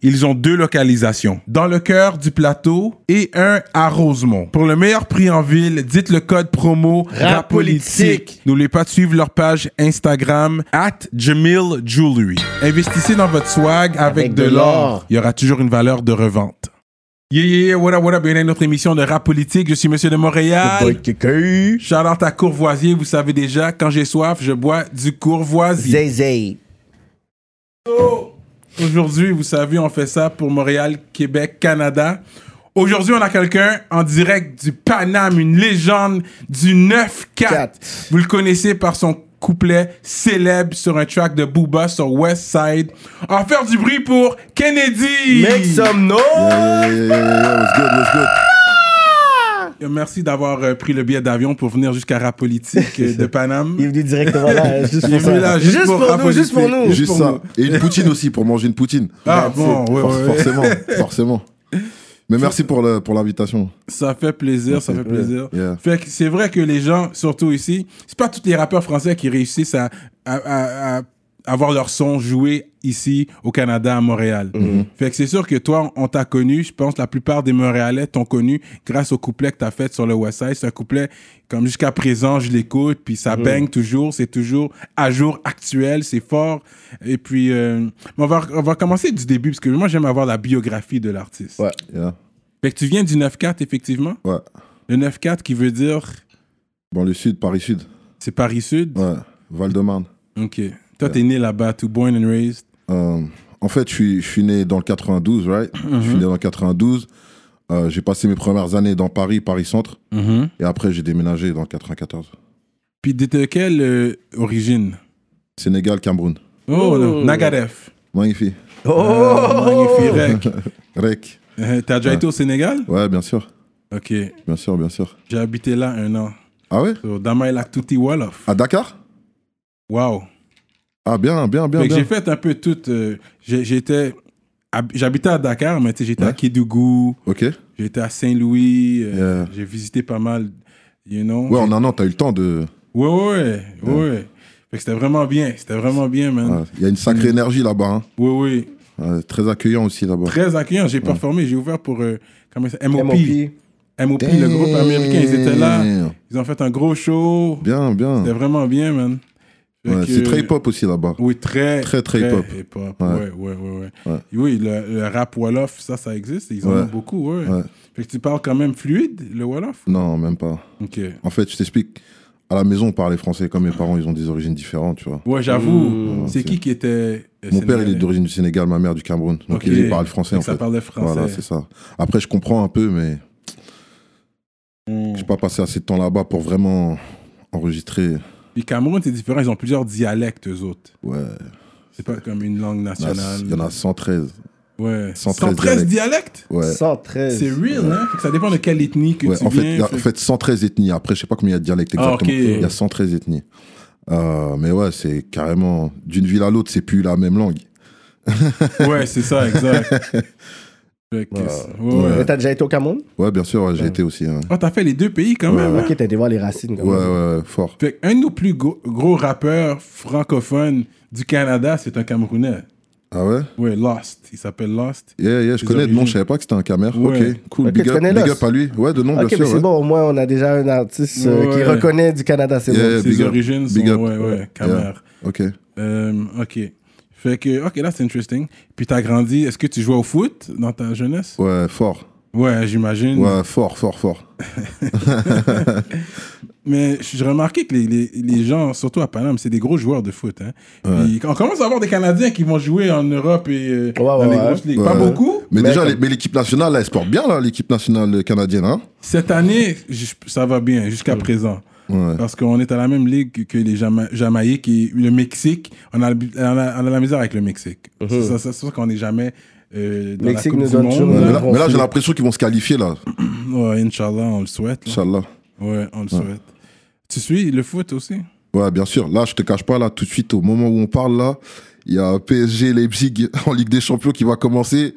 ils ont deux localisations, dans le cœur du plateau et un à Rosemont. Pour le meilleur prix en ville, dites le code promo RAPOLITIQUE. N'oubliez pas de suivre leur page Instagram at Jamil Jewelry. Investissez dans votre swag avec, Avec de de l'or. l'or. Il y aura toujours une valeur de revente. Yeah, yeah, yeah, what up, what up, bienvenue à notre émission de rap politique. Je suis Monsieur de Montréal. Zay, Charlotte à Courvoisier, vous savez déjà, quand j'ai soif, je bois du Courvoisier. zay. Aujourd'hui, vous savez, on fait ça pour Montréal, Québec, Canada. Aujourd'hui, on a quelqu'un en direct du Paname, une légende du 9-4. Quatre. Vous le connaissez par son couplet célèbre sur un track de Booba sur West Side. En faire du bruit pour Kennedy. Make some noise. Yeah, yeah, yeah, yeah, what's good, what's good. Euh, Merci d'avoir euh, pris le billet d'avion pour venir jusqu'à Rap Politique euh, de Paname. Il est venu directement là, juste Il est pour ça. venu là juste pour nous, rapolitique. juste pour nous. Juste Juste pour ça. Et une poutine aussi pour manger une poutine. Ah bon, ouais, For- ouais, ouais. Forcément, forcément. Mais merci pour le- pour l'invitation. Ça fait plaisir, ça fait plaisir. Yeah. Fait que c'est vrai que les gens, surtout ici, c'est pas tous les rappeurs français qui réussissent à, à- à- à avoir leur son joué ici au Canada, à Montréal. Fait que c'est sûr que toi, on t'a connu, je pense que la plupart des Montréalais t'ont connu grâce au couplet que t'as fait sur le West Side. C'est un couplet, comme jusqu'à présent, je l'écoute, puis ça bang toujours, c'est toujours à jour actuel, c'est fort. Et puis, euh, on, va, on va commencer du début, parce que moi, j'aime avoir la biographie de l'artiste. Ouais. Yeah. Fait que tu viens du 9-4, effectivement Ouais. le 9-4 qui veut dire Bon, le sud, Paris-Sud. c'est Paris-Sud. Ouais. Val-de-Marne. Ok. Toi, t'es né là-bas, tout born and raised. Euh, en fait, je suis, je suis né dans le 92, right? Je Mhm. suis né dans le 92. Euh, j'ai passé mes premières années dans Paris, Paris-Centre. Et après, j'ai déménagé dans le 94. Puis de de quelle euh, origine Sénégal, Cameroun. Oh, Oh. non, Nagaref. Magnifique. Ah, Oh, Magnifique. Rec. Euh, T'as déjà été au Sénégal Ouais, bien sûr. Ok. Bien sûr, bien sûr. J'ai habité là un an. Ah ouais So, Damailak Tuti Wolof. À Dakar Wow. Ah, bien, bien, bien. Fait que bien. j'ai fait un peu tout. euh, j'ai- j'étais. hab- J'habitais à Dakar, mais tu sais, j'étais à Ouais. Kédougou, Ok. Ouais, j'étais à Saint-Louis, euh, Yeah. j'ai visité pas mal, you know. en un an, t'as eu le temps de. Ouais, ouais, ouais. ouais. Fait que c'était vraiment bien, c'était vraiment bien, man. Ouais, Il y a une sacrée Mm. énergie là-bas. hein. Oui, oui. Ouais, très accueillant aussi là-bas. Très accueillant. Mm. J'ai performé, j'ai ouvert pour euh, comment ça, MOP. MOP, MOP. le groupe américain, ils étaient là. Damn. Ils ont fait un gros show. Bien, bien. C'était vraiment bien, man. Fait Ouais, que- C'est très hip-hop aussi là-bas. Oui, très, Très, très hip-hop. hip-hop. Ouais, Ouais. ouais, ouais. ouais. Ouais. Oui, le, le rap Wolof, ça, ça existe. Ils en Ouais. ont beaucoup, ouais. Ouais. Fait que tu parles quand même fluide, le Wolof. Non, même pas. Ok. En fait, je t'explique. À la maison, on parlait français. Comme mes parents, ils ont des origines différentes, tu vois. Ouais, j'avoue. Mmh. C'est qui qui était. euh, Mon père, Sénégalais? il est d'origine du Sénégal, ma mère du Cameroun. Donc, Ok. ils parlent français, en Donc, Ça fait. parlait français. Voilà, c'est ça. Après, je comprends un peu, mais Mmh. j'ai pas passé assez de temps là-bas pour vraiment enregistrer. Puis Cameroun, c'est différent. Ils ont plusieurs dialectes, eux autres. Ouais. C'est pas comme une langue Il y en a- nationale. il y en a 113. Ouais. 113 113 dialectes Ouais. 113. C'est real, hein? Fait que ça dépend de quelle ethnie que Ouais, tu en, fait, viens. il y a- en fait- fait, 113 ethnies. Après, je sais pas combien il y a de dialectes Ah, exactement. ok. Il y a 113 ethnies. Euh, mais ouais, c'est carrément. D'une ville à l'autre, c'est plus la même langue. Ouais, c'est ça, exact. Fait que c'est- ouais, ouais. Mais t'as déjà été au Cameroun Ouais, bien sûr, ouais, j'ai été aussi. hein. Ah, t'as fait les deux pays quand même. hein? Ok, t'as été voir les racines. quand Ouais, même. ouais, ouais, fort. Fait que un de nos plus gros, gros rappeurs francophones du Canada, c'est un Camerounais. Ah ouais Ouais, Lost. Il s'appelle Lost. Yeah, yeah, je Les connais de nom, origines. je savais pas que c'était un camère. Ouais. Ok, cool. Ok, big, tu up, connais big l'os. up à lui. Ouais, de nom, Ok, bien mais sûr. c'est ouais. bon, au moins on a déjà un artiste euh, qui Ouais. reconnaît du Canada, c'est Yeah, bon. yeah, Ses big up. origines Big sont. up. Ouais, ouais, Camer. Ok. Euh, ok. Fait que, ok, là, c'est interesting. Puis t'as grandi. Est-ce que tu jouais au foot dans ta jeunesse? Ouais, fort. Ouais, j'imagine. Ouais, fort, fort, fort. Mais j'ai remarqué que les, les, les gens, surtout à Paname, c'est des gros joueurs de foot. Hein. Puis on commence à avoir des Canadiens qui vont jouer en Europe et euh, dans ouais, les ouais. grosses ligues. Ouais. Pas beaucoup. Mais, Mais déjà, comme- les- mais l'équipe nationale, là, elle se porte bien, là, l'équipe nationale canadienne, hein Cette année, j- ça va bien jusqu'à présent. Ouais. Parce qu'on est à la même ligue que- que les Jama- Jamaïques et le Mexique. On a, on a, on a la misère avec le Mexique. C'est ça, c'est ça qu'on n'est jamais euh, dans Mhm. Mexique la nous Coupe donne hein. du toujours Monde. mais Ouais, là, bon, mais là, c'est- j'ai l'impression qu'ils vont se qualifier, là. Ouais, Inch'Allah, on le souhaite. là. Inch'Allah. Ouais, on le souhaite. Tu suis le foot aussi Ouais, bien sûr. Là, je te cache pas, là, tout de suite, au moment où on parle, là, il y a PSG Leipzig en Ligue des Champions qui va commencer.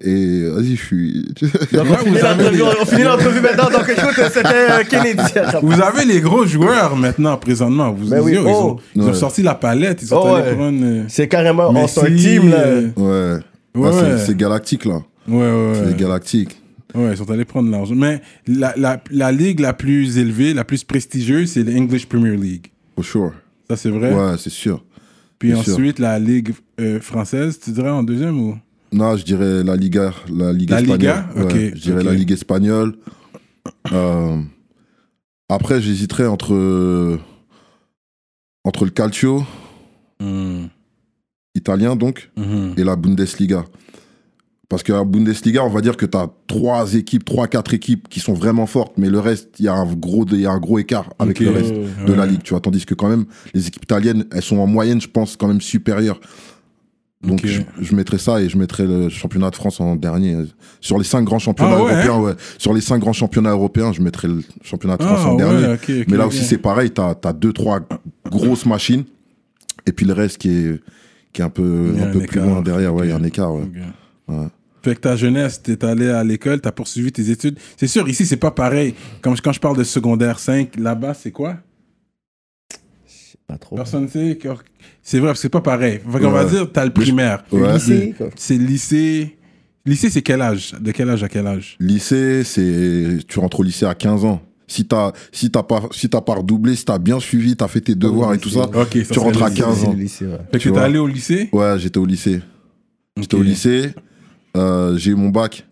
Et vas-y, je suis. Ouais, Ah, vous, avez les, On finit l'entrevue maintenant. Donc écoute, c'était euh, Kennedy. vous avez les gros joueurs maintenant, présentement. Vous Ben oui, yo, ils, ont, oh. ils ont Ouais. sorti la palette. Ils sont Oh, allés ouais. prendre. euh, C'est carrément on Messi, sort team là. euh, Ouais. Ouais. Là, Ah, c'est- c'est galactique, là. Ouais, ouais, ouais. C'est galactique. Ouais, ils sont allés prendre l'argent. Mais la, la, la ligue la plus élevée, la plus prestigieuse, c'est l'English Premier League. For sure. Ça, c'est vrai. Ouais, c'est sûr. Puis c'est sûr. ensuite, la ligue euh, française, tu dirais en deuxième ou Non, je dirais la Liga. La Ligue La espagnole. Liga Ouais, Ok, Je dirais ok. la Ligue espagnole. Euh, après, j'hésiterais entre. euh, Entre le Calcio, Hmm, Mhm. italien, donc. Mhm. et la Bundesliga. Parce que la Bundesliga, on va dire que tu as trois équipes, trois, quatre équipes qui sont vraiment fortes, mais le reste, il y, a un gros- il y a un gros écart avec Ok. le reste de la Ouais. ligue, tu vois. Tandis que quand même, les équipes italiennes, elles sont en moyenne, je pense, quand même supérieures. Donc Ok. je, je mettrais ça et je mettrais le championnat de France en dernier. Sur les cinq grands championnats Ah ouais, européens, ouais. Sur les cinq grands championnats européens, je mettrais le championnat de France Ah, en dernier. ouais, ok, ok, Mais là ok. aussi, c'est pareil, tu as, deux, trois grosses machines, et puis le reste qui est, qui est un peu, Il y a un un peu plus écart. loin derrière, ouais, il y a un écart. ouais. Ok. Ouais. Fait que ta jeunesse, t'es allé à l'école, t'as poursuivi tes études. C'est sûr, ici, c'est pas pareil. Quand, quand je parle de secondaire 5, là-bas, c'est quoi Pas trop. Personne sait. que- C'est vrai, parce que c'est pas pareil. Fait qu'on va Oh. Ouais. dire, t'as le primaire. Ouais. Le lycée, quoi. C'est lycée. Lycée, c'est quel âge De quel âge à quel âge Lycée, c'est tu rentres au lycée à 15 ans. Si t'as si t'as pas si t'as pas redoublé, si t'as bien suivi, t'as fait tes devoirs et tout ça. Ok, ça tu serait rentres à le lycée. 15 ans. Le lycée, ouais. Fait que Tu t'es vois. allé au lycée Ouais, j'étais au lycée. J'étais au Ok. lycée. euh, j'ai eu mon bac.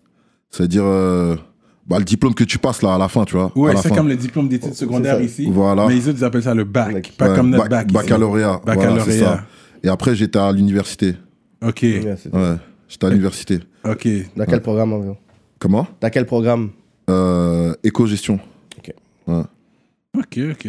C'est-à-dire euh, bah, le diplôme que tu passes là à la fin, tu vois. à Ouais, la c'est fin. Oh, comme le diplôme d'études C'est secondaires ça. ici. Voilà. Mais les autres, ils appellent ça le bac. Bac. Pas Ouais, comme notre bac- bac. ici. baccalauréat. voilà, Baccalauréat. c'est ça. Et après j'étais à l'université. Ok, Ouais, c'est- Ouais, j'étais à l'université. ok. Dans quel programme environ Comment Dans quel programme euh, Éco-gestion. Ok, ok.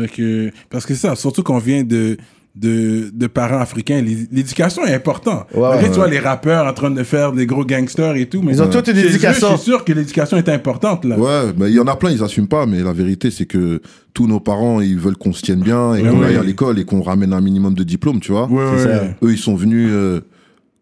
Fait que- parce que c'est ça, surtout qu'on vient de, de, de parents africains, l'é- l'éducation est importante. Ouais, Ah, Malgré, ouais. tu vois, les rappeurs en train de faire des gros gangsters et tout. Mais Ils ont toute une chez eux, éducation. Je suis sûr que l'éducation est importante, là. Ouais, mais il y en a plein, ils assument pas, mais la vérité, c'est que tous nos parents, ils veulent qu'on se tienne bien et Ouais, qu'on ouais. aille à l'école et qu'on ramène un minimum de diplômes, tu vois. ouais, c'est ouais. Eux, ils sont venus, euh,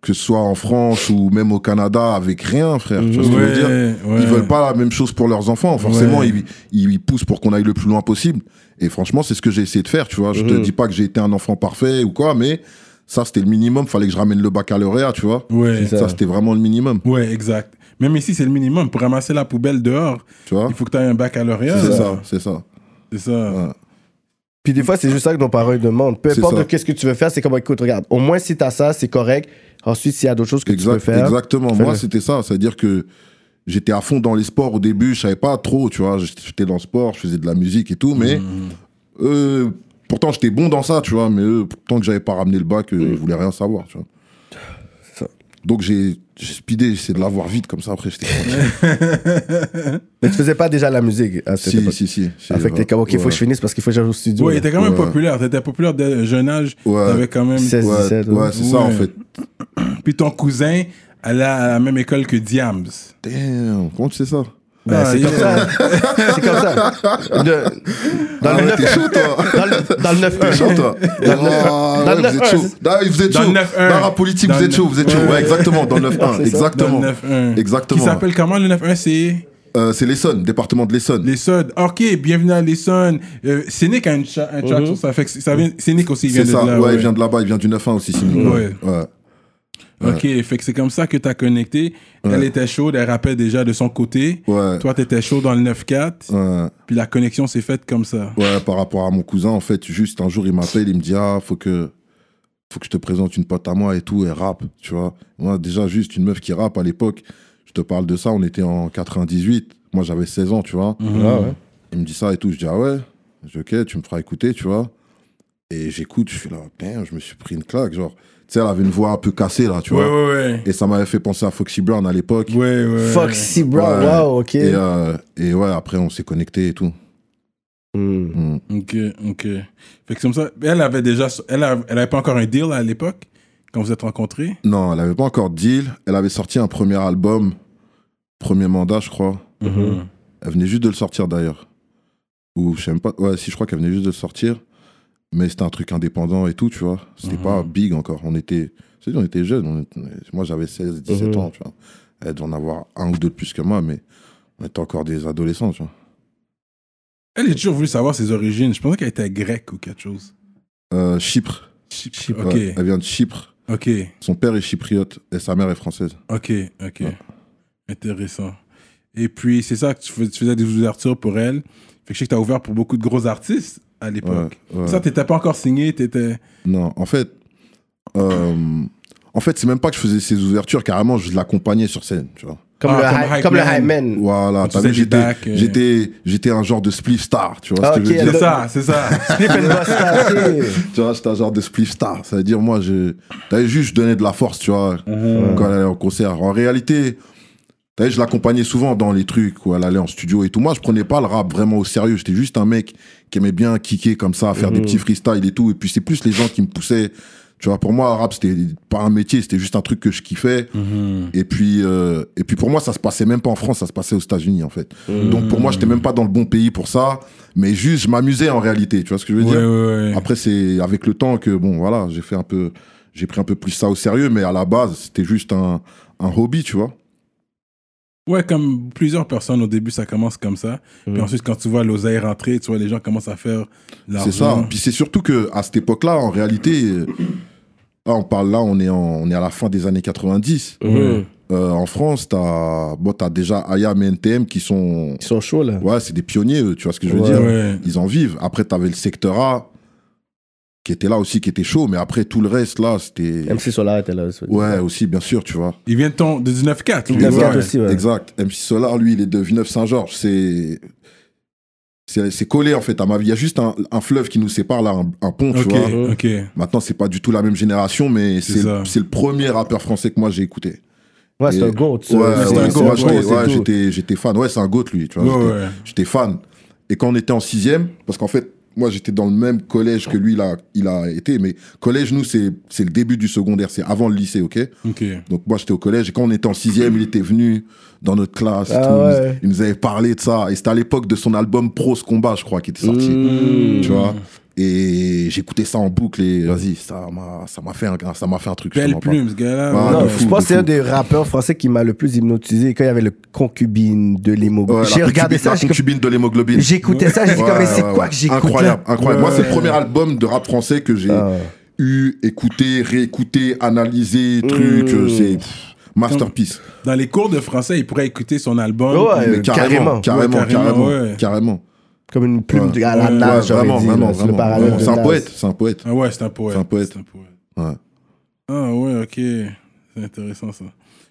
que ce soit en France ou même au Canada, avec rien, frère. Tu vois ce que je veux dire Ouais, ouais. Ils veulent pas la même chose pour leurs enfants. Forcément, Ouais. ils, ils, ils poussent pour qu'on aille le plus loin possible. Et franchement, c'est ce que j'ai essayé de faire, tu vois. Je te Mhm. dis pas que j'ai été un enfant parfait ou quoi, mais ça, c'était le minimum. Fallait que je ramène le baccalauréat, tu vois. Ouais. C'est Ça, ça. c'était vraiment le minimum, Ouais, exact. Même ici, c'est le minimum. Pour ramasser la poubelle dehors, tu vois. il faut Ah. que tu aies un baccalauréat. Ah. C'est là. ça, Ah, c'est ça. C'est ça. Ouais. Puis des fois, c'est juste ça que nos parents ils demandent. Peu C'est importe ça. qu'est-ce que tu veux faire, c'est comme écoute, regarde, au moins si t'as ça, c'est correct. Ensuite, s'il y a d'autres choses que tu peux Exact- faire. Exactement. fais-le. Moi, c'était ça. C'est-à-dire que j'étais à fond dans les sports au début. Je savais pas trop, tu vois. J'étais dans le sport, je faisais de la musique et tout. Mais Mm. eux, pourtant, j'étais bon dans ça, tu vois. Mais eux, tant que j'avais pas ramené le bac, euh, ils voulaient rien savoir, tu vois. Mm. Ça. Donc j'ai j'ai speedé, c'est de l'avoir vite comme ça. Après, j'étais. Mais tu faisais pas déjà la musique à cette si, époque. si, si, si. Ah, fait que t'es comme, ok, faut que je finisse parce qu'il faut que j'aille au studio. Ouais, là. t'étais quand même Ouais. populaire. T'étais populaire dès le jeune âge. Ouais. T'avais quand même. 16, Ouais, 17. ouais, c'est ça en Ouais. fait. Puis ton cousin allait à la même école que Diams. Damn, comment tu sais ça Ben, Ah, c'est yeah. comme ça. c'est comme ça. De- dans, Ah le ouais, 9, T'es chaud, toi dans le dans le 9 T'es chaud, toi Ah, dans le ouais, Vous êtes 9-1, chaud. Ah, Vous êtes Dans chaud. le 9-1. Dans la politique, Dans vous le êtes chaud, vous êtes chaud. Ouais. Ouais, exactement, dans le 9-1. C'est ça. Dans Exactement. le 9-1. Exactement. Qui s'appelle comment le 9-1 C'est Euh, c'est l'Essonne, département de l'Essonne. l'Essonne. Ok, bienvenue à l'Essonne. Euh, Sénic a une cha- un track sur ça. Fait que ça vient, Sénic aussi il vient C'est de ça, là. ouais, il vient de là-bas, il vient du 9-1 aussi, Simi. Ouais. ouais. Ok, fait que c'est comme ça que t'as connecté. Elle Ouais. était chaude, elle rappelait déjà de son côté. Ouais. Toi, t'étais chaud dans le 9-4. Ouais. Puis la connexion s'est faite comme ça. Ouais, par rapport à mon cousin, en fait, juste un jour, il m'appelle, il me dit Ah, faut que, faut que je te présente une pote à moi et tout, elle rappe, tu vois. Moi, déjà, juste une meuf qui rappe à l'époque, je te parle de ça, on était en 98, moi j'avais 16 ans, tu vois. Mhm. Ah ouais. Il me dit ça et tout, je dis Ah ouais, je dis, ok, tu me feras écouter, tu vois. Et j'écoute, je suis là, putain, je me suis pris une claque, genre, tu sais, elle avait une voix un peu cassée, là, tu Ouais, vois. ouais, Et ça m'avait fait penser à Foxy Brown à l'époque. ouais. Ouais, ouais. Foxy Brown, Ouais. wow, ok. Et, euh, et ouais, après, on s'est connecté et tout. Hmm. Mm. Ok, ok. Fait que c'est comme ça. Elle avait déjà. Elle, a- elle avait pas encore un deal à l'époque quand vous êtes rencontrés Non, elle avait pas encore de deal. Elle avait sorti un premier album, premier mandat, je crois. Mhm. Elle venait juste de le sortir d'ailleurs. Ou je sais même pas. Ouais, si je crois qu'elle venait juste de le sortir. Mais c'était un truc indépendant et tout, tu vois. C'était Mhm. pas big encore. On était, tu sais, on était jeunes. on était- moi, j'avais 16, 17 Mhm. ans, tu vois. Elle devait en avoir un ou deux de plus que moi, mais on était encore des adolescents, tu vois. Elle a toujours voulu savoir ses origines. Je pensais qu'elle était grecque ou quelque chose. Euh, Chypre. Chypre. Ok, Ouais, elle vient de Chypre. ok, Son père est chypriote et sa mère est française. ok, ok. Ouais. Intéressant. Et puis, c'est ça que tu fais- tu faisais des ouvertures pour elle. Fait que je sais que t'as ouvert pour beaucoup de gros artistes à Ouais, l'époque. ouais. Ça, t'étais pas encore signé, t'étais. Non, en fait, euh, en fait, c'est même pas que je faisais ces ouvertures, carrément, je l'accompagnais sur scène, tu vois. Comme, Ah, le, comme hype- hype comme le man. hype man. Voilà, tu t'as faisais vu, des j'étais, bacs, euh. j'étais, j'étais un genre de spliff star, tu vois Ah, ce que ok, je veux C'est dire. alors- ça, c'est ça. Flip and Busta, ok. Tu vois, j'étais un genre de spliff star, ça veut dire, moi, je, t'as vu, juste, je donnais de la force, tu vois, Mhm. quand elle allait en concert. En réalité, t'as vu, je l'accompagnais souvent dans les trucs où elle allait en studio et tout. Moi, je prenais pas le rap vraiment au sérieux, j'étais juste un mec qui aimait bien kicker comme ça, faire Mm. des petits freestyles et tout. Et puis, c'est plus les gens qui me poussaient. Tu vois, pour moi, le rap, c'était pas un métier, c'était juste un truc que je kiffais. Mhm. Et puis, euh, et puis pour moi, ça se passait même pas en France, ça se passait aux États-Unis en fait. Donc pour moi, j'étais même pas dans le bon pays pour ça, mais juste je m'amusais en réalité. Tu vois ce que je veux Ouais, dire ouais, ouais. Après, c'est avec le temps que bon, voilà, j'ai fait un peu, j'ai pris un peu plus ça au sérieux, mais à la base, c'était juste un, un hobby, tu vois. Ouais, comme plusieurs personnes, au début, ça commence comme ça. Puis ensuite, quand tu vois l'oseille rentrer, tu vois, les gens commencent à faire l'argent. C'est ça. Puis c'est surtout que à cette époque-là, en réalité, euh, là, on parle là, on est en- on est à la fin des années 90. Mhm. Euh, en France, t'as bon, t'as déjà IAM et NTM qui sont Ils sont chauds, là. ouais, c'est des pionniers, eux, tu vois ce que je veux Ouais. dire Ouais. ils en vivent. Après, tu avais le secteur A qui était là aussi, qui était chaud, mais après, tout le reste, là, c'était. MC Solar était là aussi. Ouais, aussi, bien sûr, tu vois. Il vient de ton de 19-4. lui. 19-4 Ouais. aussi, ouais. Exact. MC Solar, lui, il est de Villeneuve-Saint-Georges. C'est. C'est c'est collé en fait à ma vie. Il y a juste un, un fleuve qui nous sépare là, un, un pont, tu Ok, vois. ok. Maintenant, c'est pas du tout la même génération, mais C'est c'est ça. le, c'est le premier rappeur français que moi j'ai écouté. Ouais, c'est Et- un goat. ça. Ouais, c'est ouais, un c'est- goat, moi, j'étais- ouais, c'est ouais, tout. j'étais j'étais fan. Ouais, c'est un goat lui, tu vois. Ouais, J'étais- ouais. J'étais fan. Et quand on était en sixième, parce qu'en fait, moi, j'étais dans le même collège que lui, il a, il a été. Mais collège, nous, c'est c'est le début du secondaire, c'est avant le lycée, OK Ok. Donc, moi, j'étais au collège. Et quand on était en sixième, il était venu dans notre classe. et Ah tout. Il nous- ouais. Il nous avait parlé de ça. Et c'était à l'époque de son album Pros Combat, je crois, qui était sorti. Mmh. Tu vois Et j'écoutais ça en boucle. Et vas-y, ça m'a ça m'a fait, un- ça m'a fait un truc. je te Belle mens pas. plume, ce gars-là. Ah, Non, de je fou, pense de que c'est un fou. des rappeurs français qui m'a le plus hypnotisé quand il y avait le concubine de l'hémoglobine. Ouais, J'ai la regardé concubine- ça, la j'ai comme- concubine de l'hémoglobine. j'écoutais ça, j'ai dit Ouais, comme, mais c'est ouais, quoi ouais. que j'écoute Incroyable, là incroyable. Moi, c'est le Ouais. premier album de rap français que j'ai Ah. eu, écouté, réécouté, analysé, truc. Mmh. euh, C'est pff, masterpiece. Dans les cours de français, il pourrait écouter son album. Ouais, Mais euh, carrément. carrément, carrément, Ouais, carrément, carrément, ouais. carrément. Comme une plume Ouais. de- à la Ouais, Ouais, nage, j'aurais vraiment, dit, là, vraiment, c'est le vraiment, parallèle vraiment. de C'est un Nas. poète, c'est un poète. Ah ouais, c'est un poète. C'est un poète. C'est un poète. Ouais. Ah ouais, ok. C'est intéressant ça.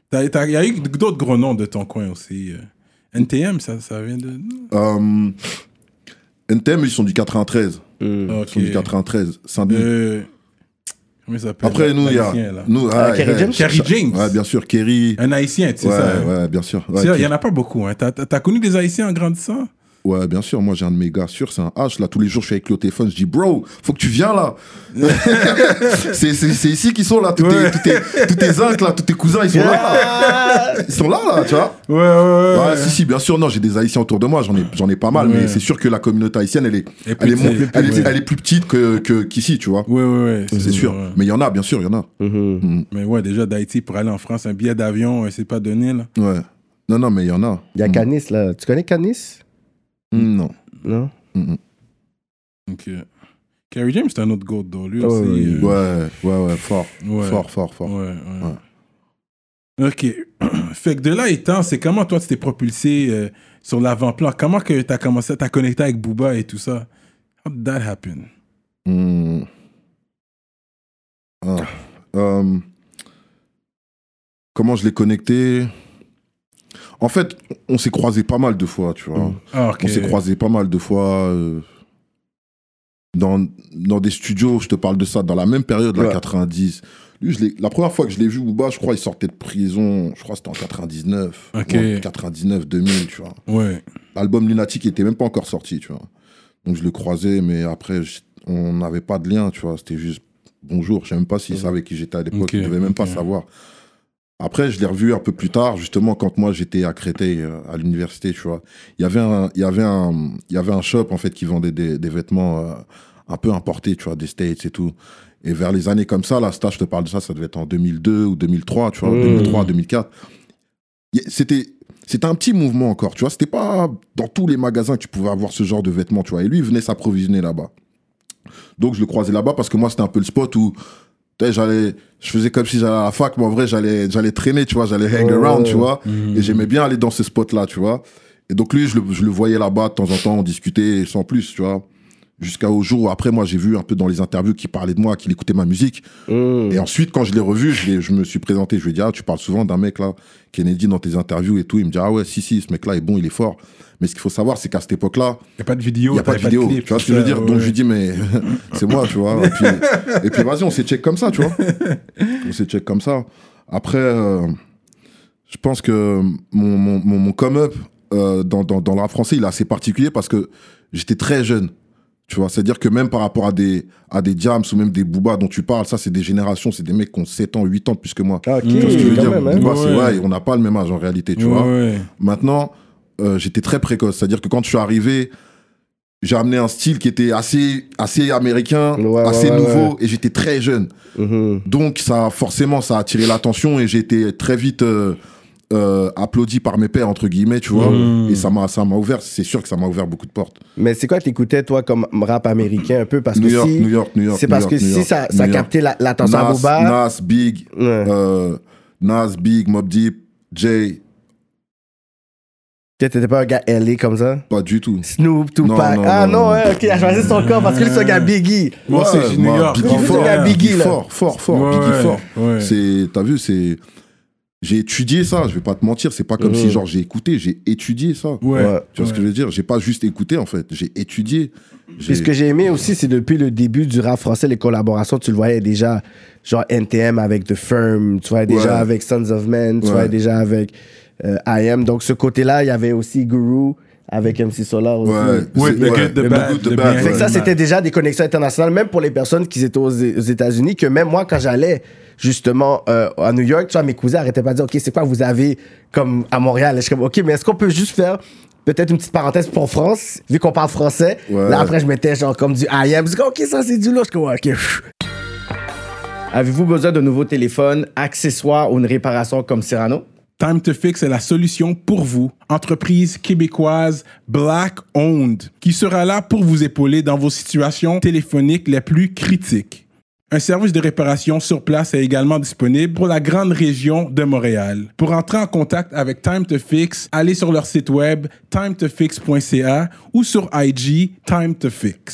T'as- t'as- Il y a eu d'autres gros noms de ton coin aussi. euh. NTM, ça, ça vient de. Euh, NTM, ils sont du 93. Ah, Mmh. Ils ok. sont du 93. Saint-Denis. Euh, Comment il s'appelle Après, nous, il y a. l'haïtien, là. nous, Ah, ouais, Kerry ouais, James Kerry James. Ouais, bien sûr, Kerry. Un haïtien, tu sais Ouais, ça. ouais, bien sûr. Ouais, Tu sais, il Kerry. n'y en a pas beaucoup. Hein. T'as, t'as- t'as connu des haïtiens en grandissant Ouais, bien sûr, moi j'ai un de mes gars sûr, c'est un H. Là, tous les jours, je suis avec lui au téléphone, je dis, bro, faut que tu viens là. c'est c'est- c'est ici qu'ils sont là, tous, Ouais. tes, tous, tes, tous tes oncles là, tous tes cousins, ils sont là. Ils sont là, là, tu vois. Ouais, ouais, ouais. Ouais, si, si, bien sûr, non, j'ai des haïtiens autour de moi, j'en ai, j'en ai pas mal, Ouais. mais c'est sûr que la communauté haïtienne, elle est, Et elle est, petite, mon- et elle est- petite. elle est plus petite que- que- qu'ici, tu vois. Ouais, ouais, ouais. C'est sûr. ouais. Mais il y en a, bien sûr, il y en a. Mhm. Mais ouais, déjà d'Haïti pour aller en France, un billet d'avion, euh, c'est pas donné là. Ouais. Non, non, mais il y en a. Il y a Mm. Canis là. Tu connais Canis Mm, Non. Non Donc, euh, Kerry James, c'est un autre goat, though. Lui Ouais, aussi. ouais, euh, Ah Ouais, ouais, ouais, fort. Ouais. Fort, fort, fort. Ouais, ouais. Ok. fait que de là étant, c'est comment toi tu t'es propulsé euh, sur l'avant-plan Comment que t'as commencé à connecter avec Booba et tout ça How did that happen Hmm. Ah. Euh, comment je l'ai connecté En fait, on s'est croisés pas mal de fois, tu vois. Ah, ok. On s'est croisés pas mal de fois euh, dans, dans des studios, je te parle de ça, dans la même période, la Ouais. 90. Lui, je l'ai- la première fois que je l'ai vu, Booba, je crois, il sortait de prison, je crois que c'était en 99. Ok. ou en 99, 2000, tu vois. Ouais. L'album Lunatic était même pas encore sorti, tu vois. Donc je le croisais, mais après, je- on n'avait pas de lien, tu vois. C'était juste bonjour. Je sais même pas s'il savait qui j'étais à l'époque. Ok, il devait même pas ok. savoir. Après, je l'ai revu un peu plus tard, justement, quand moi j'étais à Créteil, euh, à l'université, tu vois. Il y avait un, il y avait un, il y avait un shop, en fait, qui vendait des, des vêtements euh, un peu importés, tu vois, des States et tout. Et vers les années comme ça, là, ça, je te parle de ça, ça devait être en 2002 ou 2003, tu vois, Mm. 2003, 2004. Y- C'était, c'était un petit mouvement encore, tu vois. C'était pas dans tous les magasins que tu pouvais avoir ce genre de vêtements, tu vois. Et lui, il venait s'approvisionner là-bas. Donc, je le croisais là-bas parce que moi, c'était un peu le spot où, tu sais, j'allais, je faisais comme si j'allais à la fac, mais en vrai, j'allais, j'allais traîner, tu vois, j'allais hang Ouais, around, ouais, tu ouais. vois. Mhm. Et j'aimais bien aller dans ce spot-là, tu vois. Et donc, lui, je le, je le voyais là-bas de temps en temps, on discutait sans plus, tu vois. Jusqu'au jour où, après, moi, j'ai vu un peu dans les interviews qu'il parlait de moi, qu'il écoutait ma musique. Mm. Et ensuite, quand je l'ai revu, je, l'ai- je me suis présenté. Je lui ai dit, ah, tu parles souvent d'un mec là, Kennedy, dans tes interviews et tout. Il me dit, ah ouais, si, si, ce mec là est bon, il est fort. Mais ce qu'il faut savoir, c'est qu'à cette époque-là, Il n'y a pas de vidéo. il n'y a pas de vidéo. clip, tu vois ce que je veux tout ça, dire ouais, Donc ouais. je lui dis, mais c'est moi, tu vois. Et puis, et puis, vas-y, on s'est check comme ça, tu vois. On s'est check comme ça. Après, euh, je pense que mon, mon, mon, mon come-up euh, dans, dans, dans le rap français, il est assez particulier parce que j'étais très jeune. Tu vois, c'est-à-dire que même par rapport à des, à des Jams ou même des Booba dont tu parles, ça, c'est des générations, c'est des mecs qui ont 7 ans, 8 ans de plus que moi. Ah, ok, Tu vois ce que je veux quand dire même, hein. Booba, c'est- Ouais. ouais, on n'a pas le même âge en réalité, tu Ouais, vois. ouais. Maintenant, euh, j'étais très précoce. C'est-à-dire que quand je suis arrivé, j'ai amené un style qui était assez, assez américain, Ouais, ouais, assez ouais, nouveau, et j'étais très jeune. Mhm. Donc, ça, forcément, ça a attiré l'attention et j'ai été très vite euh, euh, applaudi par mes pères, entre guillemets, tu vois. Mm. Et ça m'a ça m'a ouvert, c'est sûr que ça m'a ouvert beaucoup de portes. Mais c'est quoi que t'écoutais, toi, comme rap américain un peu? Parce New que York, si- New York, New York. C'est New parce York, que New si York, ça, ça New York. captait la- l'attention à Nas, Boba. Nas, Big, Ouais. euh, Nas, Big, Mob Deep, Jay, Que T'étais pas un gars LA comme ça? pas du tout. Snoop, Tupac. Non, non, ah non, non, non. ouais, ok, elle choisi son corps parce que lui, c'est un gars Biggie. Moi, Ouais, c'est New moi, York. Biggie grand fort, frère. Biggie, là. fort, fort, fort, Ouais, Biggie ouais, fort. ouais. C'est, t'as vu, c'est, j'ai étudié ça. Je vais pas te mentir, c'est pas comme si genre j'ai écouté, j'ai étudié ça. Ouais. Ouais. Tu vois ce que je veux dire J'ai pas juste écouté en fait, j'ai étudié. J'ai- Puis ce que j'ai aimé aussi, c'est depuis le début du rap français, les collaborations, tu le voyais déjà, genre NTM avec The Firm, tu voyais déjà Ouais. avec Sons of Men, tu Ouais. voyais déjà avec euh, I Am. Donc ce côté-là, il y avait aussi Guru avec MC Solar aussi. Ouais. Ouais, C'est- the good, the the bad, good, the the bad, bien. Fait que ça, Ouais. c'était déjà des connexions internationales, même pour les personnes qui étaient aux, aux États-Unis, que même moi, quand j'allais justement euh, à New York, tu vois, mes cousins arrêtaient pas de dire, OK, c'est quoi vous avez comme à Montréal? Et Je suis comme, OK, mais est-ce qu'on peut juste faire peut-être une petite parenthèse pour France, vu qu'on parle français? Ouais. Là, après, je mettais genre comme du I am. Je dis, OK, ça, c'est du lourd. Je suis comme, OK. pff. Avez-vous besoin de nouveaux téléphones, accessoires ou une réparation comme Cyrano? Time to Fix est la solution pour vous, entreprise québécoise Black Owned, qui sera là pour vous épauler dans vos situations téléphoniques les plus critiques. Un service de réparation sur place est également disponible pour la grande région de Montréal. Pour entrer en contact avec Time to Fix, allez sur leur site web timetofix.ca ou sur IG Time to Fix.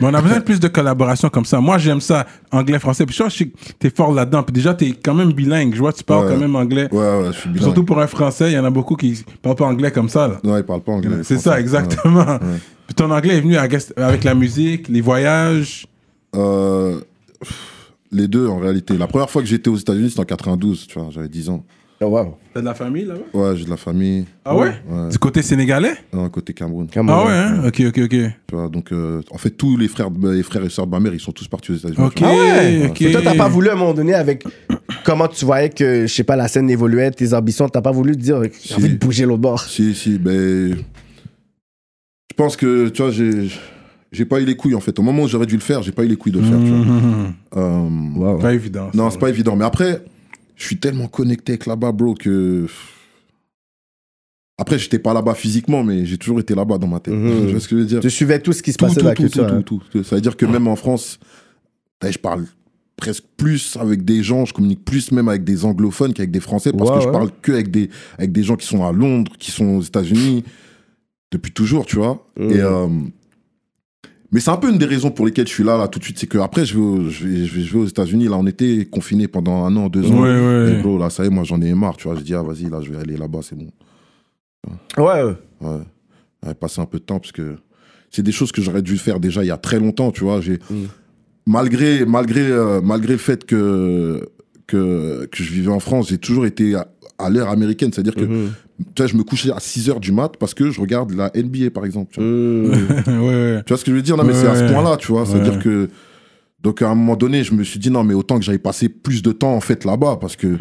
Mais on a besoin de plus de collaboration comme ça. Moi, j'aime ça, anglais-français. Puis je sais que t'es fort là-dedans. Puis déjà, t'es quand même bilingue. Je vois, tu parles Ouais. quand même anglais. Ouais, ouais, je suis bilingue. Surtout pour un français, il y en a beaucoup qui parlent pas anglais comme ça. là. Non, il parle pas anglais. Euh, C'est français. ça, exactement. Ouais. Puis ton anglais est venu I guess, avec la musique, les voyages. Ouais. Euh, pff, les deux en réalité. La première fois que j'étais aux États-Unis, c'était en 92, tu vois, j'avais 10 ans. Oh, wow. T'as de la famille là-bas Ouais, j'ai de la famille. Ah ouais, Du côté sénégalais Non, côté Cameroun. Come on. Ah ouais, hein? Ok, ok, ok. Tu vois, donc euh, en fait, tous les frères, de- les frères et sœurs de ma mère, ils sont tous partis aux États-Unis. Ok, tu vois. ouais. ok. Et toi, t'as pas voulu à un moment donné, avec comment tu voyais que, je sais pas, la scène évoluait, tes ambitions, t'as pas voulu te dire, j'ai envie de bouger l'autre bord. Si, si, ben. Je pense que, tu vois, j'ai. J'ai pas eu les couilles en fait. Au moment où j'aurais dû le faire, j'ai pas eu les couilles de le faire. tu vois. Mhm. Euh, Pas évident. ça. Non, c'est pas évident. Mais après, je suis tellement connecté avec là-bas, bro, que. Après, j'étais pas là-bas physiquement, mais j'ai toujours été là-bas dans ma tête. Mhm. Tu vois ce que je veux dire Tu suivais tout ce qui se tout, passait tout, dans la hein. tout, culture. tout, tout, tout. Ça veut dire que même en France, ben, je parle presque plus avec des gens, je communique plus même avec des anglophones qu'avec des français parce Ouais, que je ouais. parle que avec des, avec des gens qui sont à Mmh. Londres, qui sont aux États-Unis depuis toujours, tu vois. Mhm. Et, euh, Mais c'est un peu une des raisons pour lesquelles je suis là, là, tout de suite. C'est que après, je vais, au- je vais, je vais- je vais aux États-Unis. Là, on était confinés pendant un an, deux ans. Ouais, ouais. Et bro, là, ça y est, moi, j'en ai marre, tu vois. Je dis, ah, vas-y, là, je vais aller là-bas, c'est bon. Ouais, ouais. Ouais. Ouais, passer un peu de temps parce que c'est des choses que j'aurais dû faire déjà il y a très longtemps, tu vois. J'ai malgré malgré euh, malgré le fait que que que je vivais en France, j'ai toujours été à, à l'ère américaine, c'est-à-dire que Mhm. tu vois, je me couchais à 6 heures du mat parce que je regarde la NBA par exemple. Tu vois, Mhm. ouais, ouais. Tu vois ce que je veux dire Non, mais c'est à ce Ouais. point-là, tu vois. C'est-à-dire que donc à un moment donné, je me suis dit non, mais autant que j'avais passé plus de temps en fait là-bas parce que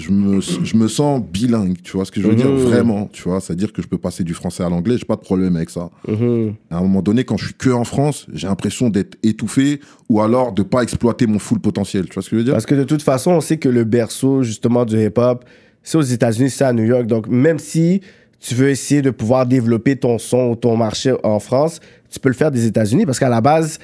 je me, je me sens bilingue, tu vois ce que je veux dire vraiment, tu vois, c'est-à-dire que je peux passer du français à l'anglais, j'ai pas de problème avec ça. Mhm. À un moment donné, quand je suis que en France, j'ai l'impression d'être étouffé ou alors de pas exploiter mon full potentiel, tu vois ce que je veux dire Parce que de toute façon, on sait que le berceau, justement, du hip-hop, c'est aux États-Unis, c'est à New York. Donc, même si tu veux essayer de pouvoir développer ton son ou ton marché en France, tu peux le faire des États-Unis parce qu'à la base,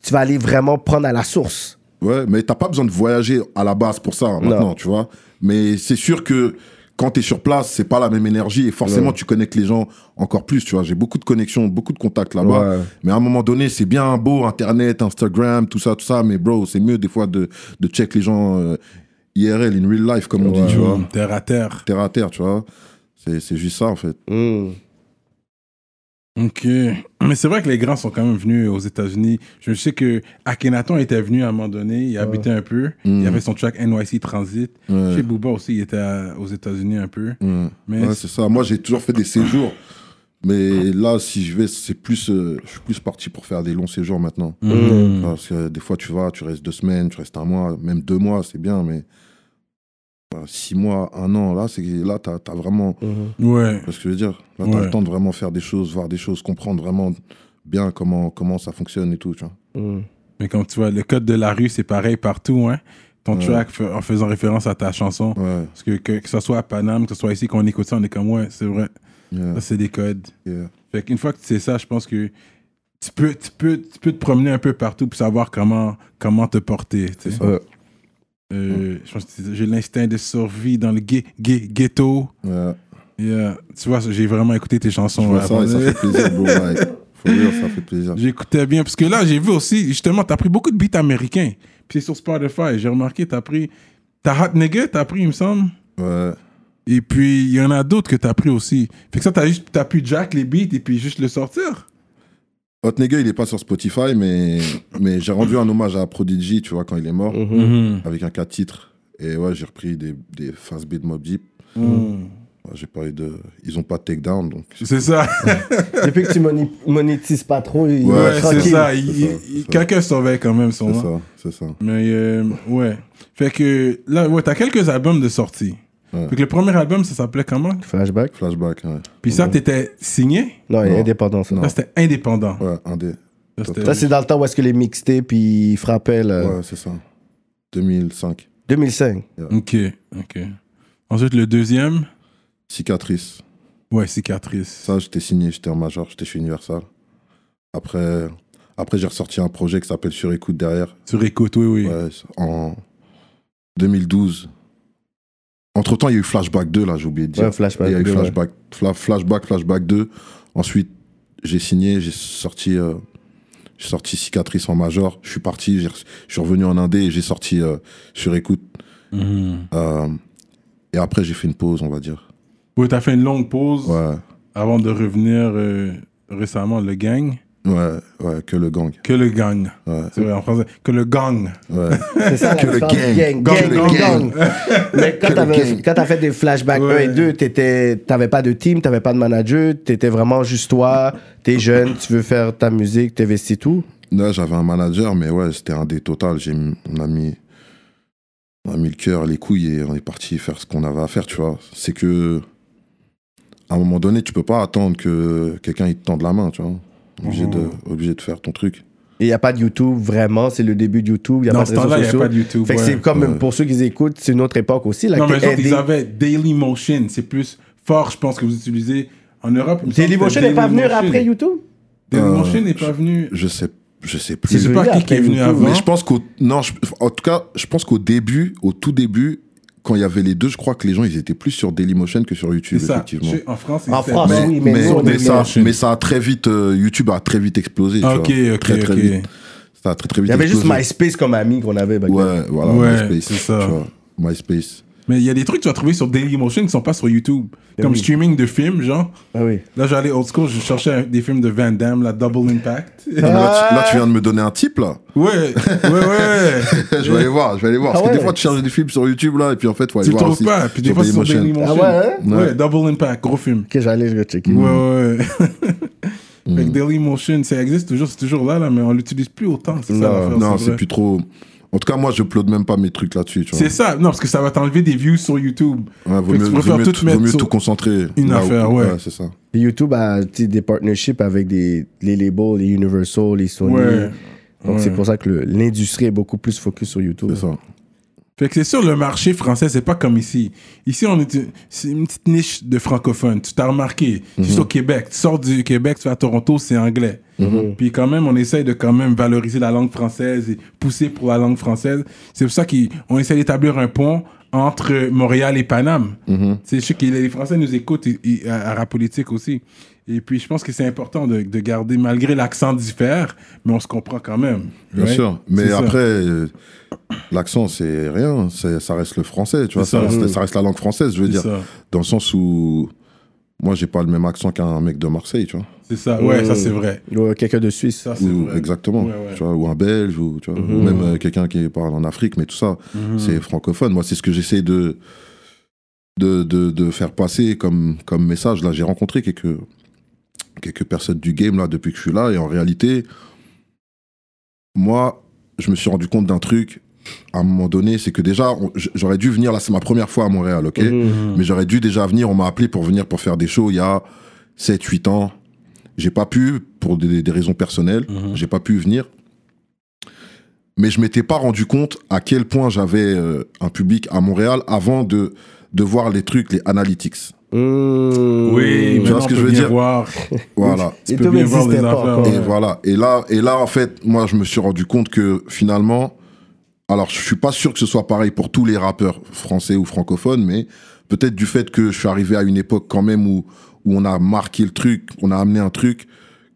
tu vas aller vraiment prendre à la source. Ouais, mais t'as pas besoin de voyager à la base pour ça hein, maintenant, tu vois. Mais c'est sûr que quand t'es sur place, c'est pas la même énergie et forcément tu connectes les gens encore plus, tu vois. J'ai beaucoup de connexions, beaucoup de contacts là-bas. Ouais. Mais à un moment donné, c'est bien beau, Internet, Instagram, tout ça, tout ça. Mais bro, c'est mieux des fois de, de check les gens euh, IRL, in real life, comme on dit, tu vois. Mmh, Terre à terre. Terre à terre, tu vois. C'est c'est juste ça en fait. Mhm. Ok. Mais c'est vrai que les grands sont quand même venus aux États-Unis. Je sais que Akhenaton était venu à un moment donné, il habitait un peu. Hmm. Mhm. Il avait son track NYC Transit. Chez Booba aussi, il était à- aux États-Unis un peu. Mais Hmm. Ouais, c'est ça. Moi, j'ai toujours fait des séjours. Mais là, si je vais, c'est plus, euh, je suis plus parti pour faire des longs séjours maintenant. Mm. Mhm. Parce que des fois, tu vas, tu restes deux semaines, tu restes un mois, même deux mois, c'est bien, mais bah, six mois, un an, là, c'est là, t'as as vraiment, Mhm. ouais. tu vois ce que je veux dire, là, t'as Ouais. le temps de vraiment faire des choses, voir des choses, comprendre vraiment bien comment comment ça fonctionne et tout, tu vois. Mhm. Mais comme tu vois, le code de la rue, c'est pareil partout. Hein? Ton track, fa- en faisant référence à ta chanson. Ouais, Parce que, que, que ce soit à Paname, que ce soit ici, qu'on écoute ça, on est comme, ouais, c'est vrai. yeah, Ça, c'est des codes. yeah. Fait qu'une fois que tu sais ça, je pense que tu peux, tu peux, tu peux te promener un peu partout pour savoir comment, comment te porter. tu sais. Ouais. Euh, je pense que c'est- j'ai l'instinct de survie dans le ghe- ghe- ghetto. Ouais. Yeah. Tu vois, j'ai vraiment écouté tes chansons. Je vois là, ça et ça avant- fait plaisir, bro. ouais. Faut dire, ça fait plaisir. J'écoutais bien, parce que là, j'ai vu aussi, justement, t'as pris beaucoup de beats américains. Puis c'est sur Spotify, j'ai remarqué, t'as pris... T'as Hot Nigga, t'as pris, il me semble. Ouais. Et puis, il y en a d'autres que t'as pris aussi. Fait que ça, t'as juste... T'as pu jack les beats et puis juste le sortir. Hot Nigga, il est pas sur Spotify, mais, mais j'ai rendu un hommage à Prodigy, tu vois, quand il est mort, Mm. Mm. avec un 4 titres. Et ouais, j'ai repris des, des phases B de Mob Deep. Mm. Ouais, J'ai parlé de. Ils ont pas de takedown, donc. C'est ça. Depuis que tu moni- monétises pas trop, il Ouais, Ouais, c'est tranquille. ça. C'est Il- ça, il- c'est ça. Quelqu'un surveille quand même son C'est nom. ça, c'est ça. Mais euh, ouais. Fait que là, ouais, t'as quelques albums de sortie. Ouais. Fait que le premier album, ça s'appelait comment Flashback Flashback, ouais. Puis ça, t'étais signé Non, il est Non. indépendant, ça. Ça, c'était indépendant. Ouais, un des. Ça, c'était- Ça, c'est dans le temps où est-ce que les mixtapes, ils frappaient, là. Ouais, c'est ça. 2005. 2005. Ok, ok. Ensuite, le deuxième, Cicatrice. ouais, Cicatrice. Ça, j'étais signé, j'étais en major, j'étais chez Universal. Après, après j'ai ressorti un projet qui s'appelle Sur Écoute derrière. Sur écoute, oui, oui. Ouais, en 2012. Entre temps, il y a eu Flashback 2, là, j'ai oublié de dire. Ouais, Flashback Il y a eu 2, ouais. Flashback, Fla- Flashback, Flashback 2. Ensuite, j'ai signé, j'ai sorti, euh, j'ai sorti Cicatrice en major. Je suis parti, j'ai re- je suis revenu en Indé et j'ai sorti euh, sur écoute. Mhm. Euh, et après, j'ai fait une pause, on va dire. Ouais, t'as fait une longue pause Ouais, avant de revenir euh, récemment, le gang. ouais, ouais, que le gang. Que le gang. Ouais. C'est vrai, en français. Que le gang. Ouais, C'est ça, la Que le différence. Gang, gang, gang. gang, le gang. Mais quand Que le t'avais- gang. quand t'as fait des flashbacks Ouais. 1 et 2, t'étais- t'avais pas de team, t'avais pas de manager, t'étais vraiment juste toi, t'es jeune, tu veux faire ta musique, t'investis tout. Là, j'avais un manager, mais ouais, c'était un des total. J'ai, mis- on a mis, on a mis le cœur, les couilles et on est parti faire ce qu'on avait à faire, tu vois. C'est que, à un moment donné, tu peux pas attendre que quelqu'un il te tende la main, tu vois. Obligé, de, Oh. obligé de faire ton truc. Il n'y a pas de YouTube, vraiment, c'est le début de YouTube. Il n'y a Dans pas de ce temps-là, réseaux il n'y a sociaux. pas de YouTube. Fait que ouais. c'est comme, pour ceux qui écoutent, c'est une autre époque aussi. Là, Non, que mais les autres, Andy- ils avaient Daily Motion. C'est plus fort, je pense, que vous utilisez en Europe. il me semble que Dailymotion c'était n'est pas venu Dailymotion. après YouTube Dailymotion n'est pas venu. Je sais, je sais Je plus. sais venu pas qui, après qui est venu YouTube. avant. Mais je pense qu'au, non, je- en tout cas, je pense qu'au début, au tout début, quand il y avait les deux, je crois que les gens, ils étaient plus sur Dailymotion que sur YouTube, C'est ça. Ah effectivement. Chez- En France, En c'est- France, Mais, oui, mais mais, nous, on est mais ça, Dailymotion. mais ça a très vite, euh, YouTube a très vite explosé. tu Ah, ok, vois. ok, très, très ok. vite. Ça a très, très Il vite y avait juste explosé. MySpace comme ami qu'on avait. ben, back then. Ouais, voilà, Ouais, MySpace. c'est ça. tu vois. MySpace. Mais il y a des trucs que tu vas trouver sur Dailymotion qui sont pas sur YouTube. Eh Comme streaming de films, genre. Ah oui. Là, j'allais old school, je cherchais un- des films de Van Damme, la Double Impact. Ah, mais Là, tu, là, tu viens de me donner un type, là. Ouais, ouais, ouais. je vais aller voir, je vais aller voir. Parce Ah que ouais. des fois, tu cherches des films sur YouTube, là, et puis en fait, faut aller tu le voir trouves aussi pas. Puis des sur fois, c'est sur Dailymotion. Ah ouais, hein? Ouais, Double Impact, gros film. Ok, j'allais le checker. Mm. Ouais, ouais, ouais. Fait que Dailymotion, ça existe toujours, c'est toujours là, là, mais on l'utilise plus autant. C'est ça l'affaire, Non, c'est vrai. plus trop. En tout cas, moi, je upload même pas mes trucs là-dessus, tu vois. C'est ça, non, parce que ça va t'enlever des views sur YouTube. Ouais, vaut Fait que mieux, tu vaut préfères mieux tout tout, vaut mettre mieux sur- tout concentrer. Une là où- affaire, ouais. c'est ça. YouTube a tu sais, des partnerships avec des, les labels, les Universal, les Sony. Ouais. Donc Ouais. c'est pour ça que le- l'industrie est beaucoup plus focus sur YouTube. C'est ça. Fait que c'est sûr, le marché français, c'est pas comme ici. Ici, on est, c'est une petite niche de francophones. Tu t'as remarqué, Mhm. juste au Québec. Tu sors du Québec, tu vas à Toronto, c'est anglais. Mhm. Puis quand même, on essaye de quand même valoriser la langue française et pousser pour la langue française. C'est pour ça qu'on essaie d'établir un pont entre Montréal et Paname. Mhm. C'est Je sais que les Français nous écoutent et- et à, à la politique aussi. Et puis, je pense que c'est important de, de garder, malgré l'accent diffère, mais on se comprend quand même. Bien Right? sûr. Mais C'est ça. après, euh, l'accent, c'est rien. C'est- Ça reste le français, tu vois. C'est Ça, ça. Mhm. reste, ça reste la langue française, je veux C'est dire. ça. Dans le sens où. Moi, j'ai pas le même accent qu'un mec de Marseille, tu vois. C'est ça. Ouais, ça, c'est vrai. Ou, euh, quelqu'un de Suisse. Ça, Ah, c'est Ou, vrai. exactement. Ouais, ouais. Mhm. Tu vois, ou un Belge, ou, tu vois, ou même euh, quelqu'un qui parle en Afrique, mais tout ça, c'est francophone. Moi, c'est ce que j'essaie de, de, de, de faire passer comme, comme message. Là, j'ai rencontré quelques, quelques personnes du game là, depuis que je suis là, et en réalité, moi, je me suis rendu compte d'un truc à un moment donné, c'est que déjà, on- j- j'aurais dû venir, là, c'est ma première fois à Montréal, ok mais j'aurais dû déjà venir. On m'a appelé pour venir pour faire des shows il y a 7-8 ans. J'ai pas pu, pour des, des raisons personnelles, j'ai pas pu venir. Mais je m'étais pas rendu compte à quel point j'avais euh, un public à Montréal avant de, de voir les trucs, les analytics. Mmh. Oui, Tu vois maintenant, ce que on je peut veux bien dire voir. Voilà. Tu Et peux tout bien voir les n'existait pas affaires. encore. Et voilà. Et là, et là, en fait, moi, je me suis rendu compte que finalement, alors je suis pas sûr que ce soit pareil pour tous les rappeurs français ou francophones, mais peut-être du fait que je suis arrivé à une époque quand même où, où on a marqué le truc, on a amené un truc,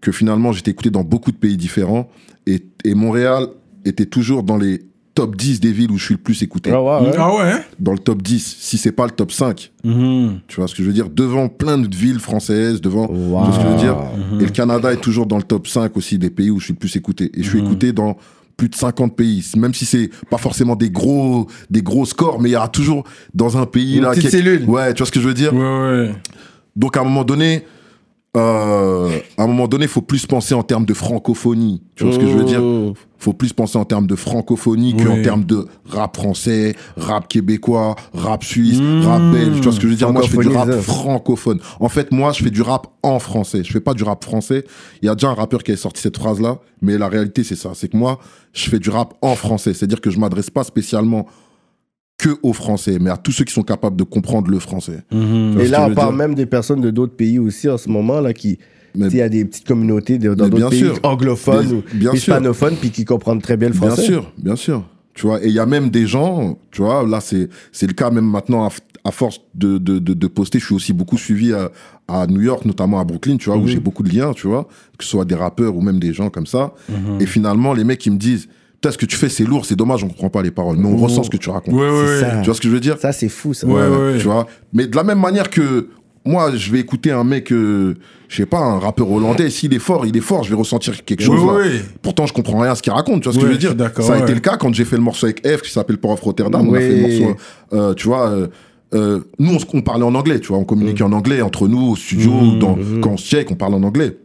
que finalement j'étais écouté dans beaucoup de pays différents. Et, et Montréal était toujours dans les top 10 des villes où je suis le plus écouté. Ah ouais, ouais. Ah ouais? hein? Dans le top 10, si c'est pas le top 5. Tu vois ce que je veux dire Devant plein de villes françaises, devant. tu vois ce que je veux dire Et Mm. le Canada est toujours dans le top 5 aussi des pays où je suis le plus écouté. Et je suis Mm. écouté dans plus de 50 pays, même si c'est pas forcément des gros, des gros scores, mais il y a toujours dans un pays Une là. petite cellule. Ouais, tu vois ce que je veux dire Ouais, ouais. Donc à un moment donné, euh, à un moment donné, faut plus penser en termes de francophonie. Tu vois ce que je veux dire Mm. faut plus penser en termes de francophonie qu'en Oui. termes de rap français, rap québécois, rap suisse, rap belge. Tu vois ce que je veux dire Moi, je fais du rap Francophoniseur. francophone. En fait, moi, je fais du rap en français. Je fais pas du rap français. Il y a déjà un rappeur qui a sorti cette phrase-là, mais la réalité, c'est ça. C'est que moi, je fais du rap en français. C'est-à-dire que je m'adresse pas spécialement que aux Français, mais à tous ceux qui sont capables de comprendre le français. Tu vois Et ce là, que je on veux parle dire même des personnes de d'autres pays aussi en ce moment, là, qui. Mais- tu sais, Il y a des petites communautés de- dans Mais d'autres bien pays sûr. anglophones Des- ou bien sûr. hispanophones, puis qui comprennent très bien le français. Bien sûr, bien sûr. Tu vois, et il y a même des gens, tu vois, là c'est c'est le cas même maintenant à, f- à force de, de, de, de poster, je suis aussi beaucoup suivi à, à New York, notamment à Brooklyn, tu vois, où j'ai beaucoup de liens, tu vois, que ce soit des rappeurs ou même des gens comme ça. Mhm. Et finalement, les mecs ils me disent, putain, ce que tu fais c'est lourd, c'est dommage, on comprend pas les paroles, mais on ressent ce que tu racontes. Oh. Ouais, ouais, C'est ouais. ça. Tu vois ce que je veux dire Ça, c'est fou, ça. Ouais, Ouais, ouais, ouais. Tu vois Mais de la même manière que moi, je vais écouter un mec, euh, je sais pas, un rappeur hollandais, s'il est fort, il est fort, je vais ressentir quelque chose. là. ouais. Pourtant, je comprends rien à ce qu'il raconte, tu vois ce Ouais, que je veux je suis dire d'accord, Ça a ouais. été le cas quand j'ai fait le morceau avec F qui s'appelle Port of Rotterdam. On a Oui. fait le morceau, euh, tu vois. euh, euh, nous, on, se- on parlait en anglais, tu vois, on communiquait Mm. en anglais entre nous au studio, Mm, dans, quand on se check, on parle en anglais.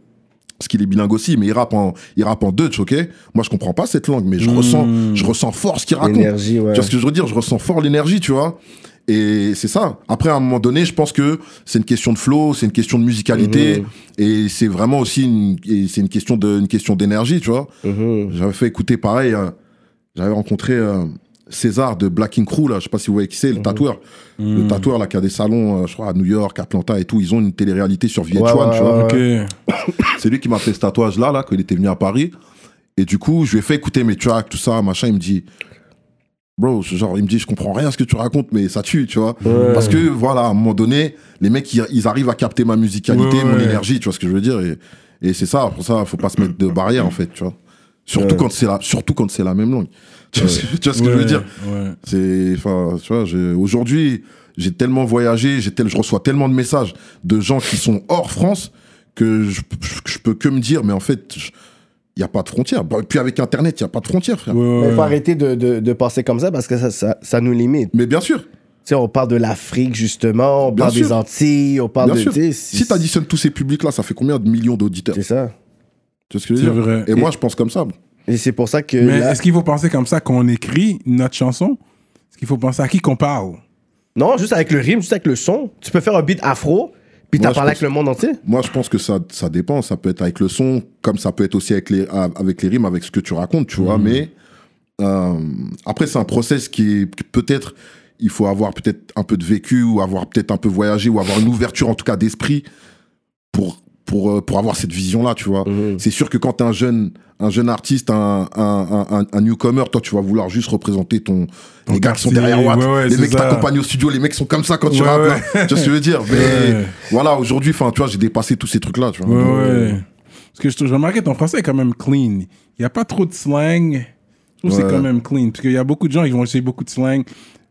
Parce qu'il est bilingue aussi, mais il rappe en, il rappe en Dutch, ok Moi, je comprends pas cette langue, mais Mm. je ressens, je ressens fort ce qu'il raconte. L'énergie, ouais. Tu vois ce que je veux dire Je ressens fort l'énergie, tu vois. Et c'est ça. Après, à un moment donné, je pense que c'est une question de flow, c'est une question de musicalité, Mm-hmm. et c'est vraiment aussi une, et c'est une question de, une question d'énergie, tu vois. Mhm. J'avais fait écouter pareil. euh, J'avais rencontré euh, César de Black Ink Crew, là. Je sais pas si vous voyez qui Mhm. c'est, le tatoueur. Le tatoueur, là, qui a des salons, euh, je crois, à New York, Atlanta et tout. Ils ont une télé-réalité sur VH1, Ouais, ouais, tu vois. ouais, ouais. Ok. C'est lui qui m'a fait ce tatouage là, là, quand il était venu à Paris. Et du coup, je lui ai fait écouter mes tracks, tout ça, machin. Il me dit, Bro, je- genre, il me dit, je comprends rien à ce que tu racontes, mais ça tue, tu vois. Parce que, voilà, à un moment donné, les mecs, ils, ils arrivent à capter ma musicalité, Ouais, mon ouais. énergie, tu vois ce que je veux dire. Et, et c'est ça, pour ça, faut pas se mettre de barrière, en fait, tu vois. Surtout quand c'est la, surtout quand c'est la même langue. Tu vois, ce- tu vois ce que je veux dire? Ouais. C'est, enfin, tu vois, j'ai- aujourd'hui, j'ai tellement voyagé, j'ai tel- je reçois tellement de messages de gens qui sont hors France que je, je- je peux que me dire, mais en fait, il n'y a pas de frontières. Bah, et Puis avec Internet, il n'y a pas de frontières, frère. Ouais, Mais ouais. faut arrêter de, de, de penser comme ça parce que ça, ça, ça nous limite. Mais bien sûr, Tu sais, on parle de l'Afrique, justement, on Bien parle sûr. des Antilles, on parle bien de. sûr. tu sais, Si tu additionnes tous ces publics-là, ça fait combien de millions d'auditeurs C'est ça. Tu vois ce que je C'est veux dire vrai. Et, moi, je pense comme ça. bro. Et c'est pour ça que. Mais là- est-ce qu'il faut penser comme ça quand on écrit notre chanson Est-ce qu'il faut penser à qui qu'on parle Non, juste avec le rythme, juste avec le son. Tu peux faire un beat afro, puis Moi, t'as je parlé pense- avec le monde entier. Moi, je pense que ça, ça dépend. Ça peut être avec le son, comme ça peut être aussi avec les, a- avec les rimes, avec ce que tu racontes, tu Mmh. vois. Mais euh, après, c'est un process qui est qui peut-être. Il faut avoir peut-être un peu de vécu ou avoir peut-être un peu voyagé ou avoir une ouverture en tout cas d'esprit pour, pour, euh, pour avoir cette vision-là, tu vois. Mmh. C'est sûr que quand t'es un jeune, un jeune artiste, un, un, un, un- un newcomer, toi, tu vas vouloir juste représenter ton, Ton les gars qui sont quartier, derrière Watt, ouais, ouais, les c'est mecs qui ça. t'accompagnent au studio, les mecs sont comme ça quand tu Ouais, rappes. ouais. là. Tu vois ce que je veux dire Mais Ouais. voilà, aujourd'hui, enfin, tu vois, j'ai dépassé tous ces trucs-là, tu vois. Ouais, ouais. Parce que je, trouve- je remarquais ton français est quand même clean. Il n'y a pas trop de slang. Je trouve que Ouais. c'est quand même clean. Parce qu'il y a beaucoup de gens qui vont essayer beaucoup de slang.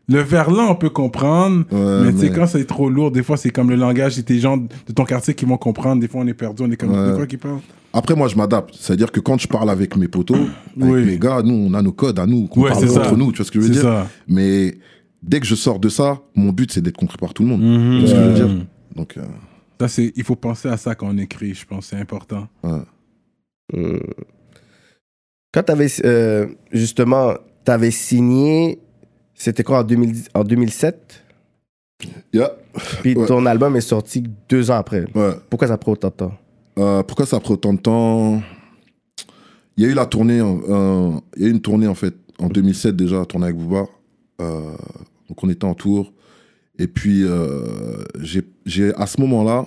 Le verlan, on peut comprendre. Ouais, mais tu sais, Euh, mais- quand c'est trop lourd, des fois, c'est comme le langage. C'est tes gens de ton quartier qui vont comprendre. Des fois, on est perdu. On est comme. Ouais. De quoi qu'ils parlent Après, moi, je m'adapte. C'est-à-dire que quand je parle avec mes potos, avec Oui. mes gars, nous, on a nos codes à nous, qu'on Ouais, parle c'est ça. entre nous, tu vois ce que je veux C'est dire ça. Mais dès que je sors de ça, mon but, c'est d'être compris par tout le monde. Mhm. Tu vois ce que je veux dire Mm. Donc, euh, Ça, c'est, il faut penser à ça quand on écrit, je pense, c'est important. Hmm. Quand t'avais. euh, justement, t'avais signé. C'était quoi, en, 2010 en 2007 yeah. Puis Ouais. ton album est sorti deux ans après. Ouais. Pourquoi ça prend autant de temps Euh, pourquoi ça prend autant de temps Il y a eu la tournée, en- euh, il y a eu une tournée en fait, en 2007 déjà, la tournée avec Booba. Euh, donc on était en tour. Et puis, euh, j'ai, j'ai- à ce moment-là,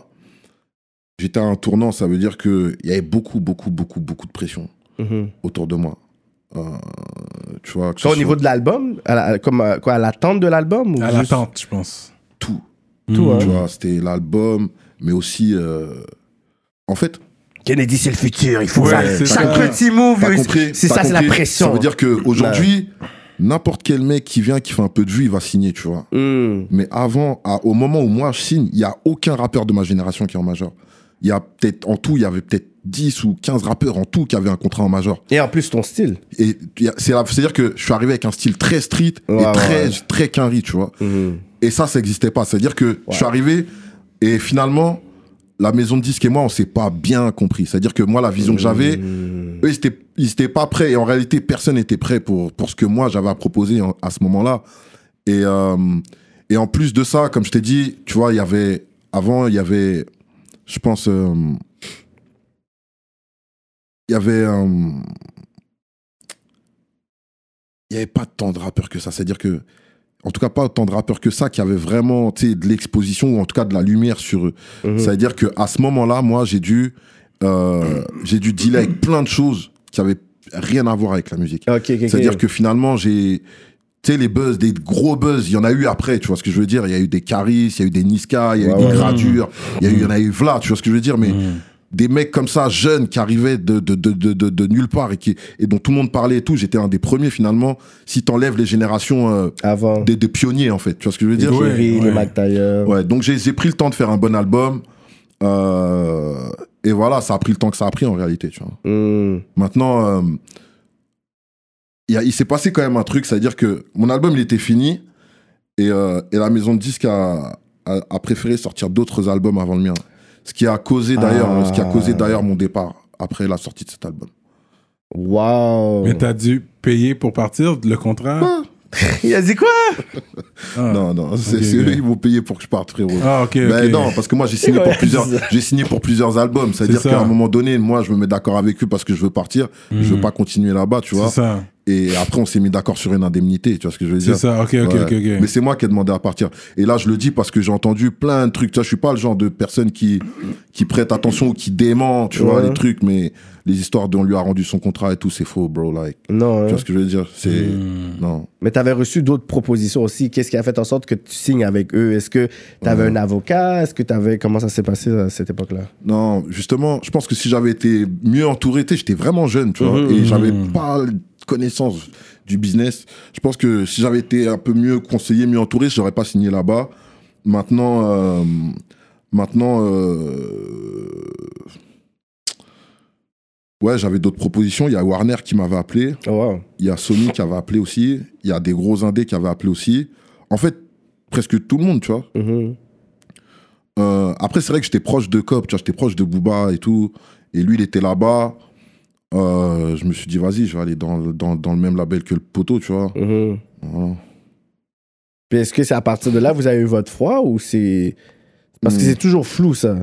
j'étais à un tournant, ça veut dire qu'il y avait beaucoup, beaucoup, beaucoup, beaucoup de pression Mm-hmm. autour de moi. Euh, tu vois, que ce Soit au soit niveau de l'album, à la- comme à, quoi, à l'attente de l'album ou À juste- l'attente, je pense. tout, Tout, hein. tu vois, c'était l'album, mais aussi, euh, en fait, Kennedy, c'est le futur, il faut Ouais, faire c'est chaque ça. petit move. T'as il- compris C'est T'as ça, c'est la compris pression. Bah. Ça veut dire qu'aujourd'hui, n'importe quel mec qui vient, qui fait un peu de vue, il va signer, tu vois. Hmm. Mais avant, à- au moment où moi je signe, il n'y a aucun rappeur de ma génération qui est en major. Il y a peut-être, en tout, il y avait peut-être 10 ou 15 rappeurs en tout qui avaient un contrat en major. Et en plus, ton style. Et il y a- c'est la- c'est-à-dire que je suis arrivé avec un style très street Ouais, et ouais, très, ouais. très quinri, tu vois. Et ça, ça n'existait pas. C'est-à-dire que je suis arrivé et finalement, la maison de disques et moi, on s'est pas bien compris. C'est-à-dire que moi, la vision que j'avais, Mm-hmm. eux, ils étaient, ils étaient pas prêts. Et en réalité, personne n'était prêt pour, pour ce que moi, j'avais à proposer en- à ce moment-là. Et, euh, et en plus de ça, comme je t'ai dit, tu vois, il y avait, avant, il y avait, je pense, euh, il y avait, euh, il y avait pas tant de rappeurs que ça. C'est-à-dire que, en tout cas, pas autant de rappeurs que ça qui avaient vraiment, tu sais, de l'exposition ou en tout cas de la lumière sur eux. Mm. C'est-à-dire que à ce moment-là, moi, j'ai dû, euh, j'ai dû dealer avec plein de choses qui avaient rien à voir avec la musique. Ok, ok, ok. C'est-à-dire que finalement, j'ai. Tu sais, les buzz, des gros buzz, il y en a eu après, tu vois ce que je veux dire. Il y a eu des Caris, il y a eu des Niska, il y a eu Ouais, des ouais. Mm. Gradures, il y, a eu- il y en a eu Vla, tu vois ce que je veux dire. Mais Mhm. des mecs comme ça, jeunes, qui arrivaient de, de, de, de, de- de nulle part et, qui, et dont tout le monde parlait et tout, j'étais un des premiers finalement, si t'enlèves les générations euh, Avant. des, des pionniers en fait, tu vois ce que je veux dire. Ouais, Jerry, ouais. les Mac Taylor. Ouais, donc j'ai j'ai pris le temps de faire un bon album. euh, et voilà, ça a pris le temps que ça a pris en réalité, tu vois. Hmm. Maintenant, euh, il y a- il s'est passé quand même un truc, c'est-à-dire que mon album, il était fini, et, euh, et la maison de disques a, a- a préféré sortir d'autres albums avant le mien. Ce qui a causé d'ailleurs, Ah. ce qui a causé d'ailleurs mon départ après la sortie de cet album. Wow. Mais t'as dû payer pour partir, le contrat. Il a dit quoi Ah. Non, non, c'est Ok, c'est ok. eux, ils vont payer pour que je parte, frérot. Ah, ok, Ben ok. non, parce que moi j'ai signé Ouais, pour c'est plusieurs, ça. j'ai signé pour plusieurs albums. C'est-à-dire ça. qu'à un moment donné, moi je me mets d'accord avec eux parce que je veux partir, je veux pas continuer là-bas, tu vois. Mhm. C'est ça. Et après, on s'est mis d'accord sur une indemnité, tu vois ce que je veux C'est dire ça, ok, ok, Ouais. ok, ok. Mais c'est moi qui ai demandé à partir. Et là, je le dis parce que j'ai entendu plein de trucs. Tu vois, je suis pas le genre de personne qui, qui prête attention ou qui dément, tu vois, Ouais. les trucs, mais les histoires dont on lui a rendu son contrat et tout, c'est faux, bro. Like, Non. tu hein. vois ce que je veux dire C'est. Mhm. Mhm. Non. Mais t'avais reçu d'autres propositions aussi. Qu'est-ce qui a fait en sorte que tu signes avec eux Est-ce que t'avais un avocat Est-ce que t'avais Comment ça s'est passé à cette époque-là Non, justement, je pense que si j'avais été mieux entouré, tu sais, j'étais vraiment jeune, tu vois, et j'avais pas connaissance du business. Je pense que si j'avais été un peu mieux conseillé, mieux entouré, j'aurais pas signé là-bas. Maintenant, euh, maintenant, euh, ouais, j'avais d'autres propositions. Il y a Warner qui m'avait appelé, Oh, wow. il y a Sony qui avait appelé aussi, il y a des gros indés qui avaient appelé aussi. En fait, presque tout le monde, tu vois. Mhm. Euh, après, c'est vrai que j'étais proche de Cop, tu vois, j'étais proche de Booba et tout. Et lui, il était là-bas. Euh, je me suis dit, vas-y, je vais aller dans, le- dans, dans le même label que le poteau, tu vois. Mhm. Voilà. Puis est-ce que c'est à partir de là que vous avez eu votre froid ou c'est. Parce que Mm. c'est toujours flou, ça.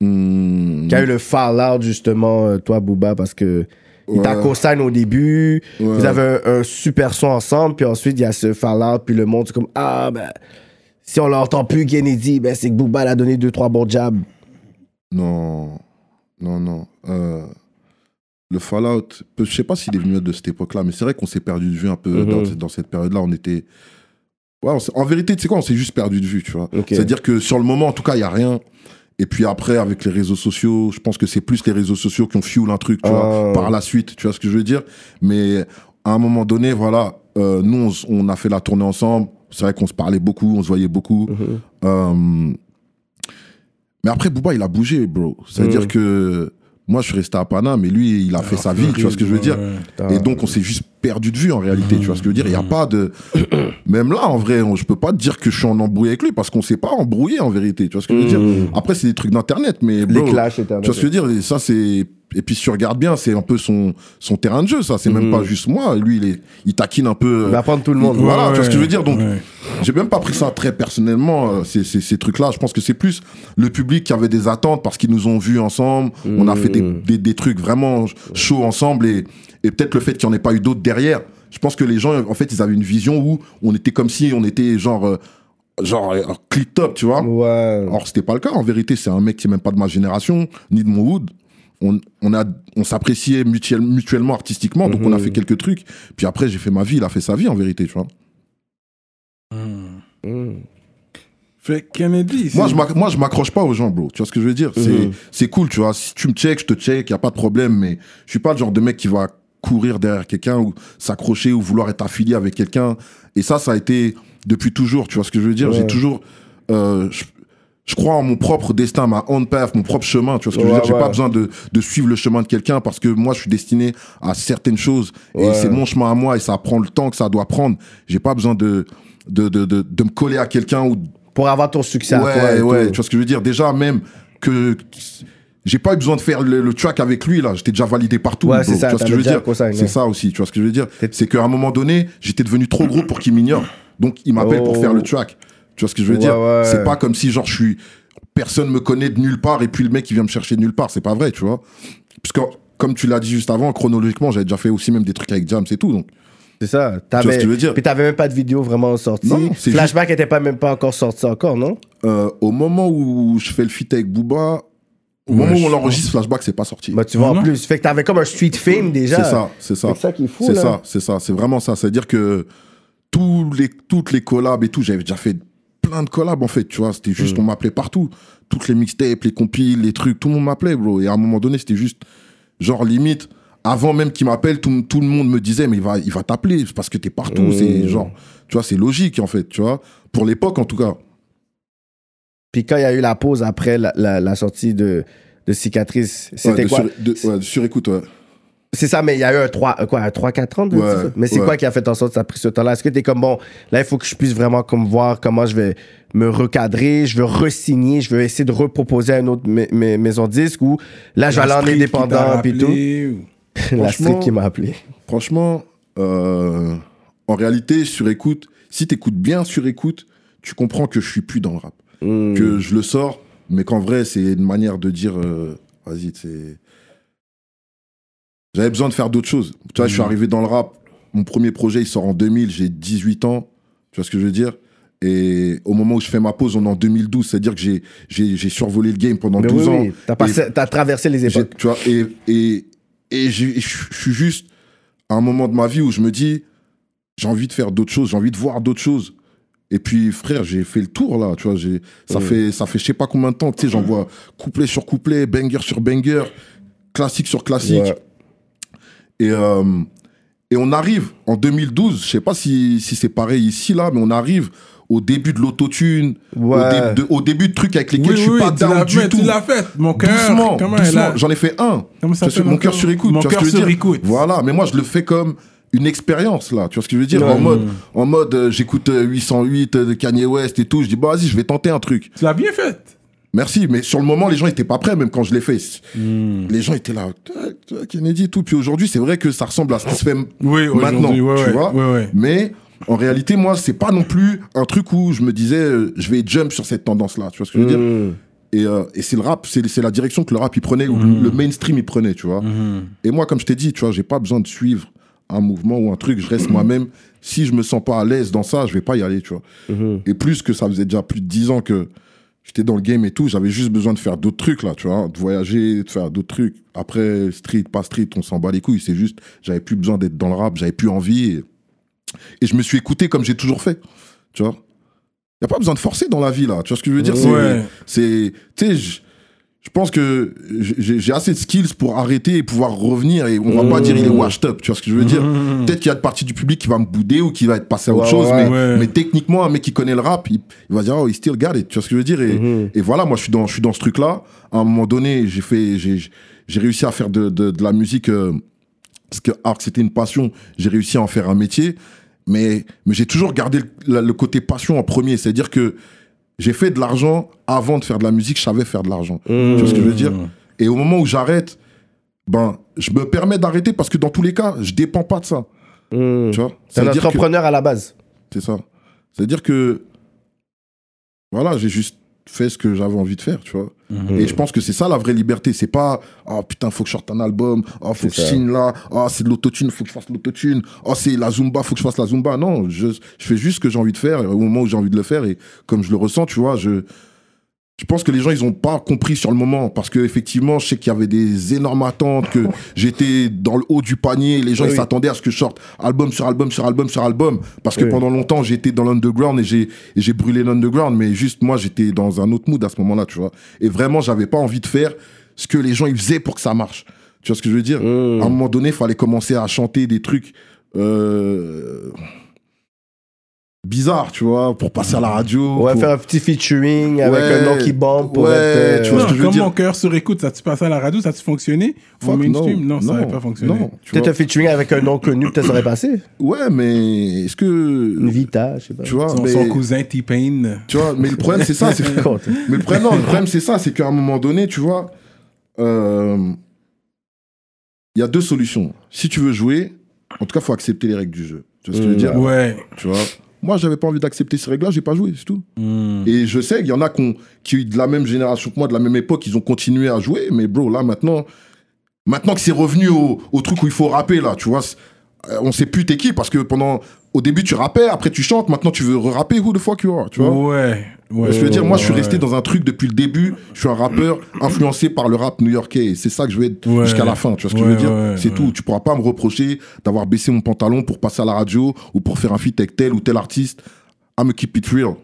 Hmm, Qu'il y a eu le fallout, justement, euh, toi, Booba, parce que. Il ouais, t'a co-signé au début, ouais. vous avez un, un super son ensemble, puis ensuite il y a ce fallout, puis le monde, c'est comme Ah, ben, si on l'entend plus, Kennedy, ben c'est que Booba l'a donné deux, trois bons jabs. Non, non, non. Euh, le Fallout, peu- je sais pas s'il est venu de cette époque-là, mais c'est vrai qu'on s'est perdu de vue un peu Mhm. dans, cette- dans cette période-là. On était. Ouais, on s'est- en vérité, tu sais quoi, on s'est juste perdu de vue, tu vois. Ok. C'est-à-dire que sur le moment, en tout cas, il y a rien. Et puis après, avec les réseaux sociaux, je pense que c'est plus les réseaux sociaux qui ont fuel un truc, tu Ah. vois, par la suite, tu vois ce que je veux dire. Mais à un moment donné, voilà, euh, nous, on s- on, a fait la tournée ensemble. C'est vrai qu'on se parlait beaucoup, on se voyait beaucoup. Euh, mais après, Booba, il a bougé, bro. C'est-à-dire que moi, je suis resté à Pana, mais lui, il a fait Ah, sa vie, tu vois ce que je veux dire. Et donc, on s'est juste perdu de vue en réalité, tu vois ce que je veux dire. Il n'y a pas de. Même là, en vrai, on- je peux pas te dire que je suis en embrouille avec lui parce qu'on s'est pas embrouillé en vérité, tu vois ce que je veux dire. Après, c'est des trucs d'Internet, Les mais. bro, clashs étaient tu vois ce que je veux dire Et ça, c'est. Et puis, si tu regardes bien, c'est un peu son, son terrain de jeu, ça. C'est même pas juste moi. Lui, il, est, il taquine un peu. euh, Il va prendre tout le monde. Voilà, tu vois ce que je veux dire. Donc, Ouais. j'ai même pas pris ça très personnellement, euh, ces, ces, ces trucs-là. Je pense que c'est plus le public qui avait des attentes parce qu'ils nous ont vus ensemble. On a fait des, des, des trucs vraiment chauds ensemble et, et peut-être le fait qu'il n'y en ait pas eu d'autres derrière. Je pense que les gens, en fait, ils avaient une vision où on était comme si on était genre, euh, genre, euh, clip top, tu vois. Ouais. Or, c'était pas le cas. En vérité, c'est un mec qui est même pas de ma génération, ni de mon hood. On, on, a- on s'appréciait mutuel- mutuellement artistiquement, donc on a fait quelques trucs. Puis après, j'ai fait ma vie, il a fait sa vie, en vérité, tu vois. Mm. Fait que Kennedy, Moi, c'est- je m'ac- moi, je m'accroche pas aux gens, bro. Tu vois ce que je veux dire C'est c'est cool, tu vois. Si tu me check, je te check, y a pas de problème, mais je suis pas le genre de mec qui va courir derrière quelqu'un ou s'accrocher ou vouloir être affilié avec quelqu'un. Et ça, ça a été depuis toujours, tu vois ce que je veux dire J'ai toujours... euh, je, je crois en mon propre destin, ma own path, mon propre chemin, tu vois ce que je veux Ouais, dire J'ai ouais. pas besoin de, de suivre le chemin de quelqu'un parce que moi, je suis destiné à certaines choses et c'est mon chemin à moi et ça prend le temps que ça doit prendre. J'ai pas besoin de... De, de, de, de me coller à quelqu'un ou Pour avoir ton succès à toi. Ouais, et ouais, tout. tu vois ce que je veux dire. Déjà, même que j'ai pas eu besoin de faire le, le track avec lui, là. J'étais déjà validé partout. Ouais, bro. c'est ça, Tu vois ce t'avais que je veux déjà dire. le consigne, ouais. C'est ça aussi, tu vois ce que je veux dire. C'est qu'à un moment donné, j'étais devenu trop gros pour qu'il m'ignore. Donc, il m'appelle pour Oh. faire le track. Tu vois ce que je veux Ouais, dire. ouais. C'est pas comme si, genre, je suis. Personne me connaît de nulle part et puis le mec, il vient me chercher de nulle part. C'est pas vrai, tu vois. Puisque, comme tu l'as dit juste avant, chronologiquement, j'avais déjà fait aussi même des trucs avec Jam, c'est tout. Donc, C'est ça. ce T'avais, que je veux dire Puis t'avais même pas de vidéo vraiment sortie. Non, c'est Flashback était pas même pas encore sorti encore, non euh, au moment où je fais le feat avec Booba, au Ouais, moment je où on l'enregistre, Flashback, c'est pas sorti. Bah, tu vois, Non. en plus. Fait que t'avais comme un street fame déjà. C'est ça, c'est ça. C'est ça qui est fou, C'est là. ça, c'est ça. C'est vraiment ça. C'est-à-dire que tous les, toutes les collabs et tout, j'avais déjà fait plein de collabs en fait, tu vois. C'était Mm. juste, on m'appelait partout. Toutes les mixtapes, les compiles, les trucs, tout le monde m'appelait, bro. Et à un moment donné, c'était juste, genre limite, avant même qu'il m'appelle, tout, tout le monde me disait, mais il va, il va t'appeler c'est parce que t'es partout. C'est Mm. genre, tu vois, c'est logique en fait, tu vois. Pour l'époque en tout cas. Puis quand il y a eu la pause après la, la- la sortie de, de Cicatrice, c'était Ouais, de quoi sur- de- ouais, de surécoute, ouais. C'est ça, mais il y a eu un 3, quoi, un 3 4 ans de Ouais, c'est ça? Mais c'est ouais. quoi qui a fait en sorte que ça a pris ce temps-là? Est-ce que t'es comme, bon, là, il faut que je puisse vraiment comme voir comment je vais me recadrer, je veux re-signer, je veux essayer de reproposer à une autre mai- mai- maison disque ou là, je vais aller en Street qui t'a indépendant puis tout? rappelé ou- La street Franchement- qui m'a appelé. Franchement, euh, en réalité, sur écoute, si t'écoutes bien sur écoute, tu comprends que je suis plus dans le rap. Mm. Que je le sors, mais qu'en vrai, c'est une manière de dire euh, Mm. vas-y, c'est. J'avais besoin de faire d'autres choses. Tu vois, je suis arrivé dans le rap mon premier projet, il sort en 2000, j'ai 18 ans. Tu vois ce que je veux dire Et au moment où je fais ma pause, on est en 2012. C'est-à-dire que j'ai- j'ai j'ai survolé le game pendant Mais 12 oui, ans. oui, t'as pas- Et- t'as traversé les j'ai- époques. tu vois, et, et, et j'ai- je je suis juste à un moment de ma vie où je me dis, j'ai envie de faire d'autres choses, j'ai envie de voir d'autres choses. Et puis, frère, j'ai fait le tour là, tu vois, j'ai, Mm. ça, fait, ça fait je sais pas combien de temps, tu sais, j'en vois couplet sur couplet, banger sur banger, classique sur classique. Ouais. Et, euh, et on arrive en 2012, je sais pas si, si c'est pareil ici là, mais on arrive au début de l'autotune, Ouais. au, dé- de, au début de trucs avec lesquels je suis pas tu down l'as du fait, tout. tu l'as fait. Mon cœur, Doucement, comment elle doucement. a- J'en ai fait un. Comment ça Tu vois, s'appelle mon cœur sur écoute. Mon tu vois cœur ce que je veux sur dire écoute. Voilà, mais moi je le fais comme une expérience là. Tu vois ce que je veux dire En Mm. mode, en mode, euh, j'écoute euh, 808 de Kanye West et tout. Je dis bah vas-y, je vais tenter un truc. Tu l'as bien fait. Merci, mais sur le moment, les gens étaient pas prêts, même quand je l'ai fait. Mm. Les gens étaient là, Tac, tac, Kennedy et tout. Puis aujourd'hui, c'est vrai que ça ressemble à ce qui se fait m- Oui, aujourd'hui, maintenant, ouais, tu ouais, vois. ouais, ouais. Mais en réalité, moi, c'est pas non plus un truc où je me disais, euh, je vais jump sur cette tendance-là. Tu vois ce que je veux Mm. dire et, euh, et c'est le rap, c'est c'est la direction que le rap il prenait, ou Mm. le mainstream il prenait, tu vois. Et moi, comme je t'ai dit, tu vois, j'ai pas besoin de suivre un mouvement ou un truc, je reste moi-même. Si je me sens pas à l'aise dans ça, je vais pas y aller, tu vois. Et plus que ça faisait déjà plus de 10 ans que j'étais dans le game et tout, j'avais juste besoin de faire d'autres trucs, là, tu vois, de voyager, de faire d'autres trucs. Après, street, pas street, on s'en bat les couilles, c'est juste, j'avais plus besoin d'être dans le rap, j'avais plus envie. Et, et je me suis écouté comme j'ai toujours fait, tu vois. Y a pas besoin de forcer dans la vie, là, tu vois ce que je veux dire C'est- Ouais. c'est, tu sais, je je pense que j'ai j'ai assez de skills pour arrêter et pouvoir revenir et on va pas dire il Mmh. est washed up, tu vois ce que je veux dire Peut-être qu'il y a une partie du public qui va me bouder ou qui va être passé à autre Ouais, chose, ouais, mais, ouais. mais techniquement, un mec qui connaît le rap, il, il va dire oh, il still got it, tu vois ce que je veux dire Mmh. Et, et voilà, moi je suis dans, je suis dans ce truc-là. À un moment donné, j'ai fait, j'ai j'ai réussi à faire de, de, de la musique. euh, parce que alors que c'était une passion, j'ai réussi à en faire un métier, mais, mais j'ai toujours gardé le, la- le côté passion en premier, c'est-à-dire que j'ai fait de l'argent avant de faire de la musique, je savais faire de l'argent. Tu vois ce que je veux dire Et au moment où j'arrête, ben, je me permets d'arrêter parce que dans tous les cas, je dépends pas de ça. Tu vois C'est un C'est-à-dire que- entrepreneur à la base. c'est ça. C'est-à-dire que, voilà, j'ai juste fait ce que j'avais envie de faire, tu vois. Et je pense que c'est ça la vraie liberté. C'est pas, oh putain, faut que je sorte un album, oh faut que je signe là, oh c'est de l'autotune, faut que je fasse de l'autotune, oh c'est la Zumba, faut que je fasse la Zumba. Non, je, je fais juste ce que j'ai envie de faire au moment où j'ai envie de le faire et comme je le ressens, tu vois, je. Je pense que les gens, ils ont pas compris sur le moment. Parce que, effectivement, je sais qu'il y avait des énormes attentes, que j'étais dans le haut du panier. Les gens, ils s'attendaient à ce que je sorte album sur album sur album sur album. Parce que pendant longtemps, j'étais dans l'underground et j'ai, et j'ai brûlé l'underground. Mais juste, moi, j'étais dans un autre mood à ce moment-là, tu vois. Et vraiment, j'avais pas envie de faire ce que les gens, ils faisaient pour que ça marche. Tu vois ce que je veux dire? Mm. À un moment donné, il fallait commencer à chanter des trucs, euh, bizarres, tu vois, pour passer à la radio. On va pour- faire un petit featuring avec Ouais. un nom qui bombe pour Ouais, être, tu euh, vois, Non, ce que je veux comme dire mon cœur sur écoute, ça a-tu passé à la radio, ça a-tu fonctionné Au Fuck, mainstream, non, ça n'avait pas fonctionné. non, tu Peut-être vois. un featuring avec un nom connu, peut-être ça aurait passé. Ouais, mais est-ce que. Une Vita, je sais pas. Tu vois, Son, Ah, mais, son cousin T-Pain. tu vois, mais le problème, c'est ça. c'est que- Compte. mais le problème, non, le problème, c'est ça. C'est qu'à un moment donné, tu vois, euh, il y a deux solutions. Si tu veux jouer, en tout cas, faut accepter les règles du jeu. Tu vois ce que je Mm. veux dire Ouais. Tu vois Moi, j'avais pas envie d'accepter ces règles-là, j'ai pas joué, c'est tout. Mm. Et je sais, il y en a qu'on- qui, de la même génération que moi, de la même époque, ils ont continué à jouer. Mais bro, là, maintenant, maintenant que c'est revenu au, au truc où il faut rapper, là, tu vois, c'est- euh, on sait plus t'es qui parce que pendant, au début, tu rappais, après, tu chantes, maintenant, tu veux re-rapper, who the fuck you are, tu vois. Ouais. ouais. Je veux dire, moi, je suis resté Ouais. dans un truc depuis le début. Je suis un rappeur influencé par le rap new-yorkais. Et C'est ça que je vais être Ouais. jusqu'à la fin. Tu vois ce que Ouais, je veux dire ouais, C'est ouais. tout. Tu pourras pas me reprocher d'avoir baissé mon pantalon pour passer à la radio ou pour faire un feat avec tel ou tel artiste. I'm a keep it real.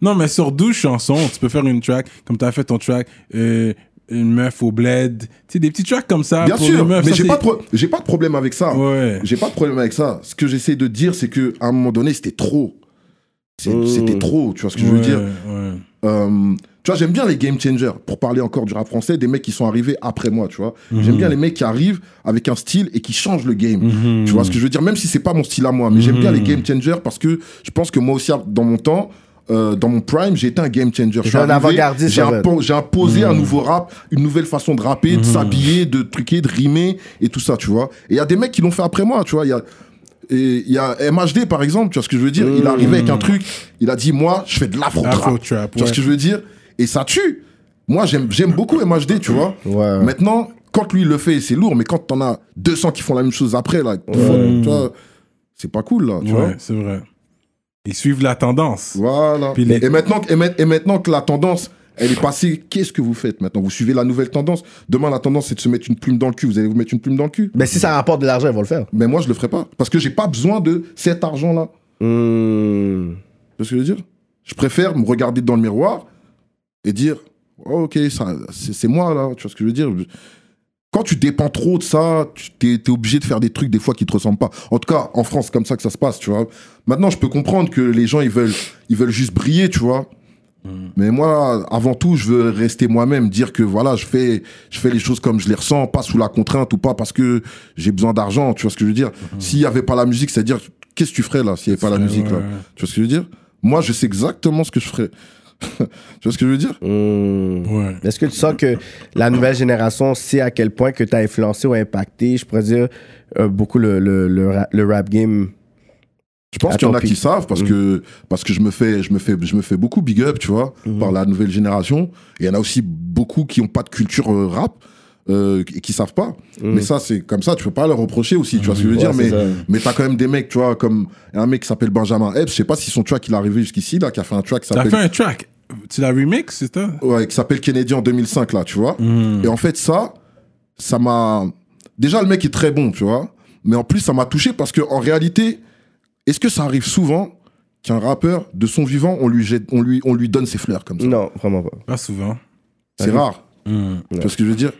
Non, mais sur 12 chansons, tu peux faire une track, comme tu as fait ton track, euh, une meuf au bled. Tu sais, des petits tracks comme ça. Bien Ah, pour sûr, les meufs. mais Ça, j'ai c'est- pas, de pro- j'ai pas de problème avec ça. Ouais. J'ai pas de problème avec ça. Ce que j'essaie de dire, c'est que à un moment donné, c'était trop. C'est- C'était trop, tu vois ce que je veux Ouais, dire. ouais. Euh, tu vois, j'aime bien les game changers, pour parler encore du rap français, des mecs qui sont arrivés après moi, tu vois. Mhm. J'aime bien les mecs qui arrivent avec un style et qui changent le game. Mhm. Tu vois ce que je veux dire Même si c'est pas mon style à moi, mais j'aime bien les game changers parce que je pense que moi aussi, dans mon temps, euh, dans mon prime, j'étais un game changer. Je suis un arrivé, avant-gardiste, J'ai en fait. Mhm. impo- j'ai imposé un nouveau rap, une nouvelle façon de rapper, de s'habiller, de truquer, de rimer et tout ça, tu vois. Et il y a des mecs qui l'ont fait après moi, tu vois. Il y a et il y a MHD par exemple, tu vois ce que je veux dire Mhm. Il est arrivé avec un truc, il a dit moi je fais de l'afro Afro trap. Tu trap, vois ce ouais. que je veux dire Et ça tue. Moi j'aime j'aime beaucoup MHD, tu vois. Ouais. Maintenant, quand lui il le fait, c'est lourd, mais quand t'en as 200 qui font la même chose après là, tu vois, C'est pas cool, là, tu vois. Ouais, c'est vrai. Ils suivent la tendance. Voilà. Puis les- Et, maintenant, que- et, ma- et maintenant que la tendance, elle est passée, qu'est-ce que vous faites maintenant Vous suivez la nouvelle tendance. Demain, la tendance, c'est de se mettre une plume dans le cul. Vous allez vous mettre une plume dans le cul. Mais si ça rapporte de l'argent, ils vont le faire. Mais moi, je le ferai pas. Parce que j'ai pas besoin de cet argent-là. Hmm. Tu vois ce que je veux dire Je préfère me regarder dans le miroir et dire Oh, Ok, ça, c'est c'est moi là. Tu vois ce que je veux dire Quand tu dépends trop de ça, tu es, obligé de faire des trucs des fois qui te ressemblent pas. En tout cas, en France, c'est comme ça que ça se passe. Tu vois Maintenant, je peux comprendre que les gens ils veulent, ils veulent juste briller, tu vois. Mm. Mais moi, avant tout, je veux rester moi-même, dire que voilà, je fais, je fais les choses comme je les ressens, pas sous la contrainte ou pas parce que j'ai besoin d'argent. Tu vois ce que je veux dire S'il y avait pas la musique, c'est-à-dire qu'est-ce que tu ferais là s'il y avait pas la Mm. Ouais, musique là ouais, ouais. tu vois ce que je veux dire Moi, je sais exactement ce que je ferais. tu vois ce que je veux dire Ouais. Est-ce que tu sens que la nouvelle génération sait à quel point que tu as influencé ou impacté, je pourrais dire, euh, beaucoup le, le, le, ra- le rap game Je pense À qu'il y en ton a qui pic. savent Mm. parce que parce que je me fais je me fais je me fais beaucoup big up, tu vois, Mm-hmm. par la nouvelle génération. Et il y en a aussi beaucoup qui ont pas de culture euh, rap. Euh, qui, qui savent pas mais ça c'est comme ça tu peux pas leur reprocher aussi tu vois ce que je veux dire mais Mm. Mm-hmm. c'est ça. mais t'as quand même des mecs tu vois comme un mec qui s'appelle Benjamin Epps je sais pas si son track il est arrivé jusqu'ici là qui a fait un track qui T'as fait s'appelle un track. Tu l'as remix, c'est ça? ouais, qui s'appelle Kennedy en 2005 là, tu vois. Et en fait ça, ça m'a déjà le mec est très bon, tu vois. Mais en plus ça m'a touché parce que en réalité, est-ce que ça arrive souvent qu'un rappeur de son vivant on lui jette, on lui on lui donne ses fleurs comme ça Non, vraiment pas. Pas souvent. Mm. C'est rare. Tu vois ce que je veux dire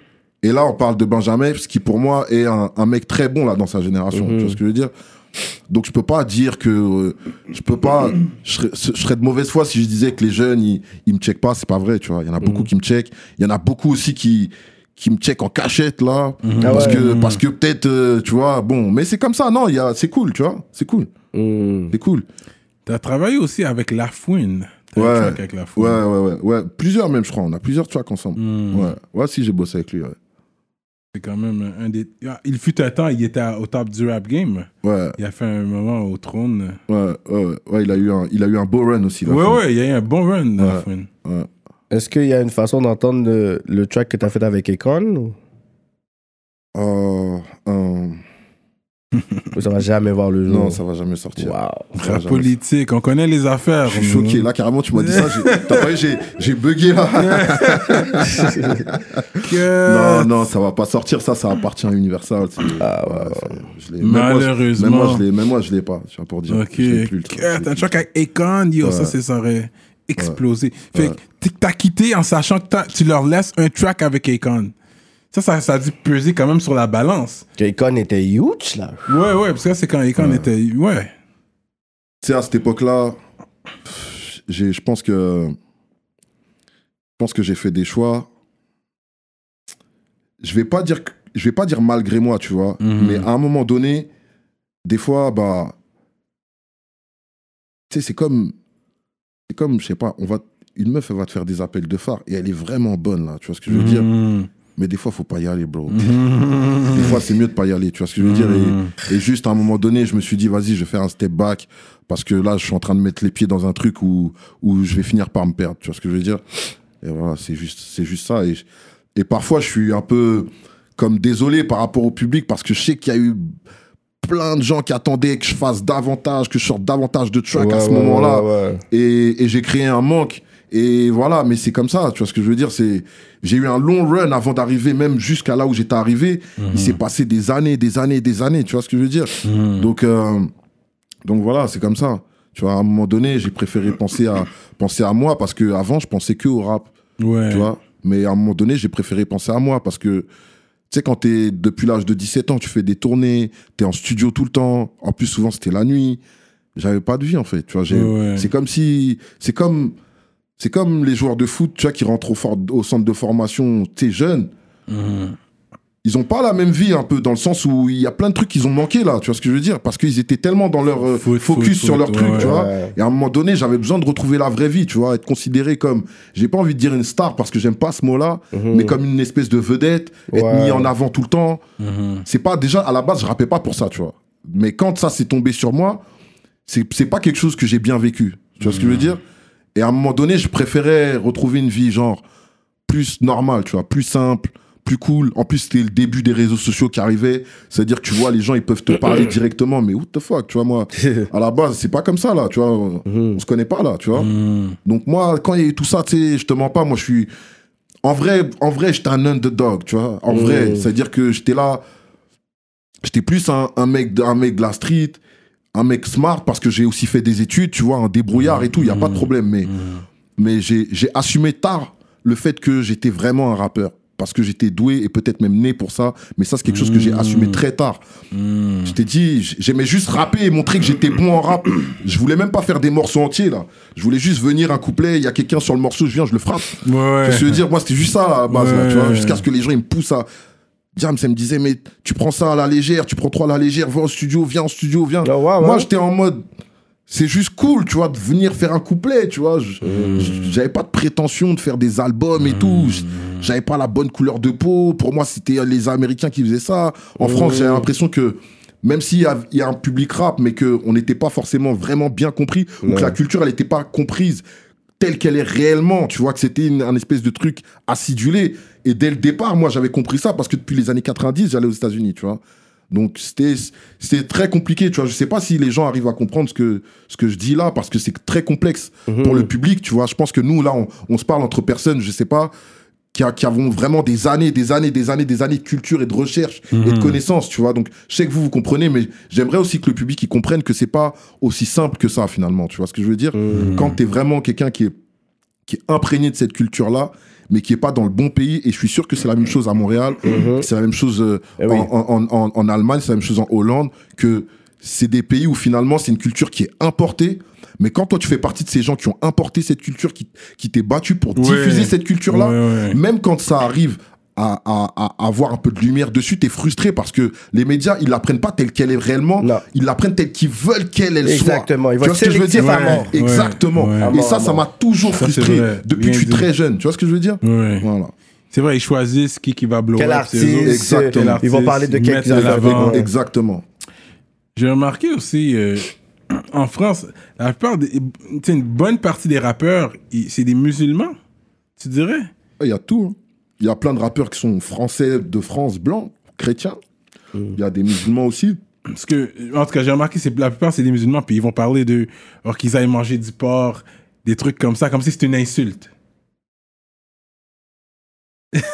Et là, on parle de Benjamin, ce qui pour moi est un, un mec très bon là dans sa génération. Tu vois ce que je veux dire Donc je peux pas dire que euh, je peux pas. Je serais, je serais de mauvaise foi si je disais que les jeunes ils, ils me checkent pas. C'est pas vrai, tu vois. Il y en a beaucoup qui me checkent. Il y en a beaucoup aussi qui qui me checkent en cachette là parce Ah ouais. que parce que peut-être euh, tu vois bon mais c'est comme ça non il y a c'est cool tu vois c'est cool c'est cool T'as travaillé aussi avec La Fouine. T'as un Ouais. track avec La ouais Fouine. ouais ouais ouais plusieurs même je crois on a plusieurs tracks ensemble Mm-hmm. Mm. ouais ouais si j'ai bossé avec lui ouais C'est quand même un des. Ah, Il fut un temps, il était à- au top du rap game. ouais Il a fait un moment au trône. Ouais, ouais, ouais, ouais, il a eu un, il a eu un beau run aussi. Là, Ouais, ouais, il y a eu un bon run, La Ouais. Fouine. Ouais. Est-ce qu'il y a une façon d'entendre le, le track que tu as fait avec Akon ou... Euh, euh, ou ça va jamais voir le jour non, ça va jamais sortir. Wow. Ça va La jamais politique, on connaît les affaires. sortir. Je suis choqué. Là, carrément, tu m'as dit ça. j'ai- T'as pas vu, j'ai- j'ai bugué là. non, non, ça va pas sortir. Ça, ça appartient à Universal. c'est- Ah ouais, c'est- je l'ai- même moi, je- Malheureusement. Même moi, je l'ai- même moi, je l'ai pas. Tu vois, pour dire. Ok. Je l'ai plus, le truc, je l'ai T'as un plus. track avec Akon, yo, ça, c'est- ça aurait explosé. Fait que t- t'as quitté en sachant que t'as- tu leur laisses un track avec Akon. Ça, ça, ça a dû peser quand même sur la balance. Akon était huge là. Ouais, ouais, parce que c'est quand Akon était. Ouais. Tu sais, à cette époque-là, pff, j'ai- je pense que. Je pense que j'ai fait des choix. Je vais pas dire, que- je vais pas dire malgré moi, tu vois. Mhm. Mais à un moment donné, des fois, bah. Tu sais, c'est comme. C'est comme, je sais pas, on va, une meuf, elle va te faire des appels de phare et elle est vraiment bonne, là. Tu vois ce que je veux dire Mhm. Mais des fois, faut pas y aller, bro. Mhm. Des fois, c'est mieux de pas y aller, tu vois ce que je veux dire et, et juste à un moment donné, je me suis dit, vas-y, je vais faire un step back parce que là, je suis en train de mettre les pieds dans un truc où, où je vais finir par me perdre, tu vois ce que je veux dire Et voilà, c'est juste, c'est juste ça. Et, je- et parfois, je suis un peu comme désolé par rapport au public parce que je sais qu'il y a eu plein de gens qui attendaient que je fasse davantage, que je sorte davantage de tracks à ce moment-là et, et j'ai créé un manque. Et voilà, mais c'est comme ça, tu vois ce que je veux dire. C'est, j'ai eu un long run avant d'arriver même jusqu'à là où j'étais arrivé. Il s'est passé des années, des années, des années. Tu vois ce que je veux dire. Mhm. Donc, euh, donc voilà, c'est comme ça. Tu vois, à un moment donné, j'ai préféré penser à penser à moi parce que avant, je pensais que au rap. Ouais. Tu vois Mais à un moment donné, j'ai préféré penser à moi parce que, tu sais, quand t'es depuis l'âge de 17 ans, tu fais des tournées, t'es en studio tout le temps. En plus, souvent, c'était la nuit. J'avais pas de vie, en fait. Tu vois, j'ai- Ouais. c'est comme si. C'est comme. C'est comme les joueurs de foot, tu vois, qui rentrent au, for- au centre de formation, t'es jeune. Ils ont pas la même vie un peu dans le sens où il y a plein de trucs qu'ils ont manqué là, tu vois ce que je veux dire Parce qu'ils étaient tellement dans leur euh, Foot, focus foot, sur leur foot, truc, ouais, tu vois. ouais. Et à un moment donné, j'avais besoin de retrouver la vraie vie, tu vois, être considéré comme, j'ai pas envie de dire une star parce que j'aime pas ce mot-là, Mhm. mais comme une espèce de vedette, être Mm. Ouais. mis en avant tout le temps. Mm-hmm. C'est pas déjà à la base, je rappais pas pour ça, tu vois. Mais quand ça s'est tombé sur moi, c'est c'est pas quelque chose que j'ai bien vécu. Tu vois ce que je veux dire Et à un moment donné, je préférais retrouver une vie genre plus normale, tu vois, plus simple, plus cool. En plus, c'était le début des réseaux sociaux qui arrivaient. C'est-à-dire que tu vois, les gens, ils peuvent te parler directement. Mais what the fuck, tu vois, moi, à la base, c'est pas comme ça, là, tu vois. Mhm. On se connaît pas, là, tu vois. Donc, moi, quand il y a eu tout ça, tu sais, je te mens pas, moi, je suis. En vrai, en vrai j'étais un underdog, tu vois. En vrai, c'est-à-dire que j'étais là. J'étais plus un, un mec, de- un mec de la street, un mec smart, parce que j'ai aussi fait des études, tu vois, un débrouillard et tout, il n'y a pas de problème. Mais, mais j'ai j'ai assumé tard le fait que j'étais vraiment un rappeur. Parce que j'étais doué et peut-être même né pour ça. Mais ça, c'est quelque chose que j'ai assumé très tard. Je t'ai dit, j- j'aimais juste rapper et montrer que j'étais bon en rap. Je voulais même pas faire des morceaux entiers, là. Je voulais juste venir un couplet, il y a quelqu'un sur le morceau, je viens, je le frappe. Ouais, ouais. Je veux dire, moi, c'était juste ça, à la base, là, tu Ouais. vois, jusqu'à ce que les gens, ils me poussent à. James, elle me disait, mais tu prends ça à la légère, tu prends trop à la légère, va au studio, viens au studio, viens. Ah ouais, ouais. Moi, j'étais en mode, c'est juste cool, tu vois, de venir faire un couplet, tu vois. Je- Mmh. J'avais pas de prétention de faire des albums et tout. J- J'avais pas la bonne couleur de peau. Pour moi, c'était euh, les Américains qui faisaient ça. En Mmh. France, j'avais l'impression que même s'il y, a- il y a un public rap, mais qu'on n'était pas forcément vraiment bien compris, ou que la culture, elle n'était pas comprise telle qu'elle est réellement. Tu vois que c'était une- un espèce de truc acidulé. Et dès le départ, moi, j'avais compris ça parce que depuis les années 90, j'allais aux États-Unis, tu vois. Donc c'était c'était très compliqué, tu vois. Je sais pas si les gens arrivent à comprendre ce que ce que je dis là parce que c'est très complexe Mhm. pour le public, tu vois. Je pense que nous là, on, on se parle entre personnes, je sais pas, qui, a- qui avons vraiment des années, des années, des années, des années de culture et de recherche et de Mhm. connaissances, tu vois. Donc je sais que vous vous comprenez, mais j'aimerais aussi que le public il comprenne que c'est pas aussi simple que ça finalement. Tu vois ce que je veux dire Mhm. Quand t'es vraiment quelqu'un qui est qui est imprégné de cette culture là mais qui est pas dans le bon pays et je suis sûr que c'est la même chose à Montréal c'est la même chose euh, Mhm. Eh oui. en, en- en- en Allemagne c'est la même chose en Hollande que c'est des pays où finalement c'est une culture qui est importée mais quand toi tu fais partie de ces gens qui ont importé cette culture qui, qui t'est battu pour diffuser cette culture là Ouais, ouais. même quand ça arrive à, à- à avoir un peu de lumière dessus, t'es frustré parce que les médias, ils la prennent pas telle qu'elle est réellement, Non. ils la prennent telle qu'ils veulent qu'elle elle Exactement, soit. ils Tu vont vois ce que je veux dire sélectif à mort. Ouais, Exactement. ouais. À Et mort, à ça, ça mort. m'a toujours Ça, c'est frustré vrai. depuis Bien que je suis dit. très jeune. Tu vois ce que je veux dire Ouais. Voilà. C'est vrai, ils choisissent qui, qui va blow Quel up, c'est eux autres. artiste, exactement. euh, ils vont parler de Ils quelques mettent à l'avant. Ouais. Exactement. J'ai remarqué aussi, euh, en France, la plupart des- tu sais, une bonne partie des rappeurs, ils- c'est des musulmans, tu dirais Il y a tout. hein. Il y a plein de rappeurs qui sont français de France, blancs, chrétiens. Il y a des musulmans aussi. Parce que, en tout cas, j'ai remarqué, c'est la plupart, c'est des musulmans, puis ils vont parler de. Or qu'ils aillent manger du porc, des trucs comme ça, comme si c'était une insulte.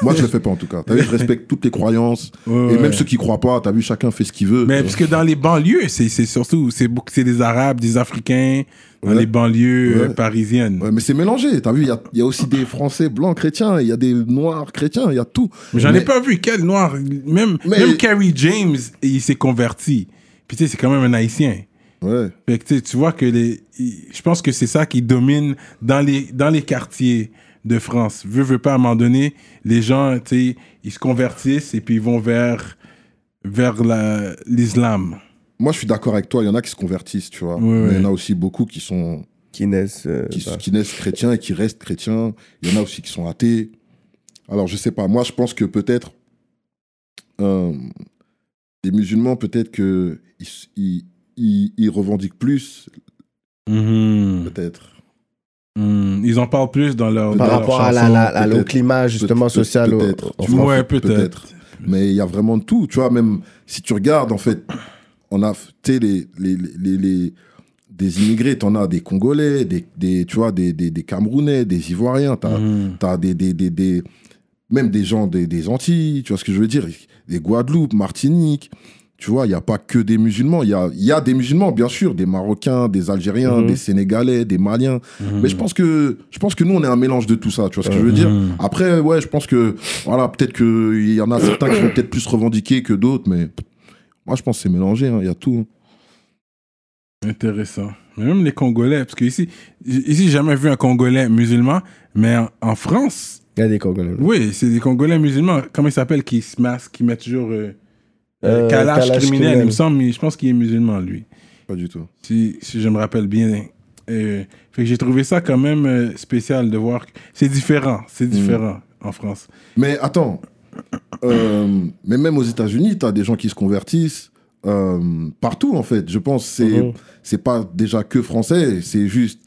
Moi, je le fais pas en tout cas. T'as vu, je respecte toutes les croyances. Ouais, et ouais. même ceux qui croient pas, t'as vu, chacun fait ce qu'il veut. Mais parce que dans les banlieues, c'est c'est surtout, c'est beaucoup- c'est des Arabes, des Africains, dans Ouais. les banlieues euh, Ouais. parisiennes. Ouais, mais c'est mélangé, t'as vu, il y a, il y a aussi des Français blancs chrétiens, il y a des Noirs chrétiens, il y a tout. Mais J'en ai Mais- pas vu quel noir. Même, Mais- même Kerry James, il s'est converti. Puis tu sais, c'est quand même un haïtien. Ouais. Fait que, tu sais, tu vois que les, il- je pense que c'est ça qui domine dans les, dans les quartiers de France. Veux, veux pas, à un moment donné, les gens, tu sais, ils se convertissent et puis ils vont vers, vers la- l'islam. Moi, je suis d'accord avec toi, il y en a qui se convertissent, tu vois. Ouais, mais il y en ouais. a aussi beaucoup qui, sont, Qui naissent. euh, qui, bah. qui naissent chrétiens et qui restent chrétiens. Il y en a aussi qui sont athées. Alors, je sais pas, moi, je pense que peut-être euh, les musulmans, peut-être que ils, ils, ils- ils revendiquent plus, peut-être. Hmm, Ils en parlent plus dans leur. Mm-hmm. Par dans leur rapport à la, chanson. la- la- au peut-être, climat, justement, Peut- peut- social. au- peut-être. au- Tu vois, Ouais, peut- peut-être. Mais il y a vraiment de tout, tu vois. Même si tu regardes, en fait, on a, tu sais, les, les, les, les- des immigrés, t'en as des Congolais, des, des, tu vois, des, des, des Camerounais, des Ivoiriens, t'as Mhm. as des, des, des, des- même des gens des, des Antilles, tu vois ce que je veux dire, des Guadeloupe, Martinique. Tu vois, il n'y a pas que des musulmans. Il y a, il y a des musulmans, bien sûr, des Marocains, des Algériens, Mhm. Mm-hmm. des Sénégalais, des Maliens. Mm-hmm. Mais je pense que je pense que nous on est un mélange de tout ça, tu vois ce que je veux dire. Après ouais, je pense que voilà, peut-être que il y en a certains qui vont peut-être plus revendiquer que d'autres mais moi je pense que c'est mélangé, hein, il y a tout. Intéressant. Mais même les Congolais, parce que ici, ici j'ai jamais vu un Congolais musulman, mais en, en France, Il y a des Congolais. oui, c'est des Congolais musulmans. Comment ils s'appellent qui se masquent, qui mettent toujours. euh, euh, Euh, Kalash, Kalash criminel, criminel. il me semble, mais je pense qu'il est musulman, lui. Pas du tout. Si, si je me rappelle bien. Euh, fait que j'ai trouvé ça quand même euh, spécial de voir. que C'est différent, c'est différent en France. Mais attends. euh, mais même aux États-Unis, tu as des gens qui se convertissent euh, partout en fait. Je pense que c'est Mhm. c'est pas déjà que français, c'est juste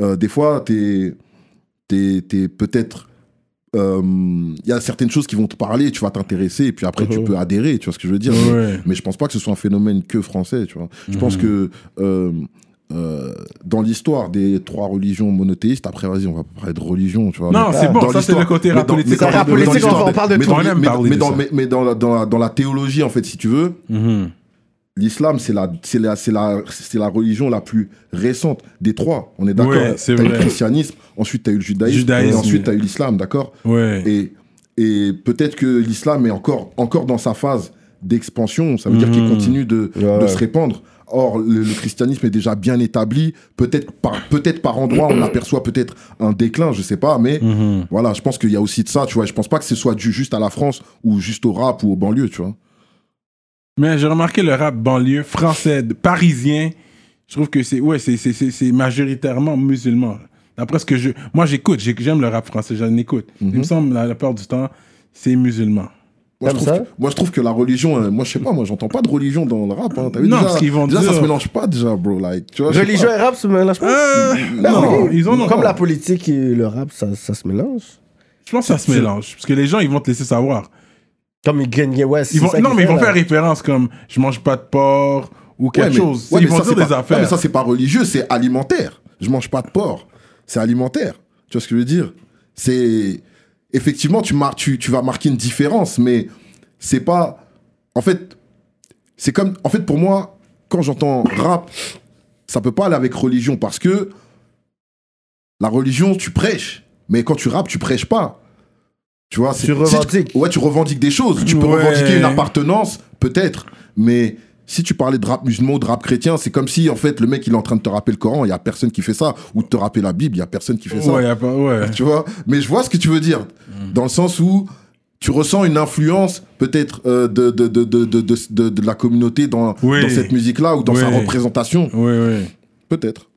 euh, des fois tu es, peut-être euh, il y a certaines choses qui vont te parler, tu vas t'intéresser, et puis après tu peux adhérer, tu vois ce que je veux dire. Mhm. Ouais. Mhm. Mais, mais je pense pas que ce soit un phénomène que français, tu vois. Je pense que euh, euh, dans l'histoire des trois religions monothéistes, après vas-y, on va pas parler de religion, tu vois. Non, mais- c'est bon, dans ça, c'est l'histoire- le côté mais dans- rap politique, mais on dans- parle de- mais politique, dans on l'histoire- parle de mais tout. dans- On aime mais- parler mais de dans- ça. mais- Mais dans la- dans la- dans la théologie, en fait, si tu veux, Mhm. l'islam, c'est la, c'est la, c'est la, c'est la religion la plus récente des trois. On est d'accord. Ouais, c'est T'as eu vrai. le christianisme, ensuite t'as eu le judaïsme, Judaïsme. et ensuite t'as eu l'islam, d'accord. Ouais. Et, et peut-être que l'islam est encore, encore dans sa phase d'expansion. Ça veut dire Hmm. qu'il continue de, de se répandre. Or, le, le christianisme est déjà bien établi. Peut-être par, peut-être par endroit, on aperçoit peut-être un déclin, je sais pas. Mais Hmm. Mhm. voilà, je pense qu'il y a aussi de ça. Tu vois, je pense pas que ce soit dû juste à la France ou juste au rap ou aux banlieues. Tu vois. Mais j'ai remarqué le rap banlieue français, de- parisien. Je trouve que c'est ouais, c'est c'est c'est c'est majoritairement musulman. D'après ce que je, moi j'écoute, j'ai- j'aime le rap français, j'en écoute. Il Mhm. me semble la, la plupart du temps, c'est musulman. Moi je, Comme trouve ça que, moi, je trouve que la religion, euh, moi, je sais pas, moi, j'entends pas de religion dans le rap. Hein, T'as vu Non, déjà, parce qu'ils vont déjà dire- ça se mélange pas déjà, bro. Like, tu vois, je sais Religion pas. et rap se mélangent pas. Euh, Ah non, oui. ils en ont. Comme la politique et le rap, ça, ça se mélange. Je pense que ça se mélange parce que les gens ils vont te laisser savoir. Comme Kanye West. Ils c'est vont, ça non, qu'il mais ils fait, vont là. faire référence comme je mange pas de porc ou quelque Ouais, mais- chose. ouais, ils mais vont ça, dire c'est des pas- affaires. ouais, mais ça, c'est pas religieux, c'est alimentaire. Je mange pas de porc. C'est alimentaire. Tu vois ce que je veux dire C'est. Effectivement, tu, mar- tu, tu vas marquer une différence, mais c'est pas. En fait, c'est comme. En fait, pour moi, quand j'entends rap, ça peut pas aller avec religion parce que la religion, tu prêches. Mais quand tu rappes, tu prêches pas. Tu vois, c'est- Tu si- revendiques. ouais, tu revendiques des choses. Tu peux Ouais. revendiquer une appartenance, peut-être. Mais si tu parlais de rap musulman ou de rap chrétien, c'est comme si, en fait, le mec, il est en train de te rappeler le Coran, il y a personne qui fait ça. Ou de te rappeler la Bible, il y a personne qui fait ça. Ouais, Mm. y a pas- ouais. Tu vois Mais je vois ce que tu veux dire. Dans le sens où tu ressens une influence, peut-être, euh, de, de, de, de, de, de, de- de la communauté dans, Oui. dans cette musique-là ou dans sa Oui. représentation. Ouais, ouais. Peut-être.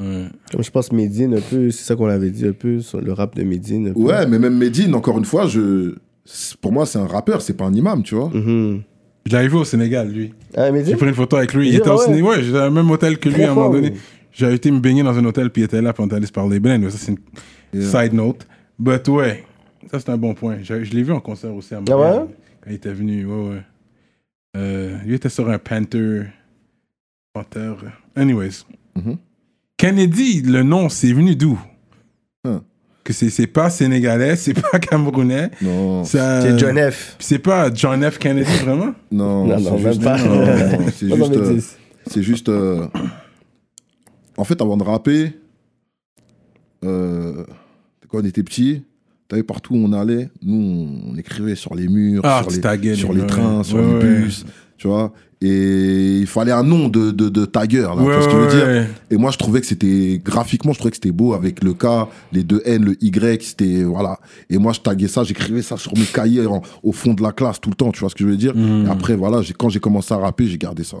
ouais. Comme je pense Medine un peu, c'est ça qu'on l'avait dit un peu, sur le rap de Medine. un peu. Ouais, mais même Medine, encore une fois, je... c'est- pour moi, c'est un rappeur, c'est pas un imam, tu vois. Mhm. Je l'avais vu au Sénégal, lui. Ah, J'ai Medine pris une photo avec lui. Il Il était est- au ouais. ciné. Ouais, j'étais dans le même hôtel que lui Très à un moment fort, donné. oui. J'ai été me baigner dans un hôtel, puis il était là, puis on était allé se parler bien. Ça, c'est une side note. But ouais, ça, c'est un bon point. Je, je l'ai vu en concert aussi à Montréal. ouais? Quand il était venu, ouais, ouais. Euh, il était sur un Panther. Panther. Anyways. Mhm. Kennedy, le nom, c'est venu d'où Hein. Que c'est c'est pas sénégalais, c'est pas camerounais. Non, ça- C'est John F. C'est pas John F. Kennedy, vraiment non, Non, c'est non, même juste- pas. non, non, c'est Non, non, juste, mais euh, dis. c'est juste, euh, En fait, avant de rapper, euh, quand on était petit, t'avais partout où on allait, nous, on écrivait sur les murs, Ah, tu sur, taguais, les, sur les les gars, ouais. trains, sur Ouais, les ouais. bus, tu vois. Et il fallait un nom de, de, de tagueur, là, tu vois ce que je veux dire. ouais. Et moi, je trouvais que c'était graphiquement, je trouvais que c'était beau avec le K, les deux N, le Y, c'était voilà. Et moi, je taguais ça, j'écrivais ça sur mes cahiers en- au fond de la classe tout le temps. Tu vois ce que je veux dire Mhm. Et après, voilà, j'ai- quand j'ai commencé à rapper, j'ai gardé ça.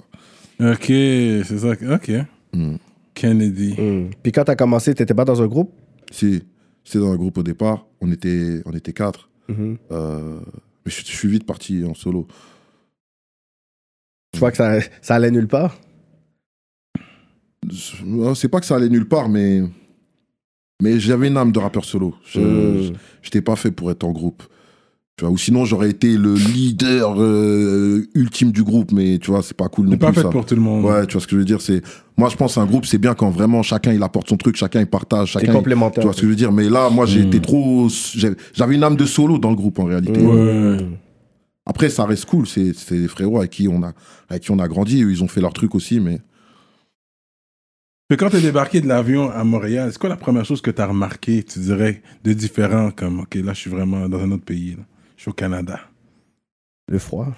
Ok, c'est ça. que- Ok. Mm. Kennedy. Mhm. Puis quand t'as commencé, t'étais pas dans un groupe Si j'étais dans un groupe au départ, on était on était quatre. Mhm. Euh, mais je, je suis vite parti en solo. Je vois que ça, ça allait nulle part. Je- Euh, C'est pas que ça allait nulle part, mais mais j'avais une âme de rappeur solo. Je, Hmm. Mhm. j'étais pas fait pour être en groupe. Tu vois, ou sinon j'aurais été le leader euh, ultime du groupe, mais tu vois, c'est pas cool non C'est pas plus fait ça. pour tout le monde. Ouais, tu vois ce que je veux dire, c'est moi je pense un groupe c'est bien quand vraiment chacun il apporte son truc, chacun il partage, T'es chacun. il- Tu complémentaire. vois ce que je veux dire, mais là moi j'ai été trop, j'ai- j'avais une âme de solo dans le groupe en Mm. réalité. Hmm. Ouais. Après ça reste cool, c'est c'est des frérots avec qui on a avec qui on a grandi, eux, ils ont fait leur truc aussi, mais Mais quand t'es débarqué de l'avion à Montréal, c'est quoi la première chose que t'as remarqué, tu dirais, de différent Comme, ok, là, je suis vraiment dans un autre pays. là. Je suis au Canada. Le froid.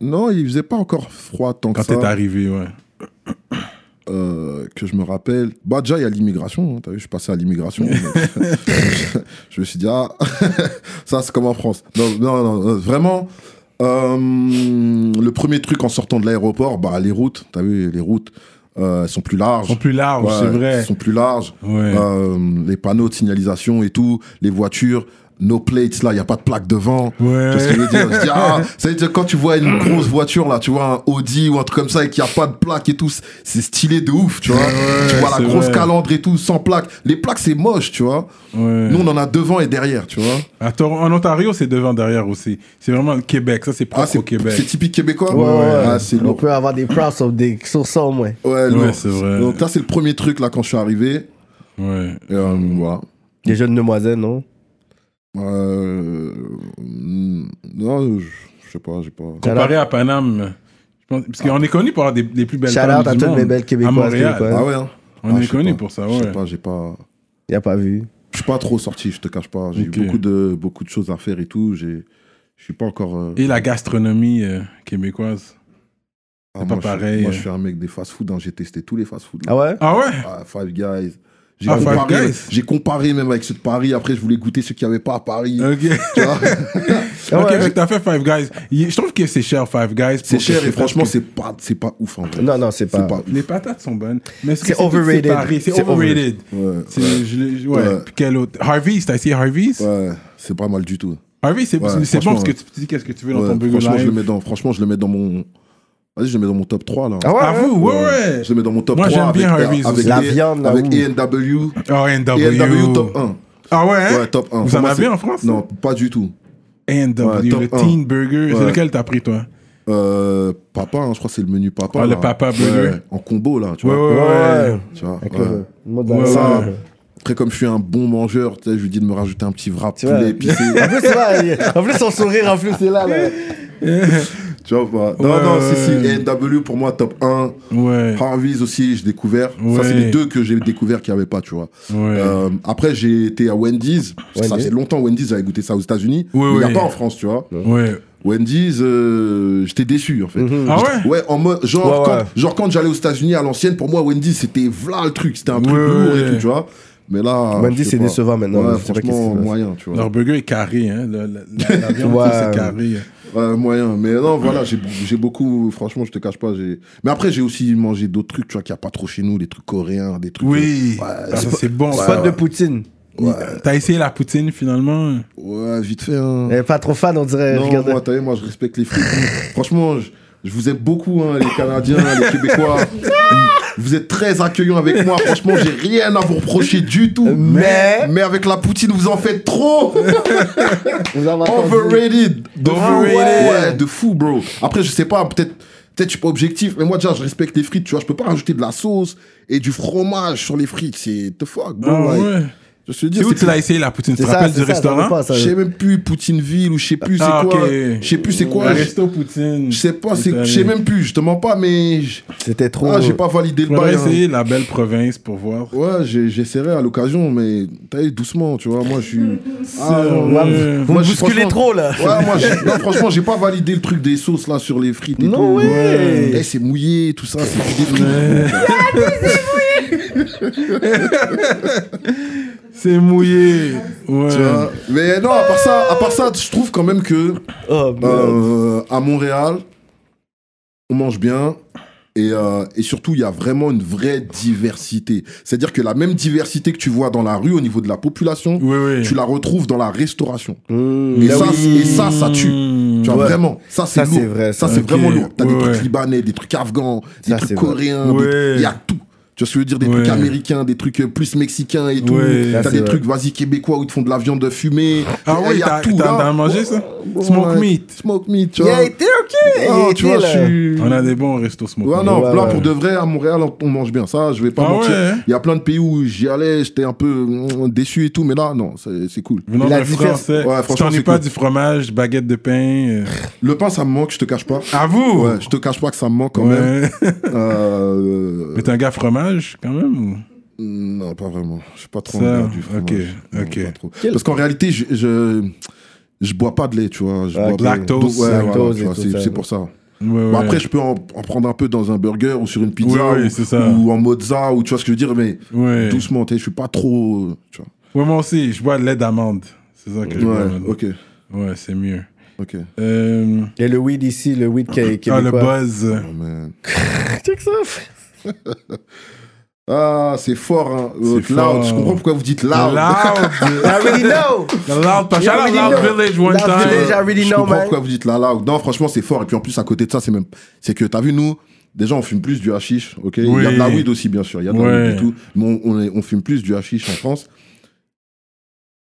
non il faisait pas encore froid tant Quand que ça. t'es arrivé, ouais. euh, que je me rappelle. Bah, déjà, il y a l'immigration. hein, T'as vu, je suis passé à l'immigration. donc, je me suis dit, ah, ça, c'est comme en France. Non, non, non, non, vraiment. euh, le premier truc en sortant de l'aéroport, bah, les routes. T'as vu, les routes, euh, elles sont plus larges. Ils sont plus larges, Ouais, c'est vrai. Elles sont plus larges. Ouais. Euh, les panneaux de signalisation et tout, les voitures. no plates là, il n'y a pas de plaque devant. Ouais. Tu vois ce que je veux dire Je dis, ah, ça veut dire quand tu vois une grosse voiture là, tu vois un Audi ou un truc comme ça et qu'il n'y a pas de plaque et tout, c'est stylé de ouf, tu vois. tu vois la c'est grosse vrai. calandre et tout, sans plaque. Les plaques, c'est moche, tu vois. Ouais. Nous, on en a devant et derrière, tu vois. À Tor- en Ontario, c'est devant, derrière aussi. C'est vraiment le Québec. Ça, c'est propre Ah, c'est au Québec. c'est typique québécois Ouais, ouais. Ah, c'est On lourd. peut avoir des props sur, des, sur ça au moins. Ouais, lourd. c'est vrai. Donc là, c'est le premier truc là quand je suis arrivé. Ouais. Euh, voilà. Des jeunes demoiselles, non Euh, mm, non, je je sais pas, j'ai pas. Comparé à Paname, je pense- parce qu'on est connu pour avoir des, les plus belles Shout femmes out à du toutes monde. mes belles Québécoises, À Montréal. Québécoises. Ah ouais. hein. On Ah, est je sais connu pas. pour ça, Je ouais. sais pas, j'ai pas. Il a pas vu. Je suis pas trop sorti, je te cache pas. J'ai eu Ok. beaucoup de beaucoup de choses à faire et tout. J'ai, je suis pas encore. euh, Et la gastronomie euh, québécoise. ah, c'est moi, pas je suis- pareil, moi, euh. je suis un mec des fast-food. hein. J'ai testé tous les fast-food. là. Ah ouais Ah ouais Ah, Five Guys. J'ai Ah, Five comparé, Guys. j'ai comparé même avec ceux de Paris. Après, je voulais goûter ceux qu'il n'y avait pas à Paris. Euh, Ok. tu vois. Ah ok, ouais. fait que t'as fait Five Guys. Il- Je trouve que c'est cher, Five Guys. pour c'est que cher je et franchement, fasse c'est pas, c'est pas ouf en vrai. Non, non, c'est pas. C'est pas que- Les patates sont bonnes. Mais est-ce que C'est tout overrated. séparé? C'est C'est overrated. Ouais, C'est- ouais. je l'ai- je- ouais. Ouais. Puis quel autre Harvey's, t'as essayé Harvey's Ouais, c'est pas mal du tout. Harvey's, c'est Ouais, c'est- c'est bon franchement, parce que tu tu dis qu'est-ce que tu veux dans Ouais, ton burger franchement, je le live. mets dans, franchement, je le mets dans mon. Vas-y, je le mets dans mon top 3 là. Ah ouais, À ouais. vous, ouais, ouais. Je le mets dans mon top Moi, 3 j'aime bien avec, Harvey's avec, aussi. La les- viande, là, avec ouh. ENW. Oh, NW. ENW top 1. Ah ouais, hein? Ouais, top 1. Vous Pour en moi, avez c'est- en France Non, pas du tout. NW, Ouais, top le un. Teen Burger. C'est Ouais. lequel t'as pris, toi Euh, papa, hein, je crois que c'est le menu papa. Ah, le là. Papa Burger. Ouais, en combo, là, tu Ouais, vois. ouais, ouais. Tu vois, Avec ouais. le mode Ouais, Ça, ouais. après, comme je suis un bon mangeur, tu sais, je lui dis de me rajouter un petit wrap vois. poulet épicé. En plus, c'est là, il- en plus, son sourire, en plus, c'est là. là. tu vois, bah, non, Ouais, non, ouais, si, si. ouais. NW, pour moi, top 1. Ouais. Harvey's aussi, j'ai découvert. Ça, Ouais. c'est les deux que j'ai découvert qu'il n'y avait pas, tu vois. Ouais. Euh, après, j'ai été à Wendy's. parce que Ça Wendy's. faisait longtemps Wendy's, j'avais goûté ça aux États-Unis. Ouais, mais il n'y ouais. a pas en France, tu vois. Ouais. Wendy's, euh, j'étais déçu en fait. Ah J'étais- ouais en mode genre Ouais, quand, ouais. genre quand j'allais aux États-Unis à l'ancienne, pour moi Wendy's c'était v'là le truc, c'était un truc Ouais, lourd ouais. et tout, tu vois. Mais là, Wendy's, je sais c'est pas. décevant maintenant, Ouais, je sais pas qu'est-ce qui franchement se passe. moyen, tu vois. Leur burger est carré, hein. Le- le- la, la viande, Ouais. ça, c'est carré. Ouais, moyen. Mais non, voilà, j'ai j'ai beaucoup. Franchement, je te cache pas. j'ai Mais après, j'ai aussi mangé d'autres trucs, tu vois, qu'il n'y a pas trop chez nous, des trucs coréens, des trucs. Oui. Ouais, Ah, ça, spot- c'est bon. Spot ça. de Poutine. T'as essayé la poutine finalement Ouais, vite fait. Hein. Elle est Eh, pas trop fan, on dirait. Non, Regarde. moi, t'as vu, moi, je respecte les frites. Franchement, je, je vous aime beaucoup, hein, les Canadiens, les Québécois. vous êtes très accueillants avec moi. Franchement, j'ai rien à vous reprocher du tout. Mais- mais avec la poutine, vous en faites trop. Vous avez entendu. Overrated. De fou. Overrated. Ouais, de fou, bro. Après, je sais pas, peut-être. Peut-être je suis pas objectif, mais moi déjà je respecte les frites, tu vois, je peux pas rajouter de la sauce et du fromage sur les frites, c'est the fuck, bro. Ah like, ouais. Je te dis, C'est où c'est tu l'as essayé la poutine Tu C'est te ça, rappelles c'est du ça, ça veut restaurant pas, ça. je sais même plus Poutineville ou je sais plus c'est Ah, quoi, ok. je sais plus c'est quoi, Le je- resto poutine. Je sais pas, c'est- Putain, je sais même plus, je te mens pas, mais je- C'était trop. ah, j'ai pas validé le Faudrait bail. hein. essayer la belle province pour voir. Ouais, j'ai- j'essaierai à l'occasion, mais t'as vu, doucement, tu vois. Moi, je suis. Ah, non, Ouais, ouais. ouais. Vous Moi, je- bousculez franchement- trop, là. Ouais, moi, je- non, franchement, j'ai pas validé le truc des sauces là sur les frites et Non, tout. ouais. Eh, c'est mouillé, tout ça, c'est des frites. C'est mouillé. Ouais. Tu vois. Mais non, à part ça, à part ça, je trouve quand même que Oh, merde. euh, à Montréal, on mange bien. Et, euh, et surtout, il y a vraiment une vraie diversité. C'est-à-dire que la même diversité que tu vois dans la rue au niveau de la population, Oui, oui. tu la retrouves dans la restauration. Mmh. Et Là, ça, oui. c'est- et ça, ça tue. Mmh. Tu vois, Ouais. vraiment. Ça, c'est Ça, lourd. c'est vrai, Ça, ça. c'est Ok. vraiment lourd. T'as Ouais, des ouais. trucs libanais, des trucs afghans, des Ça, c'est trucs vrai. coréens. des- Ouais. Il y a tout. Tu vois ce que je veux dire Des Ouais. trucs américains, des trucs euh, plus mexicains et tout. Ouais. Ça, T'as c'est des vrai. trucs, vas-y, québécois où ils te font de la viande fumée. Ah Et, ouais, il y a t'as- tout, t'as- là. t'as mangé ça Ouais, Smoke ouais. meat. Smoke meat, tu Il a vois. été OK. Ah, Il a tu été, vois, je là. suis. On a des bons restos smoke Ouais, meat. non, Ouais, là, ouais. pour de vrai, à Montréal, on- on mange bien. Ça, je vais pas Ah mentir. ouais. Il y a plein de pays où j'y allais, j'étais un peu mm, déçu et tout, mais là, non, c'est c'est cool. Venant La de différence- français, Ouais, si franchement, t'en es c'est pas cool. du fromage, baguette de pain. euh, Le pain, ça me manque, je te cache pas. À vous Ouais, je te cache pas que ça me manque quand Ah Ouais. même. Euh, Mais t'es un gars fromage quand même ou Non, pas vraiment. Je suis pas trop Ça, un gars du fromage. ok, Non, ok. pas trop. Parce qu'en réalité, je, je je bois pas de lait, tu vois. Je Ah, bois pas- lactose, ouais, lactose voilà, tu et vois, tout c'est- ça, C'est ouais. pour ça. Ouais, Bon, ouais. après, je peux en, en prendre un peu dans un burger ou sur une pizza Ouais, ouais, ou, c'est ça. ou en mozza ou tu vois ce que je veux dire, mais Ouais. doucement. Tu sais, je suis pas trop. euh, Tu Ouais, moi aussi, je bois de lait d'amande. C'est ça que je vois. bois. Ouais, maintenant. ok, Ouais, c'est mieux. ok. Euh, Il y a le weed ici, le weed qui Ah, québécois. le buzz. Oh, man. Check ça. Ah, c'est fort, hein. Euh, C'est loud. fort. Je comprends pourquoi vous dites loud. Loud. I already know. The loud. Shout out You already Loud know. Village one Loud Village, I time. already Je know, comprends man. pourquoi vous dites là, là. Non, franchement, c'est fort. Et puis en plus, à côté de ça, c'est même. C'est que, t'as vu, nous, déjà, on fume plus du hashish, ok Il y a de la Oui. weed aussi, bien sûr. Il y a de la Ouais. weed et tout. Mais on, on est- on fume plus du hashish en France.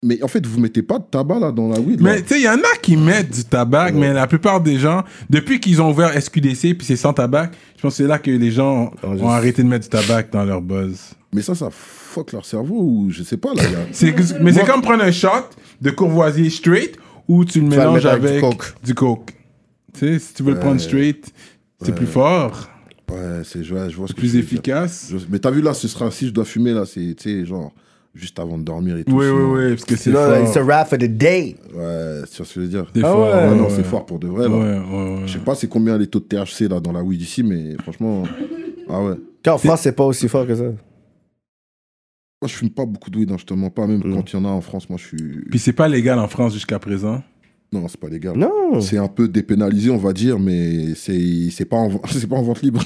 Mais en fait, vous mettez pas de tabac, là, dans la weed. là. Mais tu sais, il y en a qui mettent du tabac, mais la plupart des gens, depuis qu'ils ont ouvert SQDC, puis c'est sans tabac, je pense que c'est là que les gens Ah, ont, ont arrêté de mettre du tabac dans leur buzz. Mais ça, ça fuck leur cerveau ou je sais pas, là. y a- C'est que- mais c'est comme prendre un shot de courvoisier straight ou tu le vas le mélanges mettre avec avec, du coke. du coke. Tu sais, si tu veux le prendre straight, c'est plus fort, Ouais, c'est ouais, je vois ce que plus tu veux dire. efficace. Je- Mais t'as vu, là, ce sera. Si je dois fumer, là, c'est, tu sais, genre, juste avant de dormir et tout. Oui, oui, sinon- oui, parce que c'est Sinon, fort. là, it's a wrap for the day. Ouais, tu vois ce que je veux dire. C'est Ah fort, ouais. Ouais, non, ouais. c'est fort pour de vrai, Ouais, là. ouais, ouais. Je sais pas c'est combien les taux de THC là dans la weed ici, mais franchement. Ah ouais. Moi Quand en France, c'est pas aussi fort que ça. je fume pas beaucoup de weed, hein, je te mens pas, même quand il y en a en France, moi je suis. Puis c'est pas légal en France jusqu'à présent. Non, c'est pas légal. Non. C'est un peu dépénalisé, on va dire, mais c'est c'est pas, en... c'est pas en vente libre.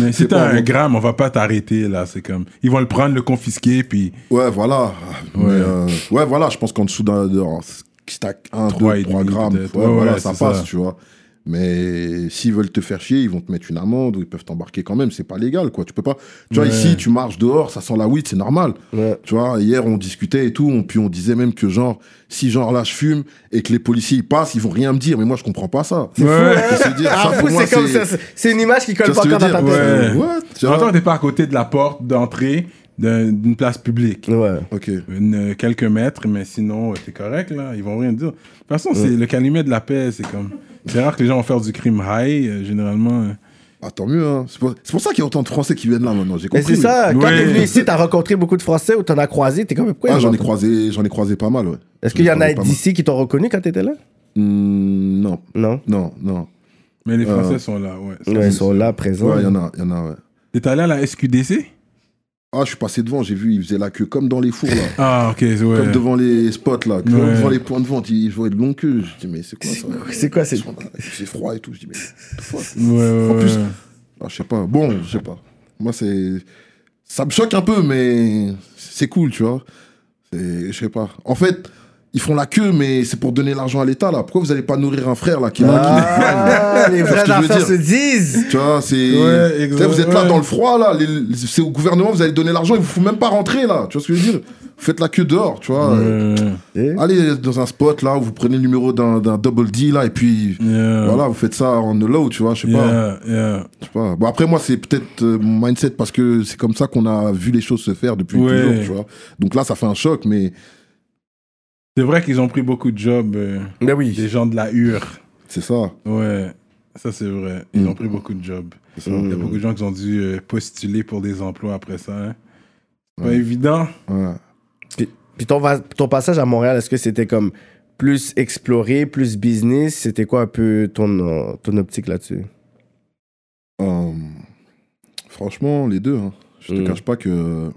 Mais si C'est t'as pas un bon. gramme, on va pas t'arrêter là. C'est comme ils vont le prendre, le confisquer, puis Ouais, voilà. Mais, Ouais. euh, ouais, voilà, je pense qu'en dessous d'un. d'un- Si t'as 1, Trois 2, et 3 demi, grammes, ouais, peut-être. Ouais, voilà, ouais, ça c'est passe, ça. tu vois. Mais s'ils veulent te faire chier, ils vont te mettre une amende ou ils peuvent t'embarquer quand même, c'est pas légal, quoi. Tu peux pas. Tu vois, Ouais. ici, tu marches dehors, ça sent la weed, c'est normal. Ouais. Tu vois, hier, on discutait et tout, on, puis on disait même que genre, si genre là, je fume et que les policiers, ils passent, ils vont rien me dire, mais moi, je comprends pas ça. Ouais. Je sais dire, Ah, ça, fou, pour moi, c'est comme ça. c'est- C'est une image qui Tu colle pas vois ce que encore je dans veux ta dire tête. Ouais. What Tu En même temps vois que t'es pas à côté de la porte d'entrée d'un- d'une place publique. Ouais. Ok. Une- quelques mètres, mais sinon, euh, t'es correct, là. Ils vont rien dire. De toute façon, c'est le calumet de la paix, c'est comme... C'est rare que les gens vont faire du crime high, euh, généralement. euh. Ah, tant mieux, hein. C'est pour, c'est pour ça qu'il y a autant de Français qui viennent là maintenant, j'ai Mais compris. c'est ça, quand Ouais. t'es venu ici, t'as rencontré beaucoup de Français ou t'en as croisé, t'es comme, pourquoi Ah, ils j'en ont- ai croisé, j'en ai croisé pas mal, ouais. Est-ce J'en qu'il y ai en a croisé pas mal. d'ici qui t'ont reconnu quand t'étais là Hmm, Non, Non. non, non. Mais les Ah. Français sont là, ouais. Ouais, ils sont là, présents. Ouais, il y en a, il y en a, ouais. T'es allé à la SQDC? Ah, je suis passé devant, j'ai vu, ils faisaient la queue comme dans les fours, là. Ah, OK, ouais. Comme devant les spots, là. Comme Ouais. devant les points de vente. Ils jouaient de longue queue. Je dis, mais c'est quoi ça C'est quoi c'est Ils sont là, C'est froid et tout. Je dis, mais what the fuck Ouais, ouais, En plus, ouais. Ah, je sais pas. Bon, je sais pas. Moi, c'est. Ça me choque un peu, mais c'est cool, tu vois. C'est- Je sais pas. En fait, ils font la queue, mais c'est pour donner l'argent à l'État, là. Pourquoi vous allez pas nourrir un frère, là, qui est là, Ah, les Parce vraies que je veux affaires dire- se disent. qui- Tu vois, c'est. Ouais, exact- Tu sais, vous êtes là ouais. dans le froid, là. Les- les- C'est au gouvernement, vous allez donner l'argent, il vous faut même pas rentrer, là. Tu vois ce que je veux dire Vous faites la queue dehors, tu vois. Euh, Eh? Ah, Allez dans un spot, là, où vous prenez le numéro d'un d'un double D, là, et puis. yeah. Voilà, vous faites ça en the low, tu vois, je sais pas. Yeah, yeah. Je sais pas. Bon, après, moi, c'est peut-être euh, mon mindset parce que c'est comme ça qu'on a vu les choses se faire depuis Ouais. toujours, tu vois. Donc là, ça fait un choc, mais C'est vrai qu'ils ont pris beaucoup de jobs, euh, Mais oui. les gens de la hure. c'est ça. Ouais, ça c'est vrai. Ils Mm. ont pris beaucoup de jobs. C'est ça. Il y a beaucoup de gens qui ont dû euh, postuler pour des emplois après ça. hein. C'est Pas évident. Ouais. Puis ton, va- ton passage à Montréal, est-ce que c'était comme plus exploré, plus business C'était quoi un peu ton, euh, ton optique là-dessus Euh, franchement, les deux. hein. Je te Mm. cache pas que euh,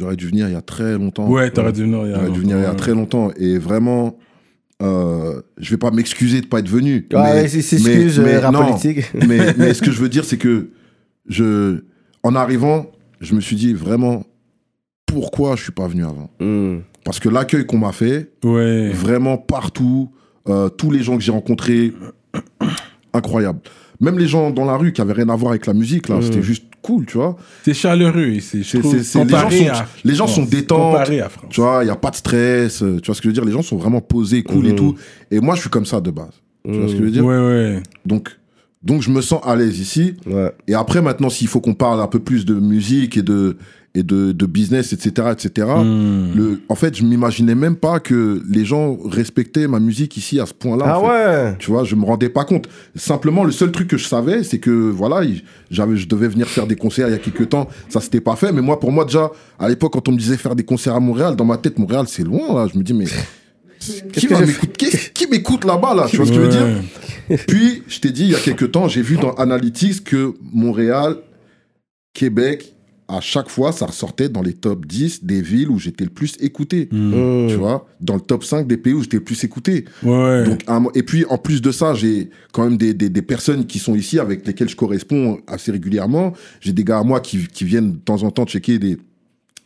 j'aurais dû venir il y a très longtemps. Ouais, euh, t'aurais dû venir il y a, J'aurais dû Euh, venir il y a longtemps, très longtemps. Et vraiment, euh, je vais pas m'excuser de pas être venu. Ah, mais- ouais, c'est- c'est excuse, mais- euh, mais rap non. politique. mais, mais ce que je veux dire, c'est que je, en arrivant, je me suis dit vraiment pourquoi je suis pas venu avant. Hmm. Parce que l'accueil qu'on m'a fait, ouais. Ouais. vraiment partout, euh, tous les gens que j'ai rencontrés, incroyable. Même les gens dans la rue qui avaient rien à voir avec la musique, Mm. là, c'était juste cool, tu vois. C'est chaleureux ici. Je C'est- trouve, c'est- c'est- les comparé gens sont- à les gens sont France. détentes. Comparé à France. Tu vois, il n'y a pas de stress, euh, tu vois ce que je veux dire. Les gens sont vraiment posés, cool Mhm. et tout. Et moi, je suis comme ça de base. Tu vois ce que je veux dire Ouais, ouais. donc, donc, je me sens à l'aise ici. Ouais. Et après, maintenant, s'il faut qu'on parle un peu plus de musique et de, et de, de business, etc., etc., Mhm. Hmm. le, en fait, je m'imaginais même pas que les gens respectaient ma musique ici à ce point-là. Ah en fait. ouais Tu vois, je me rendais pas compte. Simplement, le seul truc que je savais, c'est que voilà, il- j'avais, je devais venir faire des concerts il y a quelques temps. Ça s'était pas fait, mais moi, pour moi déjà, à l'époque, quand on me disait faire des concerts à Montréal, dans ma tête, Montréal, c'est loin là. Je me dis mais qui que va j'ai m'écouter Qu'est-ce- Qui m'écoute là-bas là Tu vois ce que je veux dire Puis, je t'ai dit il y a quelques temps, j'ai vu dans Analytics que Montréal, Québec, à chaque fois, ça ressortait dans les top 10 des villes où j'étais le plus écouté. Mm. Mm. Tu vois Dans le top 5 des pays où j'étais le plus écouté. Ouais. Donc, à un mo- et puis, en plus de ça, j'ai quand même des, des, des personnes qui sont ici avec lesquelles je corresponds assez régulièrement. J'ai des gars à moi qui, qui viennent de temps en temps checker des,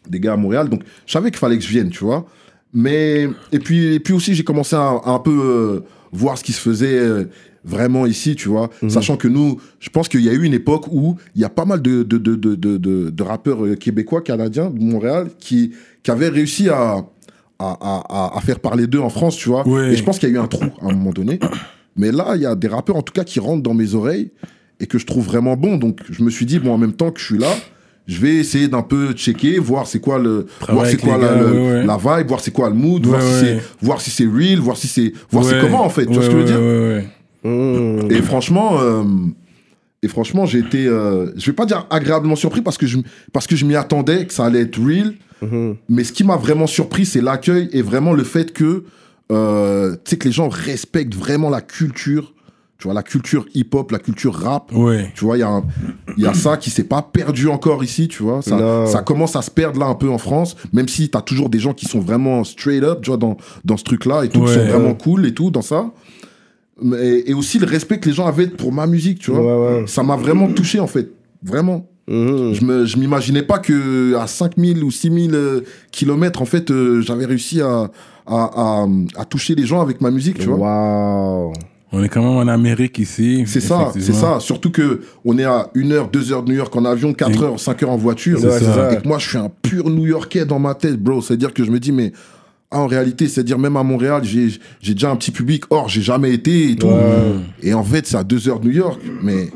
des gars à Montréal. Donc, je savais qu'il fallait que je vienne, tu vois. Mais, et puis, et puis aussi, j'ai commencé à, à un peu euh, voir ce qui se faisait euh, vraiment ici, tu vois. Mhm. Sachant que nous, je pense qu'il y a eu une époque où il y a pas mal de, de, de, de, de, de- de rappeurs euh, québécois, canadiens, de Montréal, qui, qui avaient réussi à, à, à- à- à faire parler d'eux en France, tu vois. Ouais. Et je pense qu'il y a eu un trou à un moment donné. Mais là, il y a des rappeurs, en tout cas, qui rentrent dans mes oreilles et que je trouve vraiment bon. Donc, je me suis dit, bon, en même temps que je suis là, je vais essayer d'un peu checker, voir c'est quoi le, voir avec c'est quoi les la, gars, le- ouais, ouais. la vibe, voir c'est quoi le mood, voir, Ouais, si ouais. c'est, voir si c'est real, voir si c'est, voir c'est Ouais. comment en fait. Tu vois Ouais, ce que je veux ouais, ouais, dire ouais. Mmh. et franchement, euh, et franchement, j'ai été, euh, je vais pas dire agréablement surpris parce que je, parce que je m'y attendais que ça allait être real. Mm-hmm. Mais ce qui m'a vraiment surpris, c'est l'accueil et vraiment le fait que, euh, tu sais, que les gens respectent vraiment la culture. Tu vois, la culture hip-hop, la culture rap. Ouais. Tu vois, il y a, un- il y a ça qui s'est pas perdu encore ici, tu vois. Ça, Non. ça commence à se perdre là un peu en France, même si tu as toujours des gens qui sont vraiment straight up, tu vois, dans, dans ce truc-là et tout, qui Ouais. sont vraiment cool et tout, dans ça. Mais- Et, aussi le respect que les gens avaient pour ma musique, tu vois. Ouais, ouais. Ça m'a vraiment touché, en fait. Vraiment. Mmh. Je me- Je m'imaginais pas que à 5000 ou 6000 euh, kilomètres, en fait, euh, j'avais réussi à, à, à, à toucher les gens avec ma musique, tu vois. Wow. On est quand même en Amérique ici. C'est ça, c'est effectivement. ça. Surtout que on est à 1 heure, 2 heures de New York en avion, 4 heures, 5 heures en voiture. C'est ça, c'est ça. Et que moi, je suis un pur New Yorkais dans ma tête, bro. C'est-à-dire que je me dis, mais ah, en réalité, c'est-à-dire même à Montréal, j'ai j'ai déjà un petit public. Or, j'ai jamais été et tout. Et en fait, c'est à 2 heures de New York. Mais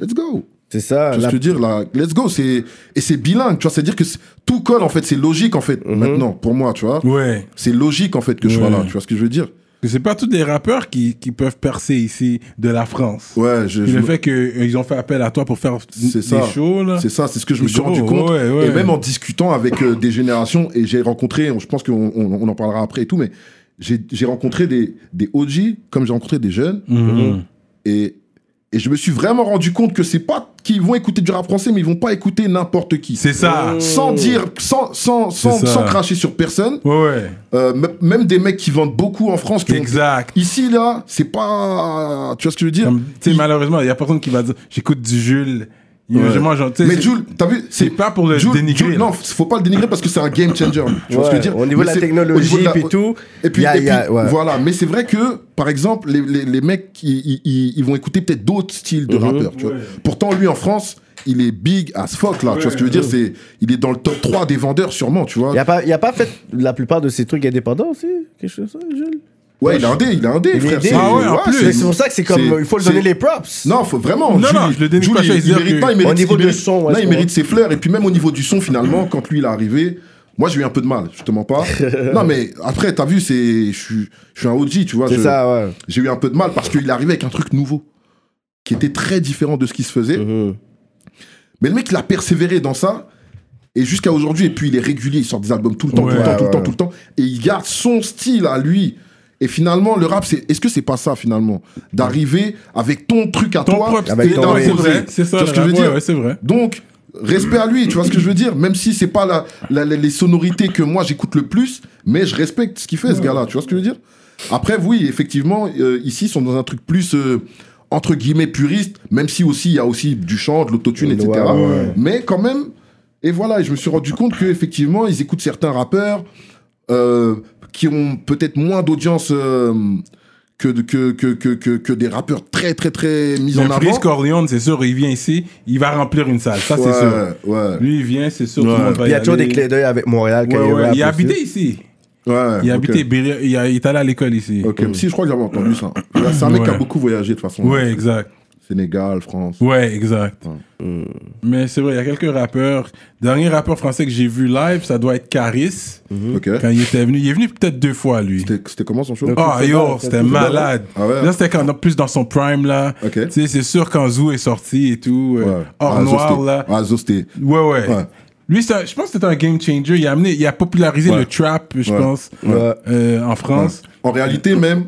let's go. C'est ça. Tu vois la- ce que je veux dire là, let's go, c'est et c'est bilingue, tu vois, c'est-à-dire que c'est- tout colle en fait, c'est logique en fait maintenant pour moi, tu vois, Ouais. c'est logique en fait que je sois Ouais. là, tu vois ce que je veux dire Parce que C'est pas tous les rappeurs qui, qui peuvent percer ici de la France. Ouais, je, Puis je le me- fait qu'ils ont fait appel à toi pour faire C'est des ça. shows, là. C'est ça, c'est ce que je me C'est suis gros, rendu compte. ouais, ouais. Et même en discutant avec euh, des générations, et j'ai rencontré, je pense qu'on on, on en parlera après et tout, mais j'ai j'ai rencontré des, des OG, comme j'ai rencontré des jeunes, Mhm. et, et je me suis vraiment rendu compte que c'est pas qu'ils vont écouter du rap français, mais ils vont pas écouter n'importe qui. C'est ça. Sans dire, sans, sans, sans, C'est ça. sans cracher sur personne, Ouais, ouais. euh, m- même des mecs qui vendent beaucoup en France. Qui ont- Exact. Ici, là, c'est pas. Tu vois ce que je veux dire Comme, Tu sais, malheureusement, il y a personne qui va dire j'écoute du Jules. Il- Ouais. moi, genre, tu sais, Mais c'est- Jules, t'as vu c'est pas pour le Jules- dénigrer, Jules- là. non, faut pas le dénigrer parce que c'est un game changer. Tu vois ce que je veux Ouais, dire Au niveau Mais de la c'est- technologie au niveau de la- et tout. Et puis, y a- et y a- puis, ouais. voilà. Mais c'est vrai que, par exemple, les, les, les mecs, ils, ils- ils, ils vont écouter peut-être d'autres styles Mhm. de rappeurs. Tu vois. Pourtant, lui, en France, il est big as fuck, là. Tu vois ce que je veux dire C'est, Il est dans le top 3 des vendeurs, sûrement, tu vois. Il a pas, il a pas fait la plupart de ces trucs indépendants aussi, quelque chose comme ça, Jules. Ouais, il a un dé, il a un dé, Il est frère. aidé. c'est- Ah ouais, en plus. c'est- Mais C'est pour ça que c'est comme, c'est- il faut lui c'est- donner les props. Non, faut vraiment. Non, non, je le dénigre pas, il, ça, il c'est-à-dire mérite que- pas, il mérite, Au niveau il du mérite- son, ouais, là, c'est il vrai. mérite ses fleurs. Et puis même au niveau du son, finalement, quand lui il est arrivé, moi j'ai eu un peu de mal, justement pas. non, mais après, t'as vu, c'est, je suis, je suis un OG, tu vois. C'est je- ça, ouais. J'ai eu un peu de mal parce qu'il est arrivé avec un truc nouveau, qui était très différent de ce qui se faisait. Mhm. Mais le mec, il a persévéré dans ça. Et jusqu'à aujourd'hui, et puis il est régulier, il sort des albums tout le temps, tout Ouais, le temps, tout ouais. le temps, tout le temps. Et il garde son style à lui. Et finalement, le rap, c'est. Est-ce que c'est pas ça finalement D'arriver avec ton truc à ton toi propre avec et style, ton- ouais, c'est d'imposer. vrai. C'est ça, Tu vois ce que je veux ouais, dire ouais, c'est vrai. Donc, respect à lui, tu vois ce que je veux dire Même si c'est pas la, la- la- les sonorités que moi j'écoute le plus, mais je respecte ce qu'il fait, ce gars-là, tu vois ce que je veux dire Après, oui, effectivement, euh, ici, ils sont dans un truc plus, euh, entre guillemets, puriste, même si aussi, il y a aussi du chant, de l'autotune, etc. Ouais, ouais. Mais quand même, et voilà, et je me suis rendu compte qu'effectivement, ils écoutent certains rappeurs euh, qui ont peut-être moins d'audience... euh, que, de- que, que, que, que, que des rappeurs très très très mis Mais en avant. Freeze Corleone, c'est sûr, il vient ici, il va remplir une salle. Ça, c'est Ouais, sûr. Ouais. Lui, il vient, c'est sûr, Ouais. tout le monde va Il y a toujours aller. des clés d'œil avec Montréal. Ouais, Kanye ouais, West il a aussi. habité ici. Ouais, Il a Euh, ok. habité, Berry- il, a- il est allé à l'école ici. Ok, si, je crois que j'avais entendu ça. C'est un mec qui a Ouais. beaucoup voyagé de toute façon. Ouais, exact. Sénégal, France. Ouais, exact. Mais c'est vrai, il y a quelques rappeurs. Dernier rappeur français que j'ai vu live, ça doit être Caris. Ok. Quand il était venu, il est venu peut-être deux fois, lui. C'était c'était comment son show Ah, yo, c'était malade. Ah ouais. Là, c'était quand, plus dans son prime, là. Ok. Tu sais, c'est sûr, quand Zoo est sorti et tout, euh, Hors Ah, Zo, Noir, c'était- là. Ah, Zo, c'était. Ouais, ouais. Ouais. Lui, c'est un- je pense que c'était un game changer. Il a, amené, il a popularisé Ouais. le trap, je Ouais. pense, Ouais. euh, en France. En réalité, même.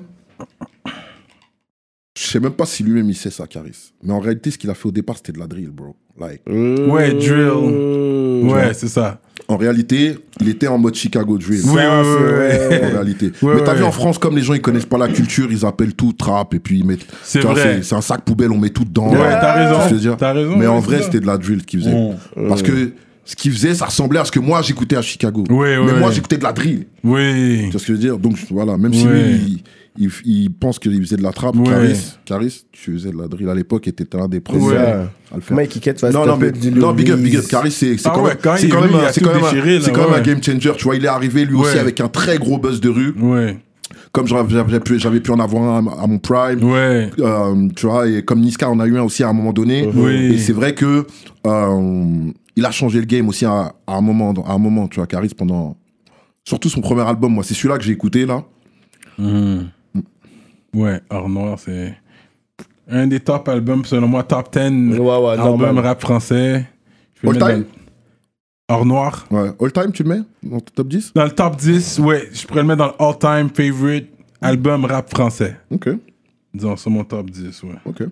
Je sais sais même pas si lui-même il sait ça, Caris. Mais en réalité, ce qu'il a fait au départ, c'était de la drill, bro. Like, Mmh. Ouais, drill. Ouais, c'est ça. en réalité, il était en mode Chicago drill. Ouais, ouais, ouais, ouais. En réalité. Ouais, mais t'as ouais. vu en France, comme les gens ils connaissent pas la culture, ils appellent tout trap et puis ils mettent. C'est tu vois, vrai. C'est c'est un sac poubelle, on met tout dedans. Ouais, t'as Tu vois raison. ce que je veux dire T'as raison, Mais en ouais, vrai, c'est c'était de la drill qu'ils faisaient. Bon. Parce que ce qu'ils faisaient, ça ressemblait à ce que moi j'écoutais à Chicago. Ouais, mais ouais. moi j'écoutais de la drill. Oui. Tu vois ce que je veux dire Donc voilà, même si Ouais. lui, il, il- il pense qu'il faisait de la trappe, Ouais. Caris, Caris, tu faisais de la drill à l'époque et t'étais l'un des premiers Ouais. à le faire. Mike Hickett, tu vas Non, se non, taper du mais, non, big up, big up. Louis. Caris, c'est c'est Ah quand ouais, même, quand c'est il est quand même, venu, il a un- c'est tout quand même, déchiré, un- là, c'est quand même un ouais. game changer. Tu vois, il est arrivé lui Ouais. aussi avec un très gros buzz de rue, Ouais. comme j'en- j'avais pu, j'avais pu en avoir un à à mon prime. Ouais. Euh, tu vois, et comme Niska en a eu un aussi à un moment donné. Mhm. Oui. Et c'est vrai que euh, il a changé le game aussi à, à un moment, à un moment, tu vois, Caris pendant surtout son premier album. Moi, c'est celui-là que j'ai écouté là. Hmm. Ouais, Or Noir, c'est un des top albums, selon moi, top 10 Ouais, ouais, album normal. rap français. Je vais All mettre time dans- Or Noir. Ouais. All time, tu le mets dans ton top 10 Dans le top 10, ouais, je pourrais le mettre dans le all-time favorite album rap français. Ok, Disons, sur mon top 10, ouais. ok.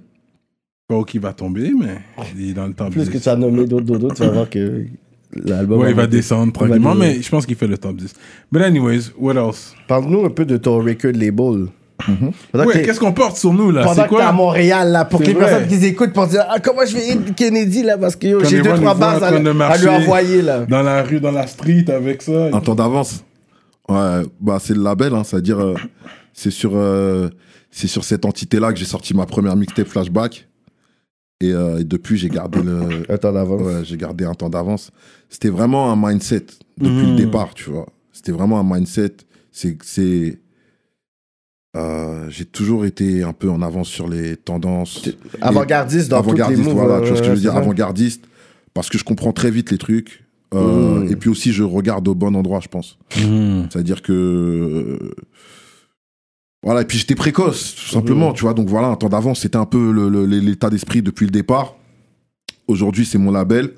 Pas où qui va tomber, mais il est dans le top Plus 10. que tu as nommé d'autres, d'autres, d'autres, tu vas voir que l'album. ouais, a il va monté. descendre tranquillement, Il va mais je pense qu'il fait le top 10. But anyways, what else? Parle-nous un peu de ton record label. Mhm. Pendant que Ouais, t'es- qu'est-ce qu'on porte sur nous, là? pendant Ah, C'est que t'es à quoi? Montréal, là, pour que C'est les vrai. personnes qui écoutent pour dire Ah, comment je vais hit Kennedy, là, parce que yo, Quand j'ai les deux, gens trois nous voient en bars à, train de à lui marcher. envoyer, là. Dans la rue, dans la street, avec ça. Un temps d'avance. Ouais, bah c'est le label, hein, c'est-à-dire euh, c'est sur euh, c'est sur cette entité-là que j'ai sorti ma première mixtape Flashback. Et, euh, et depuis, j'ai gardé le Attends d'avance. ouais, j'ai gardé un temps d'avance. C'était vraiment un mindset depuis Hmm. le départ, tu vois. C'était vraiment un mindset. C'est c'est euh, j'ai toujours été un peu en avance sur les tendances. Avant-gardiste dans toutes les avant-gardiste, moves. voilà, tu vois ce que je ouais, veux dire, c'est ça. avant-gardiste, parce que je comprends très vite les trucs. Euh, Mm. Et puis aussi, je regarde au bon endroit, je pense. hmm, C'est-à-dire que. euh, Voilà, et puis j'étais précoce, tout simplement, tu vois. Donc voilà, un temps d'avance, c'était un peu le- le- l'état d'esprit depuis le départ. Aujourd'hui, c'est mon label.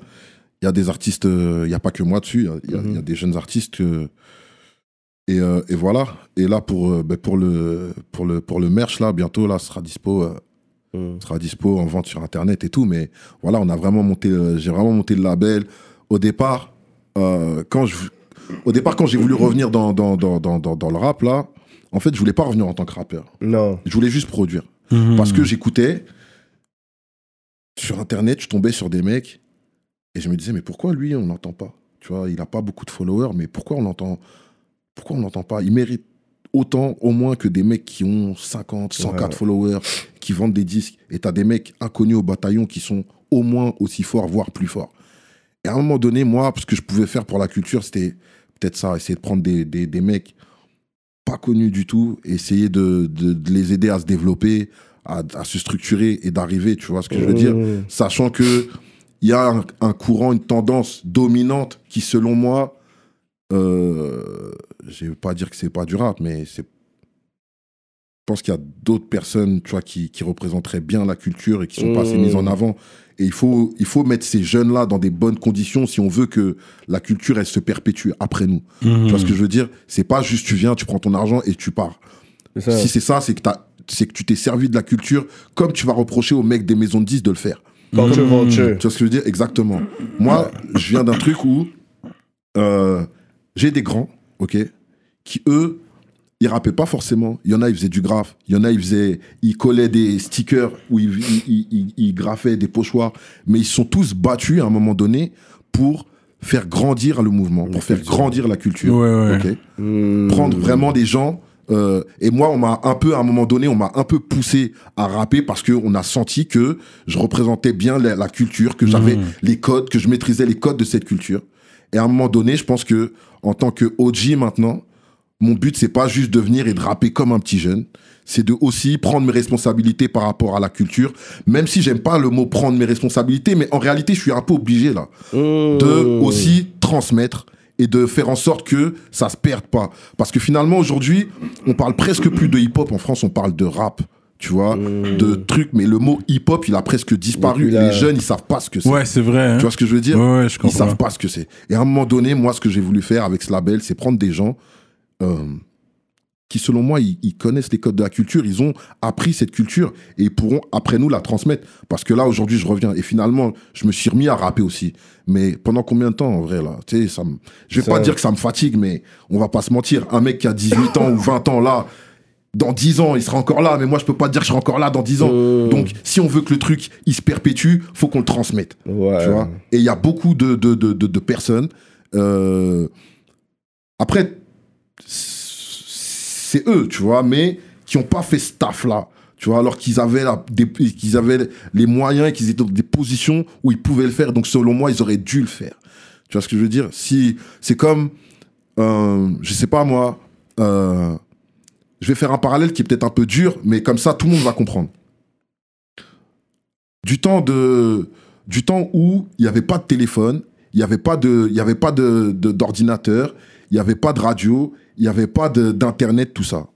Il y a des artistes, euh, il n'y a pas que moi dessus, il y a- il y, a- il y a des jeunes artistes. euh, et, euh, et voilà. Et là, pour, euh, ben, pour, le, pour, le, pour le merch, là, bientôt, là, ce sera dispo. euh, Mm. ce sera dispo en vente sur internet et tout mais voilà on a vraiment monté euh, j'ai vraiment monté le label au départ euh, quand je au départ quand j'ai voulu revenir dans dans, dans, dans, dans dans le rap là en fait je voulais pas revenir en tant que rappeur Non. je voulais juste produire hmm, Mmh. parce que j'écoutais sur internet je tombais sur des mecs et je me disais mais pourquoi lui on l'entend pas tu vois il a pas beaucoup de followers mais pourquoi on l'entend pourquoi on l'entend pas il mérite autant au moins que des mecs qui ont 50 104 Ouais. followers qui vendent des disques et t'as des mecs inconnus au bataillon qui sont au moins aussi forts voire plus forts et à un moment donné moi ce que je pouvais faire pour la culture c'était peut-être ça essayer de prendre des, des, des mecs pas connus du tout essayer de, de- de les aider à se développer à, à se structurer et d'arriver tu vois ce que je veux dire Mmh. sachant que il y a un, un courant, une tendance dominante qui, selon moi, euh, je vais pas dire que c'est pas du rap, mais c'est, je pense qu'il y a d'autres personnes, tu vois, qui, qui représenteraient bien la culture et qui sont pas assez Mmh. mises en avant. Et il faut, il faut mettre ces jeunes-là dans des bonnes conditions si on veut que la culture, elle se perpétue après nous. hmm. Tu Mmh. vois ce que je veux dire C'est pas juste tu viens, tu prends ton argent et tu pars. C'est ça. Si c'est ça, c'est que, t'as- c'est que tu t'es servi de la culture comme tu vas reprocher aux mecs des maisons de 10 de le faire. Vulture, vulture. Tu vois ce que je veux dire Exactement. Moi, je viens d'un truc où euh, j'ai des grands, ok, qui eux, ils rappaient pas forcément. Il y en a, ils faisaient du graphe. Il y en a, ils faisaient, ils collaient des stickers ou ils, ils, ils- ils- ils graffaient des pochoirs. Mais ils se sont tous battus à un moment donné pour faire grandir le mouvement, pour faire grandir la culture. Ouais, ouais. ok prendre vraiment des gens. euh, et moi, on m'a un peu, à un moment donné, on m'a un peu poussé à rapper parce qu'on a senti que je représentais bien la, la culture, que j'avais les codes, que je maîtrisais les codes de cette culture. Et à un moment donné, je pense que en tant que OG maintenant, mon but c'est pas juste de venir et de rapper comme un petit jeune, c'est de aussi prendre mes responsabilités par rapport à la culture, même si j'aime pas le mot prendre mes responsabilités, mais en réalité, je suis un peu obligé là de mm. Oh. aussi transmettre et de faire en sorte que ça se perde pas. Parce que finalement, aujourd'hui, on parle presque plus de hip-hop. En France, on parle de rap, tu vois, de trucs. Mais le mot hip-hop, il a presque disparu. Depuis la- Les jeunes, ils savent pas ce que c'est. Ouais, c'est vrai. hein. Tu vois ce que je veux dire Ouais, ouais, je Ils comprends. savent pas ce que c'est. Et à un moment donné, moi, ce que j'ai voulu faire avec ce label, c'est prendre des gens euh, qui, selon moi, ils, ils connaissent les codes de la culture, ils ont appris cette culture et ils pourront, après nous, la transmettre. Parce que là, aujourd'hui, je reviens. Et finalement, je me suis remis à rapper aussi. Mais pendant combien de temps, en vrai, là Tu sais, ça me- je vais Ça- pas dire que ça me fatigue, mais on va pas se mentir. Un mec qui a 18 ans ou 20 ans, là, dans 10 ans, il sera encore là. Mais moi, je peux pas dire que je serai encore là dans 10 Euh. ans. Donc, si on veut que le truc, il se perpétue, faut qu'on le transmette. Ouais. Tu vois Et il y a beaucoup de, de, de, de, de personnes. euh, Après, c'est eux, tu vois, mais qui n'ont pas fait ce taf-là. Tu vois, alors qu'ils avaient, la- des- qu'ils avaient les moyens et qu'ils étaient dans des positions où ils pouvaient le faire. Donc, selon moi, ils auraient dû le faire. Tu vois ce que je veux dire si, C'est comme, euh, je sais pas moi, euh, je vais faire un parallèle qui est peut-être un peu dur, mais comme ça, tout le monde va comprendre. Du temps de, du temps où il n'y avait pas de téléphone, il n'y avait pas de, il y avait pas de, de- d'ordinateur, il n'y avait pas de radio, il n'y avait pas de- d'internet, tout ça.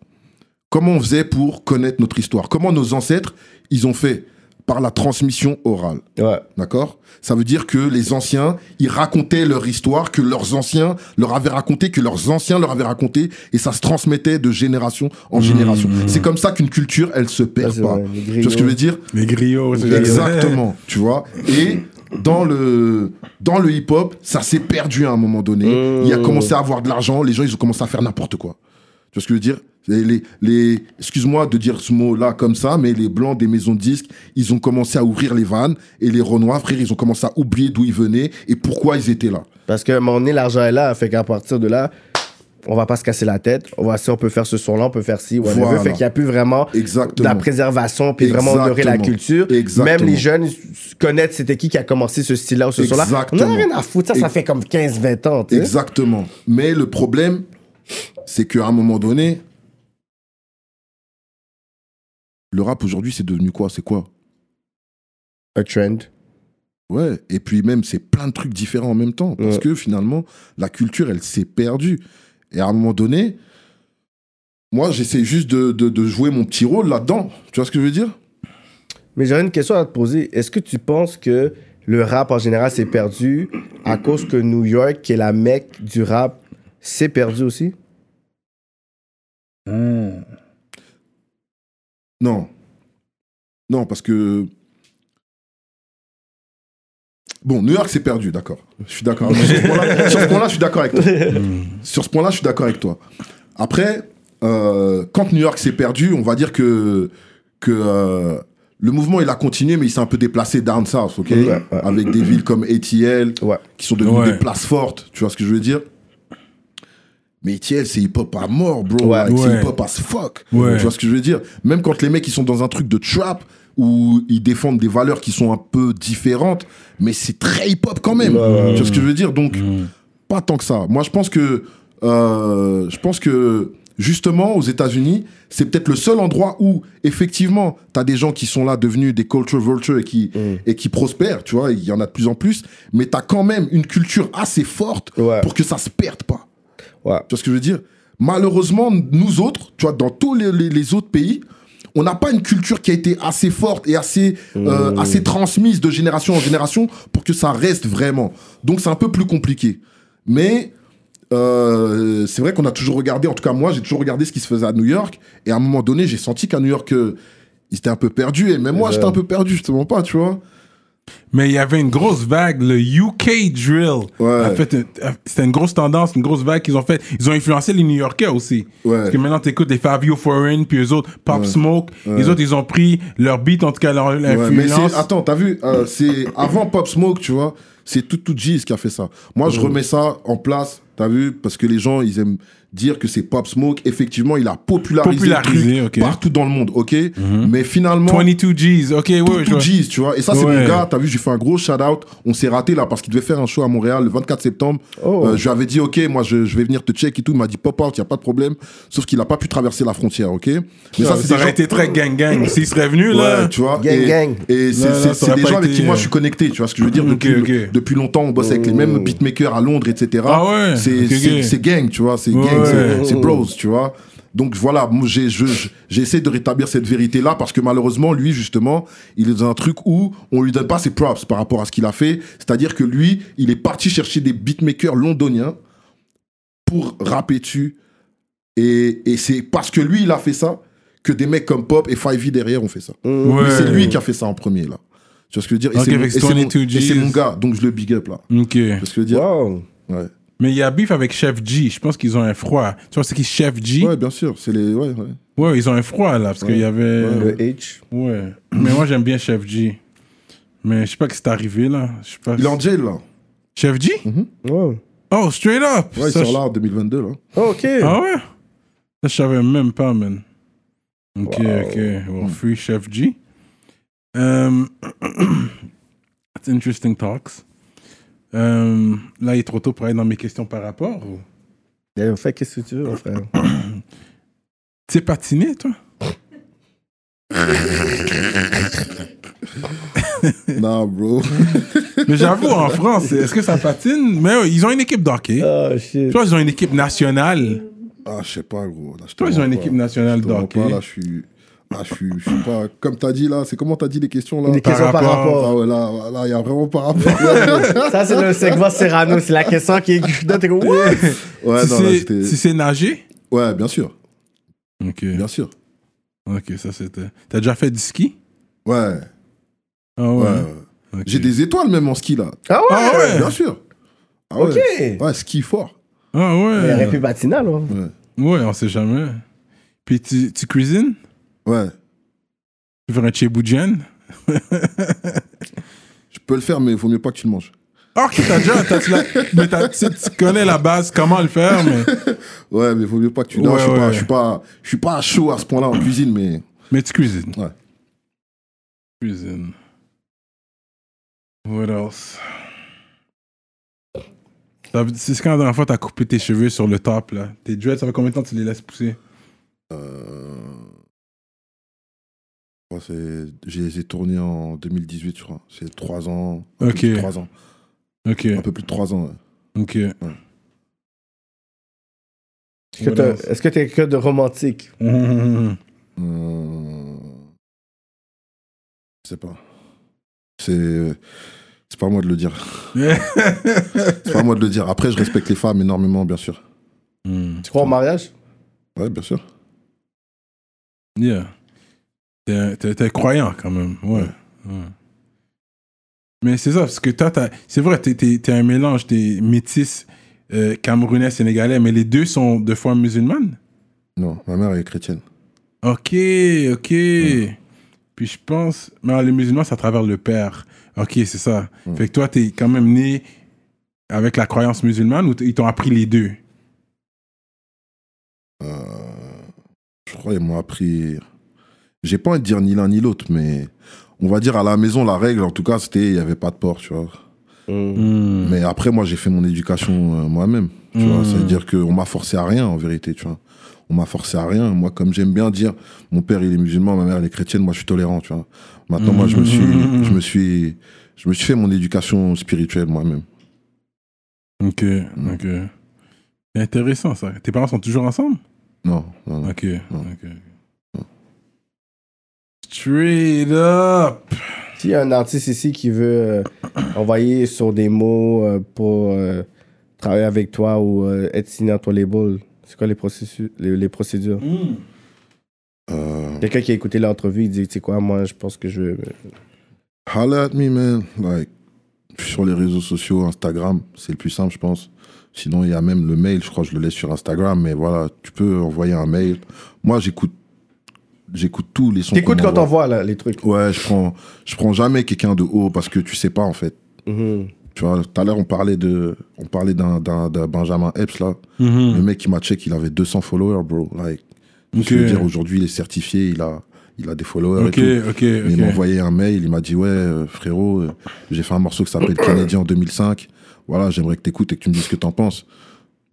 Comment on faisait pour connaître notre histoire Comment nos ancêtres, ils ont fait Par la transmission orale. Ouais. D'accord Ça veut dire que les anciens, ils racontaient leur histoire, que leurs anciens leur avaient raconté, que leurs anciens leur avaient raconté, et ça se transmettait de génération en génération. C'est comme ça qu'une culture, elle se perd Mmh. c'est pas. vrai, les Tu vois ce que je veux dire Les griots, c'est Exactement, tu vois. Et dans le, dans le hip-hop, ça s'est perdu à un moment donné. Il y a commencé à avoir de l'argent, les gens, ils ont commencé à faire n'importe quoi. Tu vois ce que je veux dire les, les, les- Excuse-moi de dire ce mot-là comme ça, mais les blancs des maisons de disques, ils ont commencé à ouvrir les vannes et les renois, frère, ils ont commencé à oublier d'où ils venaient et pourquoi ils étaient là. Parce que à un moment donné, l'argent est là, fait qu'à partir de là, on va pas se casser la tête. On va si on peut faire ce son-là, on peut faire ci, whatever. Voilà. Fait qu'il n'y a plus vraiment de Exactement. la préservation, puis vraiment honorer la Exactement. culture. Exactement. Même les jeunes s- connaissent c'était qui qui a commencé ce style-là ou ce son-là. On Exactement. en a rien à foutre, ça, ça Ex- fait comme 15-20 ans, tu sais. Exactement. Mais le problème, c'est qu'à un moment donné, le rap aujourd'hui, c'est devenu quoi C'est quoi Un trend. Ouais, et puis même, c'est plein de trucs différents en même temps. Parce Ouais. que finalement, la culture, elle s'est perdue. Et à un moment donné, moi, j'essaie juste de, de- de jouer mon petit rôle là-dedans. Tu vois ce que je veux dire Mais j'aurais une question à te poser. Est-ce que tu penses que le rap en général s'est perdu à cause que New York, qui est la mecque du rap, s'est perdu aussi? Hmm. Non. Non, parce que. Bon, New York s'est perdu, d'accord. Je suis d'accord. sur ce point-là, sur ce point-là, je suis d'accord avec toi. Hmm. sur ce point-là, je suis d'accord avec toi. Après, euh, quand New York s'est perdu, on va dire que, que euh, le mouvement, il a continué, mais il s'est un peu déplacé down south, ok Ouais, ouais. Avec des villes comme ATL, Ouais. qui sont devenues Ouais. des places fortes, tu vois ce que je veux dire mais ATL, c'est hip-hop à mort, bro. Ouais. Like, Ouais. C'est hip-hop as fuck. Ouais. Tu vois ce que je veux dire Même quand les mecs, ils sont dans un truc de trap, où ils défendent des valeurs qui sont un peu différentes, mais c'est très hip-hop quand même. Tu vois ce que je veux dire Donc, pas tant que ça. Moi, je pense que, euh, je pense que justement, aux États-Unis, c'est peut-être le seul endroit où, effectivement, tu as des gens qui sont là devenus des culture vultures et qui, et qui prospèrent, tu vois, il y en a de plus en plus, mais tu as quand même une culture assez forte Ouais. pour que ça se perde pas. Ouais. Tu vois ce que je veux dire Malheureusement, nous autres, tu vois, dans tous les, les- les autres pays, on n'a pas une culture qui a été assez forte et assez, Mmh. euh, assez transmise de génération en génération pour que ça reste vraiment. Donc c'est un peu plus compliqué. Mais euh, c'est vrai qu'on a toujours regardé, en tout cas moi, j'ai toujours regardé ce qui se faisait à New York. Et à un moment donné, j'ai senti qu'à New York, euh, ils étaient un peu perdus. Et même moi, j'étais un peu perdu, je te mens pas, tu vois. Mais il y avait une grosse vague, le UK drill. Ouais. a fait un- a- C'était une grosse tendance, une grosse vague qu'ils ont faite. Ils ont influencé les New Yorkais aussi. Ouais. Parce que maintenant, t'écoutes les Fabio Foreign, puis eux autres, Pop Smoke. Les autres, ils ont pris leur beat, en tout cas, leur Ouais, mais influence. c'est- attends, t'as vu, euh, c'est avant Pop Smoke, tu vois, c'est tout tout G's qui a fait ça. Moi, je remets ça en place, t'as vu, parce que les gens, ils aiment dire que c'est Pop Smoke. Effectivement, il a popularisé, Popularisé, le truc ok. partout dans le monde, ok. Mais finalement, 22 G's, ok, ouais, ouais, je tout vois. G's, tu vois. Et ça, c'est Ouais. mon gars, t'as vu, j'ai fait un gros shout-out. On s'est raté là parce qu'il devait faire un show à Montréal le 24 septembre. Oh. Euh, je lui avais dit, ok, moi, je, je vais venir te check et tout. Il m'a dit, pop out, y a pas de problème. Sauf qu'il a pas pu traverser la frontière, ok. Mais Ça, ça c'est des aurait gens- été très gang-gang. S'ils seraient venus, là. Ouais, tu vois. Gang, et, gang. Et c'est- Là, là, c'est ça c'est aurait des pas gens avec qui été, moi euh, je suis connecté, tu vois ce que je veux dire. Ok, Depuis, ok. Oh. depuis longtemps, on bosse avec les mêmes beatmakers à Londres, etc. Ah ouais, c'est ok, c'est- ok. c'est gang, tu vois. C'est Ouais, gang, c'est- ouais. c'est bros, tu vois. Donc voilà, moi, j'ai- je- je- j'essaie de rétablir cette vérité-là parce que malheureusement, lui, justement, il est dans un truc où on lui donne pas ses props par rapport à ce qu'il a fait. C'est-à-dire que lui, il est parti chercher des beatmakers londoniens pour rapper dessus Et, et c'est parce que lui, il a fait ça que des mecs comme Pop et 5 derrière ont fait ça. Mm. Ouais. Mais c'est lui qui a fait ça en premier, là. Tu vois ce que je veux dire Et Ok, c'est mon- avec et c'est mon, 22 et c'est mon Gs. gars, donc je le big up, là. Ok. Tu vois ce que je veux dire Wow. ouais. Mais il y a beef avec Chef G. Je pense qu'ils ont un froid. Tu vois, c'est qui Chef G Ouais, bien sûr. C'est les. Ouais, ouais. Ouais, ils ont un froid là, parce qu'il y avait. Le Ouais. H. Mais moi, j'aime bien Chef G. Mais je sais pas que c'est arrivé là. Je sais pas. Il est en jail, là. Chef G Wow. Oh, straight up Ouais, il Ça, sort là en 2022, là. Oh, ok. je- Ah ouais Ça, je savais même pas, man. Ok, ok. Well, free Chef G. Um, that's interesting talks. Um, là, il est trop tôt pour aller dans mes questions par rapport. Ou... D'ailleurs, fais Eh, qu'est-ce que tu veux, mon frère. T'es patiné, toi nah, bro. Mais j'avoue, en France, est-ce que ça patine Mais euh, ils ont une équipe d'hockey. Oh, shit. Tu vois, ils ont une équipe nationale. Ah, je sais pas, gros. Là, je te Toi, ils ont mens une pas. équipe nationale Je te mens d'hockey. pas, Là, je suis. Là, je suis. Je suis pas. Comme t'as dit, là, c'est comment t'as dit les questions, là Des Par questions par rapport- rapport. Ah ouais, là, là, il y a vraiment par rapport. Ça, c'est le segment Serrano. C'est la question qui est. Là, t'es comme, what? Ouais, tu, non, là, sais, j'étais- tu sais nager Ouais, bien sûr. Ok. Bien sûr. Ok, ça c'était. T'as déjà fait du ski Ouais. Ah ouais. ouais. ok. J'ai des étoiles, même en ski, là. Ah ouais. Ah ouais Bien sûr. Ah ouais. Ok. Ouais, ski fort. Ah Il aurait ouais pu patiner, alors. Ouais. Ouais, on sait jamais. Puis tu, tu cuisines Ouais. Tu veux un cheboujian Je peux le faire, mais il vaut mieux pas que tu le manges. Ok, t'as déjà. t'as- tu l'as- mais t'as- tu, sais, tu connais la base, comment le faire, mais, Ouais, mais il vaut mieux pas que tu. Non, Ouais, je, suis pas, ouais. je, suis pas, je suis pas chaud à ce point-là en cuisine, mais. mais tu cuisines. Ouais. Cuisine. What else Ça veut- C'est quand la dernière fois t'as coupé tes cheveux sur le top, là Tes dreads, ça fait combien de temps tu les laisses pousser Euh... ouais, c'est... J'ai, j'ai tourné en 2018, je crois. C'est 3 ans. Un Ok. peu plus de 3 ans. Ok, Un peu plus de 3 ans. ouais. ok. Est-ce que What t'as- else? Est-ce que t'es quelqu'un de romantique? Mhm. Euh... Je sais pas. C'est... c'est pas à moi de le dire. C'est pas à moi de le dire. Après, je respecte les femmes énormément, bien sûr. Mm. Tu crois au mariage? Ouais, bien sûr. Yeah. T'es- T'es t'es croyant quand même, ouais. Ouais. Mais c'est ça, parce que toi, t'as- c'est vrai, t'es t'es- t'es un mélange des métis euh, camerounais, sénégalais, mais les deux sont de foi musulmane. Non, ma mère elle est chrétienne. Ok, ok. Puis je pense, mais les musulmans, c'est à travers le père. Ok, c'est ça. Fait que toi, t'es quand même né avec la croyance musulmane ou t- ils t'ont appris les deux Je crois qu'ils m'ont appris. J'ai pas envie de dire ni l'un ni l'autre, mais on va dire à la maison, la règle, en tout cas, c'était il n'y avait pas de porc, tu vois. Mm. Mm. Mais après, moi, j'ai fait mon éducation euh, moi-même. Tu vois, c'est-à-dire qu'on m'a forcé à rien, en vérité, tu vois. On m'a forcé à rien. Moi, comme j'aime bien dire, mon père, il est musulman, ma mère, elle est chrétienne, moi, je suis tolérant, tu vois. Maintenant, moi, je me suis, je me suis, je me suis fait mon éducation spirituelle moi-même. Hmm. Ok, ok. C'est intéressant ça. Tes parents sont toujours ensemble Non, non, non. Ok, ok. Straight up S'il y a un artiste ici qui veut euh, envoyer sur des mots euh, pour euh, travailler avec toi ou euh, être signé à ton label, c'est quoi les, processus, les, les procédures Mm. Euh, Quelqu'un qui a écouté l'entrevue, il dit Tu sais quoi, moi, je pense que je euh, veux. Holler at me, man. Like, sur les réseaux sociaux, Instagram, c'est le plus simple, je pense. Sinon, il y a même le mail, je crois que je le laisse sur Instagram, mais voilà, tu peux envoyer un mail. Moi, j'écoute, j'écoute tous les sons. T'écoutes qu'on quand on voit m'envoie. là, les trucs. Ouais, je prends, je prends jamais quelqu'un de haut parce que tu sais pas, en fait. Mhm. Tu vois, tout à l'heure, on parlait de, on parlait d'un, d'un, d'un Benjamin Epps, là. Mm-hmm. Le mec qui m'a check, il avait 200 followers, bro. Like, Mm. Ok, je veux dire, aujourd'hui, il est certifié, il a, il a des followers ok, et tout. ok. Mais Il m'a envoyé un mail, il m'a dit Ouais, euh, frérot, euh, j'ai fait un morceau qui s'appelle Kennedy en 2005. Voilà, j'aimerais que t'écoutes et que tu me dises ce que t'en penses.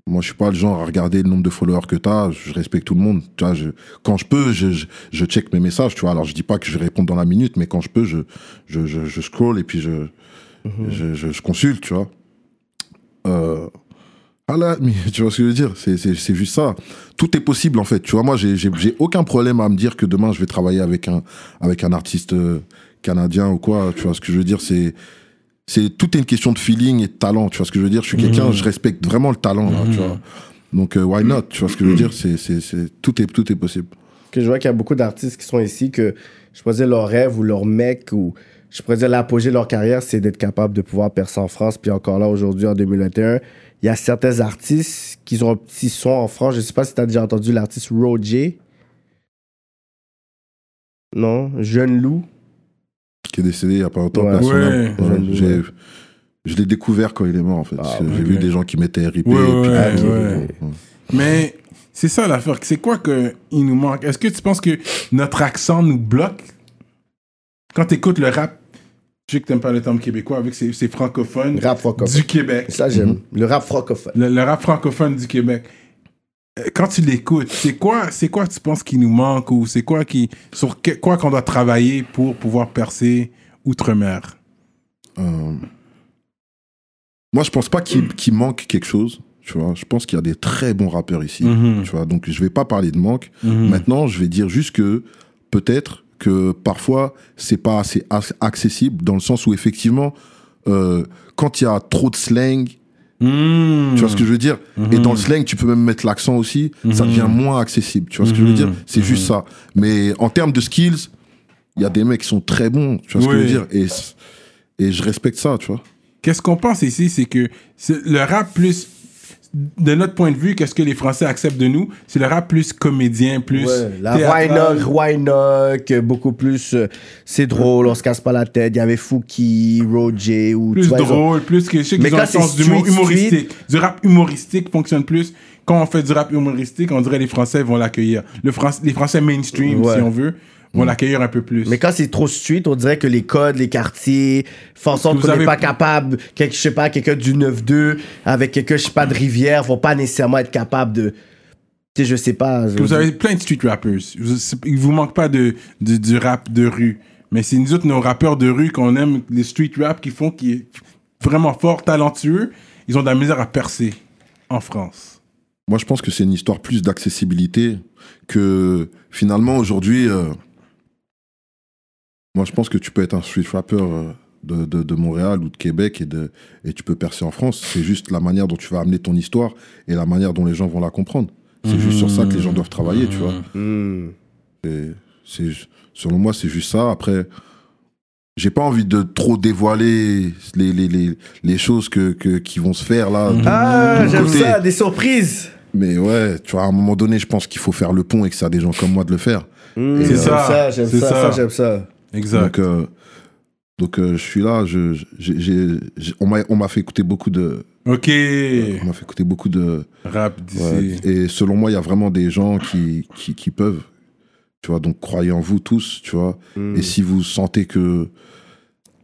Moi, je suis pas le genre à regarder le nombre de followers que t'as. Je respecte tout le monde. Tu vois, je- quand je peux, je, je, je check mes messages. Tu vois, alors je dis pas que je vais répondre dans la minute, mais quand je peux, je, je, je, je scroll et puis je, Mm-hmm. Mhm. je, je- je consulte, tu vois. Euh, ah là, mais tu vois ce que je veux dire C'est- C'est c'est juste ça. Tout est possible en fait. Tu vois, moi, j'ai- j'ai j'ai aucun problème à me dire que demain je vais travailler avec un avec un artiste euh, canadien ou quoi. Tu vois ce que je veux dire C'est c'est tout est une question de feeling et de talent. Tu vois ce que je veux dire Je suis quelqu'un, je respecte vraiment le talent. Là, Tu vois, Donc, euh, why not Tu vois ce que je veux dire c'est, c'est, c'est, tout, est, tout est possible. que je vois qu'il y a beaucoup d'artistes qui sont ici que je pourrais dire leur rêve ou leur mec ou je pourrais dire l'apogée de leur carrière, c'est d'être capable de pouvoir percer en France. Puis encore là, aujourd'hui, en 2021, il y a certains artistes qui ont un petit son en France. Je sais pas si tu as déjà entendu l'artiste Roger. Non, Jeune Loup. Qui est décédé il n'y a pas longtemps. Ouais. place à Ouais. l'homme. Ouais, Ouais. j'ai- je l'ai découvert quand il est mort, en fait. Ah, Parce que J'ai ok. vu des gens qui mettaient RIP. Ouais, et puis- ouais, Ah, ouais. Mais c'est ça l'affaire. C'est quoi que il nous manque Est-ce que tu penses que notre accent nous bloque Quand tu écoutes le rap, je sais que t'aimes pas le terme québécois, avec c'est c'est francophone Rap francophone. du Québec. Ça, j'aime. Le rap francophone. Le, le rap francophone du Québec. Euh, Quand tu l'écoutes, c'est quoi, c'est quoi tu penses qui nous manque ou c'est quoi qui, sur que- quoi qu'on doit travailler pour pouvoir percer outre-mer Euh, Moi, je pense pas Mm. qu'il qu'il manque quelque chose. Tu vois, je pense qu'il y a des très bons rappeurs ici. Mhm. Tu vois, donc je vais pas parler de manque. Mhm. Maintenant, je vais dire juste que peut-être que parfois c'est pas assez ac- accessible dans le sens où effectivement, euh, quand il y a trop de slang, Mhm. tu vois ce que je veux dire Et dans le slang, tu peux même mettre l'accent aussi, ça devient moins accessible. Tu vois ce que je veux dire C'est juste ça. Mais en termes de skills, il y a des mecs qui sont très bons. Tu vois ce que je veux Oui. dire Et c- et je respecte ça, tu vois. Qu'est-ce qu'on pense ici, c'est que c'est le rap plus, de notre point de vue, qu'est-ce que les Français acceptent de nous, c'est le rap plus comédien, plus Ouais, la théâtral. Roanoke, Roanoke, euh, beaucoup plus. euh, c'est drôle, on se casse pas la tête. Il y avait Fouki, Roger, ou plus tu vois, ils ont- drôle, plus que je sais Mais qu'ils ont quand un sens c'est du mot street, humoristique. Du rap humoristique fonctionne plus. Quand on fait du rap humoristique, on dirait les Français vont l'accueillir. Le Fran- les Français mainstream, Ouais. Mm. si on veut, vont l'accueillir un peu plus. Mais quand c'est trop street, on dirait que les codes, les quartiers, font en sorte Vous qu'on n'est avez- pas capable, quelque, je sais pas, quelqu'un du 9-2, avec quelqu'un, je sais pas, de Rivière, vont pas nécessairement être capable de. Tu sais, je sais pas. je- Que Mhm. vous avez plein de street rappers. Vous- c'est- Il vous manque pas de, de- du rap de rue. Mais c'est nous autres, nos rappeurs de rue qu'on aime, les street rap qui font, qui est vraiment fort, talentueux, ils ont de la misère à percer en France. Moi, je pense que c'est une histoire plus d'accessibilité que finalement aujourd'hui. euh, moi, je pense que tu peux être un street rapper euh, de, de- de Montréal ou de Québec et, de, et tu peux percer en France. C'est juste la manière dont tu vas amener ton histoire et la manière dont les gens vont la comprendre. C'est juste sur ça que les gens doivent travailler, tu Mhm. vois. Hmm. Et c'est selon moi c'est juste ça après j'ai pas envie de trop dévoiler les, les, les, les choses que, que- qui vont se faire là Ah, D'un j'aime côté. ça, des surprises. mais ouais tu vois à un moment donné je pense qu'il faut faire le pont et que c'est à des gens comme moi de le faire Hmm, C'est j'aime ça, J'aime c'est ça, ça. ça, j'aime ça. Exact. donc euh, donc euh, je suis là je, je- j'ai- j'ai- j'ai- on m'a on m'a fait écouter beaucoup de Ok. on m'a fait écouter beaucoup de Rap d'ici. Ouais, Et selon moi, il y a vraiment des gens qui, qui, qui peuvent. Tu vois, donc croyez en vous tous, tu vois. Hmm. Et si vous sentez que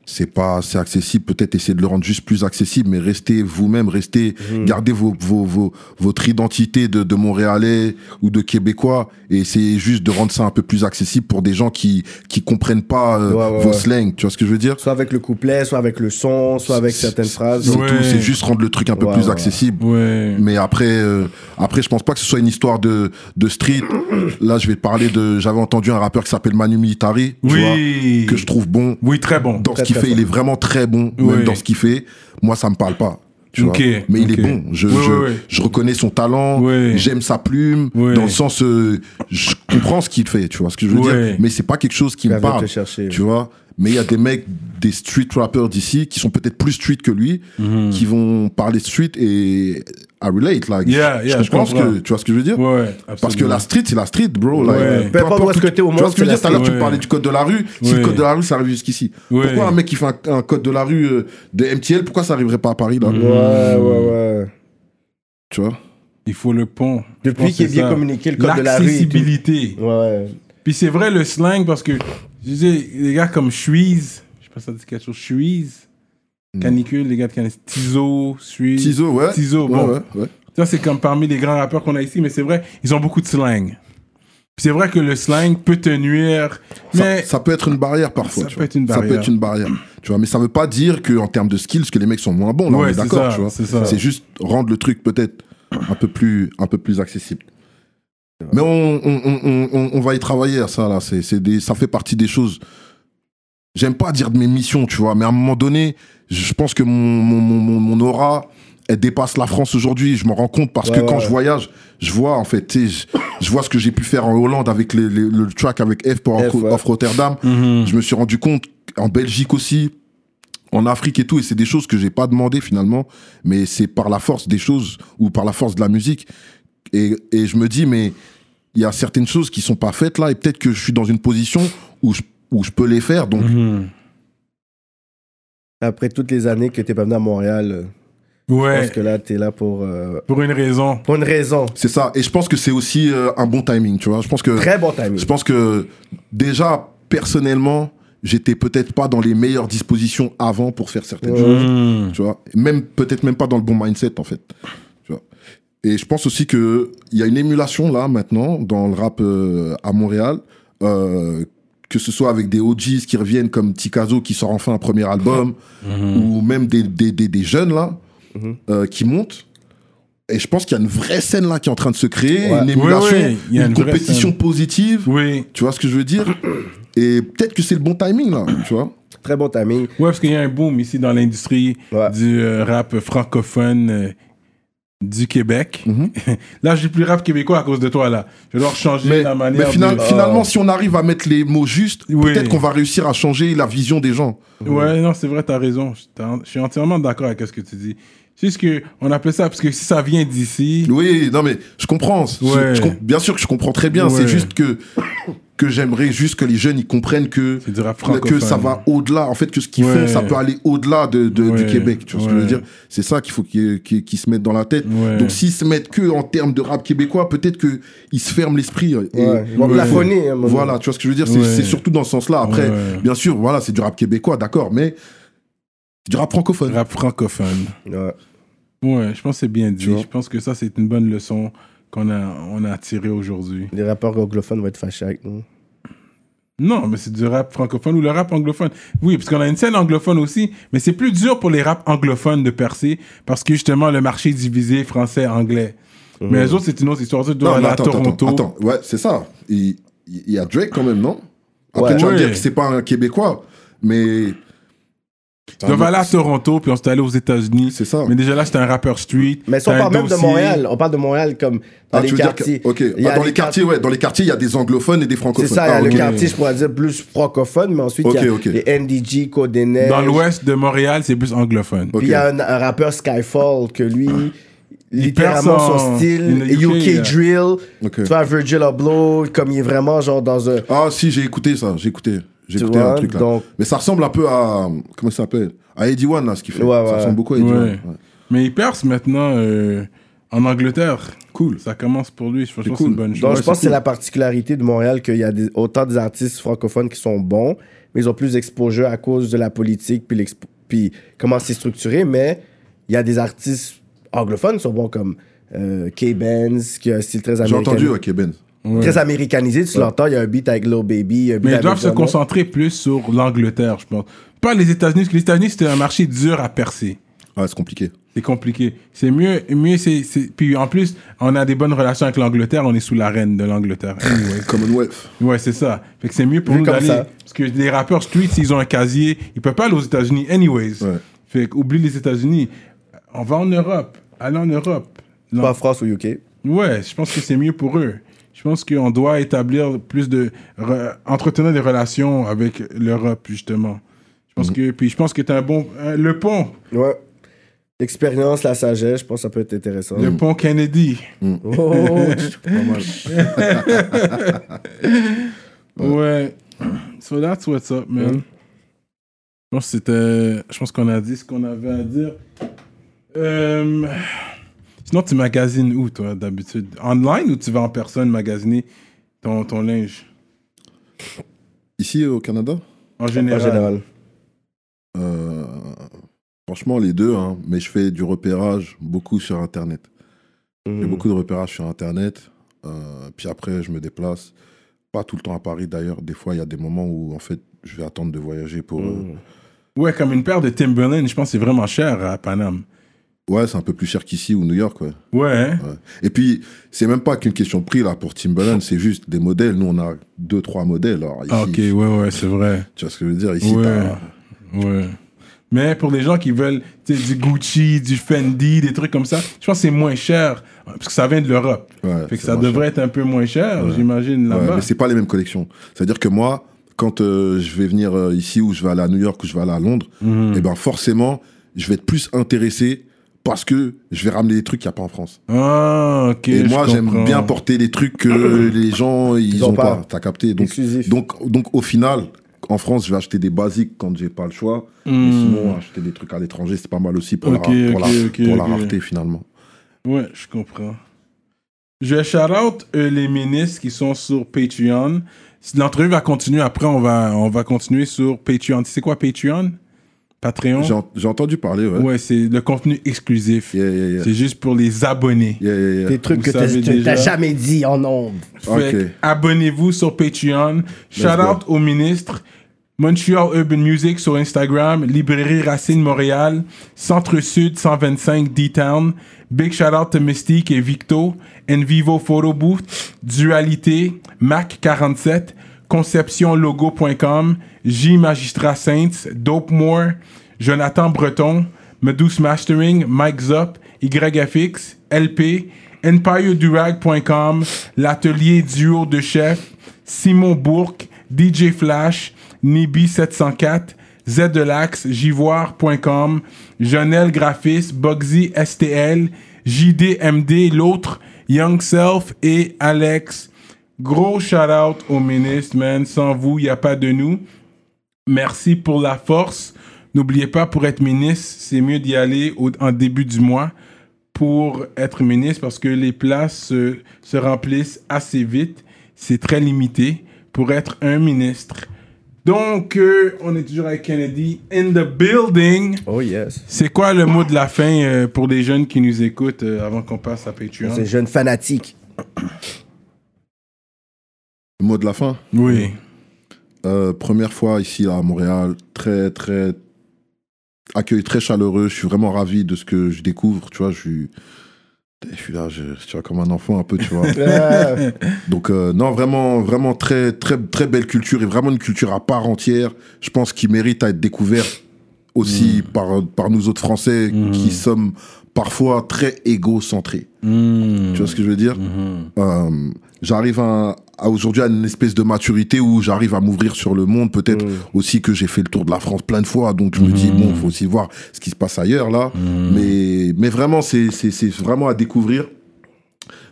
c'est pas assez accessible, peut-être essayez de le rendre juste plus accessible, mais restez vous-même, restez, Hmm. gardez vos, vos, vos- votre identité de, de Montréalais ou de Québécois et essayez juste de rendre ça un peu plus accessible pour des gens qui, qui comprennent pas euh, Ouais, ouais, vos ouais. slangs, tu vois ce que je veux dire? Soit avec le couplet, soit avec le son, soit avec certaines phrases. C'est Ouais. tout, c'est juste rendre le truc un peu Ouais, plus ouais. accessible. Ouais. Mais après, euh, après, je pense pas que ce soit une histoire de, de street. Là, je vais te parler de. J'avais entendu un rappeur qui s'appelle Manu Militari, tu vois, Oui. que je trouve bon. Oui, très bon. Dans Très, ce très qu'il fait, fort. il est vraiment très bon, Oui. même dans ce qu'il fait. Moi, ça me parle pas. Tu Ok, vois. Mais il est ok. bon. Je, Oui, je, oui, oui. je reconnais son talent. Oui. J'aime sa plume. Oui. Dans le sens, euh, je comprends ce qu'il fait. Tu vois ce que je veux Oui. dire. Mais c'est pas quelque chose qui Ça me vient parle. te chercher. Tu vois. Mais il y a des mecs, des street rappers d'ici, qui sont peut-être plus street que lui, Hmm. Mhm. qui vont parler street et I relate. Like, Yeah, yeah, je, je pense comprends. que tu vois ce que je veux dire. Ouais, Parce que absolument. la street, c'est la street, bro. Ouais. like, Peu importe où est-ce que t'es au tu monde, vois ce que je veux dire Tout à l'heure, tu me Ouais. parlais du code de la rue. Si Ouais. le code de la rue, ça arrive jusqu'ici. Ouais. Pourquoi un mec qui fait un, un code de la rue euh, de MTL, pourquoi ça arriverait pas à Paris, là Mm. Ouais, ouais, Hmm. ouais. Tu vois Il faut le pont. Je Depuis pense que qu'il est bien ça. communiqué, le code de la rue et tout. L'accessibilité. Ouais. Puis c'est vrai le slang parce que je disais, les gars comme Shuiz, je sais pas si ça dit quelque chose, Shuiz, Canicule, les gars de Canicule, Tizo, Shuiz. Tizo, ouais. Tizo, Ouais, bon. ouais, ouais. Ça, c'est comme parmi les grands rappeurs qu'on a ici, mais c'est vrai, ils ont beaucoup de slang. Puis c'est vrai que le slang peut te nuire, Ça- mais. ça, peut être une barrière parfois. Ça tu peut vois. être une Ça peut barrière. être une barrière. Tu vois, mais ça veut pas dire qu'en termes de skills, que les mecs sont moins bons. Là, Ouais, on est c'est d'accord, ça, tu vois. c'est ça. C'est juste rendre le truc peut-être un peu plus, un peu plus accessible. Mais on, on- on- on- on- on va y travailler à ça, là. C'est, c'est des, ça fait partie des choses. J'aime pas dire de mes missions, tu vois, mais à un moment donné, je pense que mon, mon, mon- mon- mon aura, elle dépasse la France aujourd'hui. Je m'en rends compte parce que quand je voyage, je vois en fait, tu sais, je, je vois ce que j'ai pu faire en Hollande avec les- les- le track avec F pour F, ouais. Off Rotterdam. Je me suis rendu compte en Belgique aussi, en Afrique et tout. Et c'est des choses que j'ai pas demandé finalement, mais c'est par la force des choses ou par la force de la musique. Et, et je me dis, mais il y a certaines choses qui sont pas faites là, et peut-être que je suis dans une position où je, où je peux les faire. Donc Après toutes les années que t'es pas venu à Montréal, euh, je Ouais, pense que là, t'es là pour, euh, pour une raison. pour une raison. c'est ça. Et je pense que c'est aussi euh, un bon timing, tu vois. Je pense que Très bon timing. Je pense que déjà, personnellement, j'étais peut-être pas dans les meilleures dispositions avant pour faire certaines choses. Tu vois, même peut-être même pas dans le bon mindset en fait. Tu vois. Et je pense aussi que il y a une émulation là maintenant dans le rap euh, à Montréal. euh, que ce soit avec des OGs qui reviennent comme Tikazo qui sort enfin un premier album, Mhm. ou même des, des, des, des jeunes là, euh, qui montent. Et je pense qu'il y a une vraie scène là qui est en train de se créer, une émulation, ouais, il y a une, une vraie compétition scène. positive. Oui. Tu vois ce que je veux dire Et peut-être que c'est le bon timing, là, tu vois Très bon timing. Ouais, parce qu'il y a un boom ici dans l'industrie Ouais. du euh, rap francophone euh, du Québec. Mhm. là, j'ai plus rap québécois à cause de toi, là. Je dois changer Mais, la manière mais final- de... finalement, si on arrive à mettre les mots justes, Oui. peut-être qu'on va réussir à changer la vision des gens. Ah, Ouais, non, c'est vrai, t'as raison. Je t'en- je suis entièrement d'accord avec ce que tu dis. C'est juste que on appelle ça, parce que si ça vient d'ici... Oui, non mais je comprends. Je- Ouais. je com- bien sûr que je comprends très bien. Ouais. C'est juste que que j'aimerais juste que les jeunes ils comprennent que C'est du rap que francophone. ça va au-delà. En fait, que ce qu'ils Ouais. font, ça peut aller au-delà de, de- Ouais. du Québec. Tu vois ce que je Ouais. veux dire C'est ça qu'il faut qu'ils qu'ils- qu'ils se mettent dans la tête. Ouais. Donc s'ils se mettent que en termes de rap québécois, peut-être que ils se ferment l'esprit. euh, et- Ouais. Ils vont plafonner, à un moment. Voilà, tu vois ce que je veux dire C'est Ouais. c'est surtout dans ce sens-là. Après, Ouais. bien sûr, voilà, c'est du rap québécois, d'accord, mais c'est du rap francophone. Rap francophone. Ouais. Ouais, je pense que c'est bien dit. Tu vois. Je pense que ça, c'est une bonne leçon qu'on a, on a tirée aujourd'hui. Les rappeurs anglophones vont être fâchés avec nous. Non, mais c'est du rap francophone ou le rap anglophone. Oui, parce qu'on a une scène anglophone aussi, mais c'est plus dur pour les rap anglophones de percer parce que justement, le marché est divisé français-anglais. Mais les autres, c'est une autre histoire. Tu dois Non, aller mais à attends, Toronto. attends, attends. ouais, c'est ça. Il, il y a Drake quand même, non Après, Ouais. tu vas me Ouais. dire que c'est pas un Québécois, mais. ah, Tu dois aller à Toronto, puis on s'est allé aux États-Unis. C'est ça. Mais déjà là, c'était un rappeur street. Mais si on t'as un parle même de dossier. Montréal, on parle de Montréal comme dans Ah, les tu veux dire quartiers. que- ok. Il y Ah, a dans les les quartiers, ouais, dans les quartiers, il y a des anglophones et des francophones. C'est ça, il y a Ah, le ok. quartier, je pourrais dire, plus francophone, mais ensuite, Ok, il y a ok. les NDG, Côte des Neiges. Dans l'ouest de Montréal, c'est plus anglophone. Puis il y a un, un rappeur Skyfall que lui, littéralement perd son- son style, il- UK, UK, là. drill, Ok. tu vois Virgil Abloh, comme il est vraiment genre dans un. Ah, si, j'ai écouté ça, j'ai écouté. J'ai Tu écouté vois, un truc là. donc- Mais ça ressemble un peu à. Comment ça s'appelle À Eddie One, là, ce qu'il fait. Ouais, ouais. Ça ressemble beaucoup à Ouais. Eddie One. ouais. Mais il perce maintenant euh, en Angleterre. Cool. Ça commence pour lui. Je pense que c'est cool. une bonne Donc chose. je pense que c'est la particularité de Montréal qu'il y a des- autant des artistes francophones qui sont bons, mais ils ont plus d'exposure à cause de la politique puis, l'expo- puis comment c'est structuré, mais il y a des artistes anglophones qui sont bons comme euh, K-Benz, qui a un style très J'ai américain. entendu, ok, Ben. Ouais. Très américanisé, tu l'entends, il y a un beat avec Lil Baby, il y a un beat Mais ils avec doivent se Gunna. concentrer plus sur l'Angleterre, je pense. Pas les États-Unis, parce que les États-Unis, c'est un marché dur à percer. Ah, c'est compliqué. C'est compliqué. C'est mieux, mieux c'est, c'est- Puis en plus, on a des bonnes relations avec l'Angleterre, on est sous la reine de l'Angleterre. Anyway. Commonwealth. Ouais, c'est ça. Fait que c'est mieux pour Vu nous comme d'aller. ça. Parce que les rappeurs street, s'ils ont un casier, ils peuvent pas aller aux États-Unis, anyways. Ouais. Fait qu'oublie les États-Unis. On va en Europe. Allons en Europe. Non. Pas en France ou UK. Ouais, je pense que c'est mieux pour eux. Je pense qu'on doit établir plus de. re- entretenir des relations avec l'Europe, justement. Je pense que. Puis je pense que t'as un bon. un- le pont. Ouais. L'expérience, la sagesse, je pense que ça peut être intéressant. Le pont Kennedy. Oh, oh, oh. Ouais. Mm. So that's what's up, man. Je pense que c'était. Je pense qu'on a dit ce qu'on avait à dire. Euh, Sinon, tu magasines où, toi, d'habitude Online ou tu vas en personne magasiner ton, ton linge Ici, au Canada En En général. général. Euh, franchement, les deux, hein, mais je fais du repérage beaucoup sur Internet. J'ai Hmm. Mm. Mhm. beaucoup de repérage sur Internet. euh, puis après, je me déplace. Pas tout le temps à Paris d'ailleurs. Des fois, il y a des moments où, en fait, je vais attendre de voyager pour. euh, Hmm. Mm. Ouais, comme une paire de Timberland, je pense que c'est vraiment cher à Paname. Ouais, c'est un peu plus cher qu'ici ou New York, ouais. Ouais, hein? Ouais. Et puis, c'est même pas qu'une question de prix là pour Timberland, c'est juste des modèles. Nous, on a deux, trois modèles. Alors, ici, Ah, ok, ouais, ouais, c'est vrai. Tu vois ce que je veux dire Ici, Ouais. t'as- Ouais. Mais pour les gens qui veulent tu sais, du Gucci, du Fendi, des trucs comme ça, je pense que c'est moins cher parce que ça vient de l'Europe. Ouais, fait que c'est ça moins devrait être un peu moins cher, j'imagine, Ouais, là-bas. mais c'est pas les mêmes collections. C'est-à-dire que moi, quand euh, je vais venir euh, ici ou je vais aller à New York ou je vais aller à Londres, Hmm. Mhm. et ben forcément, je vais être plus intéressé parce que je vais ramener des trucs qu'il n'y a pas en France. ah, ok. Et je moi, j'aime comprends. bien porter les trucs que les gens, ils, ont ont pas. pas. T'as capté. Donc, Exclusif. donc, donc, au final, en France, je vais acheter des basiques quand j'ai pas le choix. Hmm. Mais sinon, acheter des trucs à l'étranger, c'est pas mal aussi pour, Ok, la, ok, pour, la, ok, pour la ok. rareté, finalement. Ouais, je comprends. Je shout out euh, les ministres qui sont sur Patreon. Si L'entrevue va continuer après, on va, on va continuer sur Patreon. Tu sais quoi, Patreon Patreon J'ai en- j'ai entendu parler, ouais. Ouais, c'est le contenu exclusif. Yeah, yeah, yeah. C'est juste pour les abonnés. Yeah, yeah, yeah. Des trucs Vous que t'as- savez tu déjà. n'as jamais dit en nombre. Ok. Fait que Abonnez-vous sur Patreon. Shout go. out au ministre. Montreal Urban Music sur Instagram, Librairie Racine Montréal, Centre Sud 125 D-Town, Big shout out to Mystique et Victo, Envivo Photo Booth, Dualité, Mac 47, ConceptionLogo.com, J Magistrat Saints, Dope Moore, Jonathan Breton, Medus Mastering, Mike Zop, YFX, LP, EmpireDurag.com, L'Atelier Duo de Chef, Simon Bourque, DJ Flash, Nibi704, Z de l'Axe, Jivoire.com, Jonel Graphis, Bugsy STL, JDMD, l'autre, Young Self et Alex. Gros shout out au ministre, man. Sans vous, il n'y a pas de nous. Merci pour la force. N'oubliez pas, pour être ministre, c'est mieux d'y aller au- en début du mois pour être ministre parce que les places se, se remplissent assez vite. C'est très limité pour être un ministre. Donc, euh, on est toujours avec Kennedy in the building. Oh yes. C'est quoi le mot de la fin euh, pour les jeunes qui nous écoutent euh, avant qu'on passe à Patreon? Ces jeunes fanatiques. Le mot de la fin. Oui. Euh, première fois ici à Montréal, très très accueil très chaleureux. Je suis vraiment ravi de ce que je découvre. Tu vois, je suis, je suis là, je, tu vois, comme un enfant un peu, tu vois. Euh, Donc euh, non, vraiment vraiment très très très belle culture et vraiment une culture à part entière. Je pense qui mérite à être découverte aussi par par nous autres Français qui sommes parfois très égocentrés. Tu vois ce que je veux dire Euh, J'arrive à, à aujourd'hui à une espèce de maturité où j'arrive à m'ouvrir sur le monde. Peut-être Mm. aussi que j'ai fait le tour de la France plein de fois, donc je me dis bon, faut aussi voir ce qui se passe ailleurs là. Mmh. Mais mais vraiment, c'est c'est c'est vraiment à découvrir.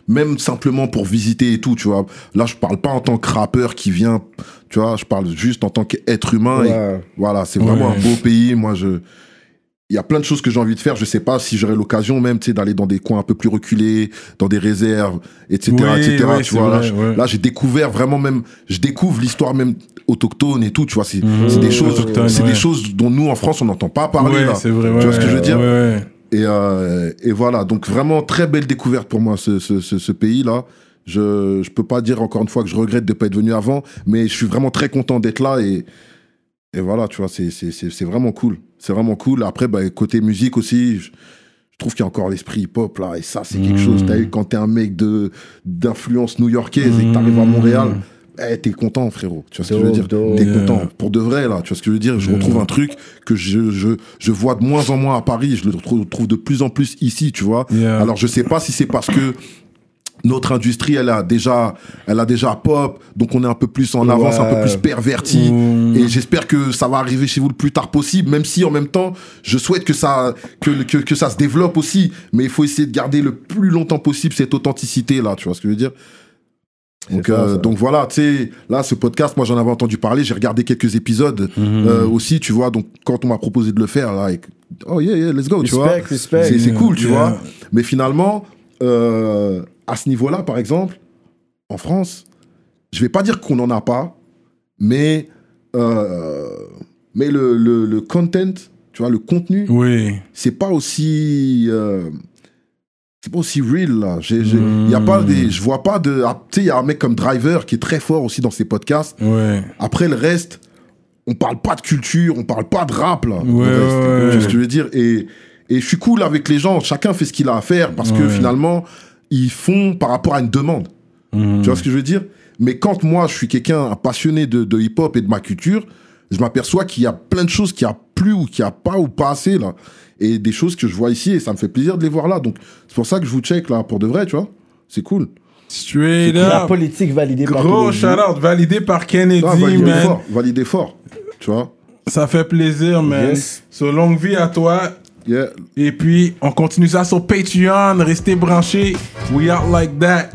Même simplement pour visiter et tout, tu vois. Là, je parle pas en tant que rappeur qui vient, tu vois. Je parle juste en tant qu'être humain. et ouais. voilà, c'est vraiment Ouais. un beau pays. Moi, je. Il y a plein de choses que j'ai envie de faire. Je sais pas si j'aurai l'occasion même, tu sais, d'aller dans des coins un peu plus reculés, dans des réserves, etc., Oui, etc. oui, tu c'est vois, là, vrai, je- ouais. là, j'ai découvert vraiment même, je découvre l'histoire même autochtone et tout. Tu vois, c'est c'est des choses, Mmh. autochtone, c'est ouais. des choses dont nous en France on n'entend pas parler Ouais, là. c'est vrai. ouais, tu vois ce que je veux dire ouais, ouais. et, euh, et voilà, donc vraiment très belle découverte pour moi, ce, ce, ce, ce pays-là. Je je peux pas dire encore une fois que je regrette de pas être venu avant, mais je suis vraiment très content d'être là et, et voilà, tu vois, c'est- c'est c'est- c'est vraiment cool. C'est vraiment cool. Après, bah, côté musique aussi, je, je trouve qu'il y a encore l'esprit hip-hop là, et ça, c'est quelque Mmh. chose. T'as eu quand t'es un mec de- d'influence new-yorkaise et que t'arrives à Montréal. Eh, t'es content, frérot. Tu vois ce que je veux Mmh. Dope, dire dope. T'es Yeah. content. Pour de vrai, là. Tu vois ce que je veux dire Je Yeah. retrouve un truc que je, je, je vois de moins en moins à Paris. Je le retrouve trouve de plus en plus ici, tu vois. Yeah. Alors, je sais pas si c'est parce que notre industrie, elle a déjà, elle a déjà pop, donc on est un peu plus en avance, un peu plus perverti. Mmh. Et j'espère que ça va arriver chez vous le plus tard possible, même si en même temps, je souhaite que ça, que, le- que, que ça se développe aussi. Mais il faut essayer de garder le plus longtemps possible cette authenticité là. Tu vois ce que je veux dire? Donc, fort, euh, ça. donc voilà, tu sais, là, ce podcast, moi j'en avais entendu parler, j'ai regardé quelques épisodes Mmh. euh, aussi, tu vois. Donc quand on m'a proposé de le faire, là, et que- oh yeah, yeah, let's go, tu vois. Respect, respect. C'est c'est cool, tu euh, Yeah. vois. Mais finalement, euh, à ce niveau-là, par exemple, en France, je vais pas dire qu'on n'en a pas, mais, euh, mais le, le, le content, tu vois, le contenu, Oui. c'est pas aussi. euh, c'est pas aussi real, là. J'ai- j'ai- y a pas Hmm. des, je vois pas de. ah, Tu sais, il y a un mec comme Driver qui est très fort aussi dans ses podcasts. Ouais. Après le reste, on parle pas de culture, on parle pas de rap là. Ouais, Le reste. ouais, ouais. Tu vois ce que je veux dire et, et je suis cool avec les gens, chacun fait ce qu'il a à faire parce que Ouais. finalement, ils font par rapport à une demande. Mm. Tu vois ce que je veux dire Mais quand moi, je suis quelqu'un un passionné de, de hip-hop et de ma culture, je m'aperçois qu'il y a plein de choses qui a plus ou qui a pas ou pas assez là, et des choses que je vois ici et ça me fait plaisir de les voir là. Donc c'est pour ça que je vous check là pour de vrai, tu vois. C'est cool. Straight La up. politique validée par Gros Kennedy. shout-out, validé par Kennedy, Ah, validez man. fort, validez fort, tu vois. Ça fait plaisir, man. Yes. So, longue vie à toi. Yeah, Et puis, on continue ça sur Patreon. Restez branchés. We out like that.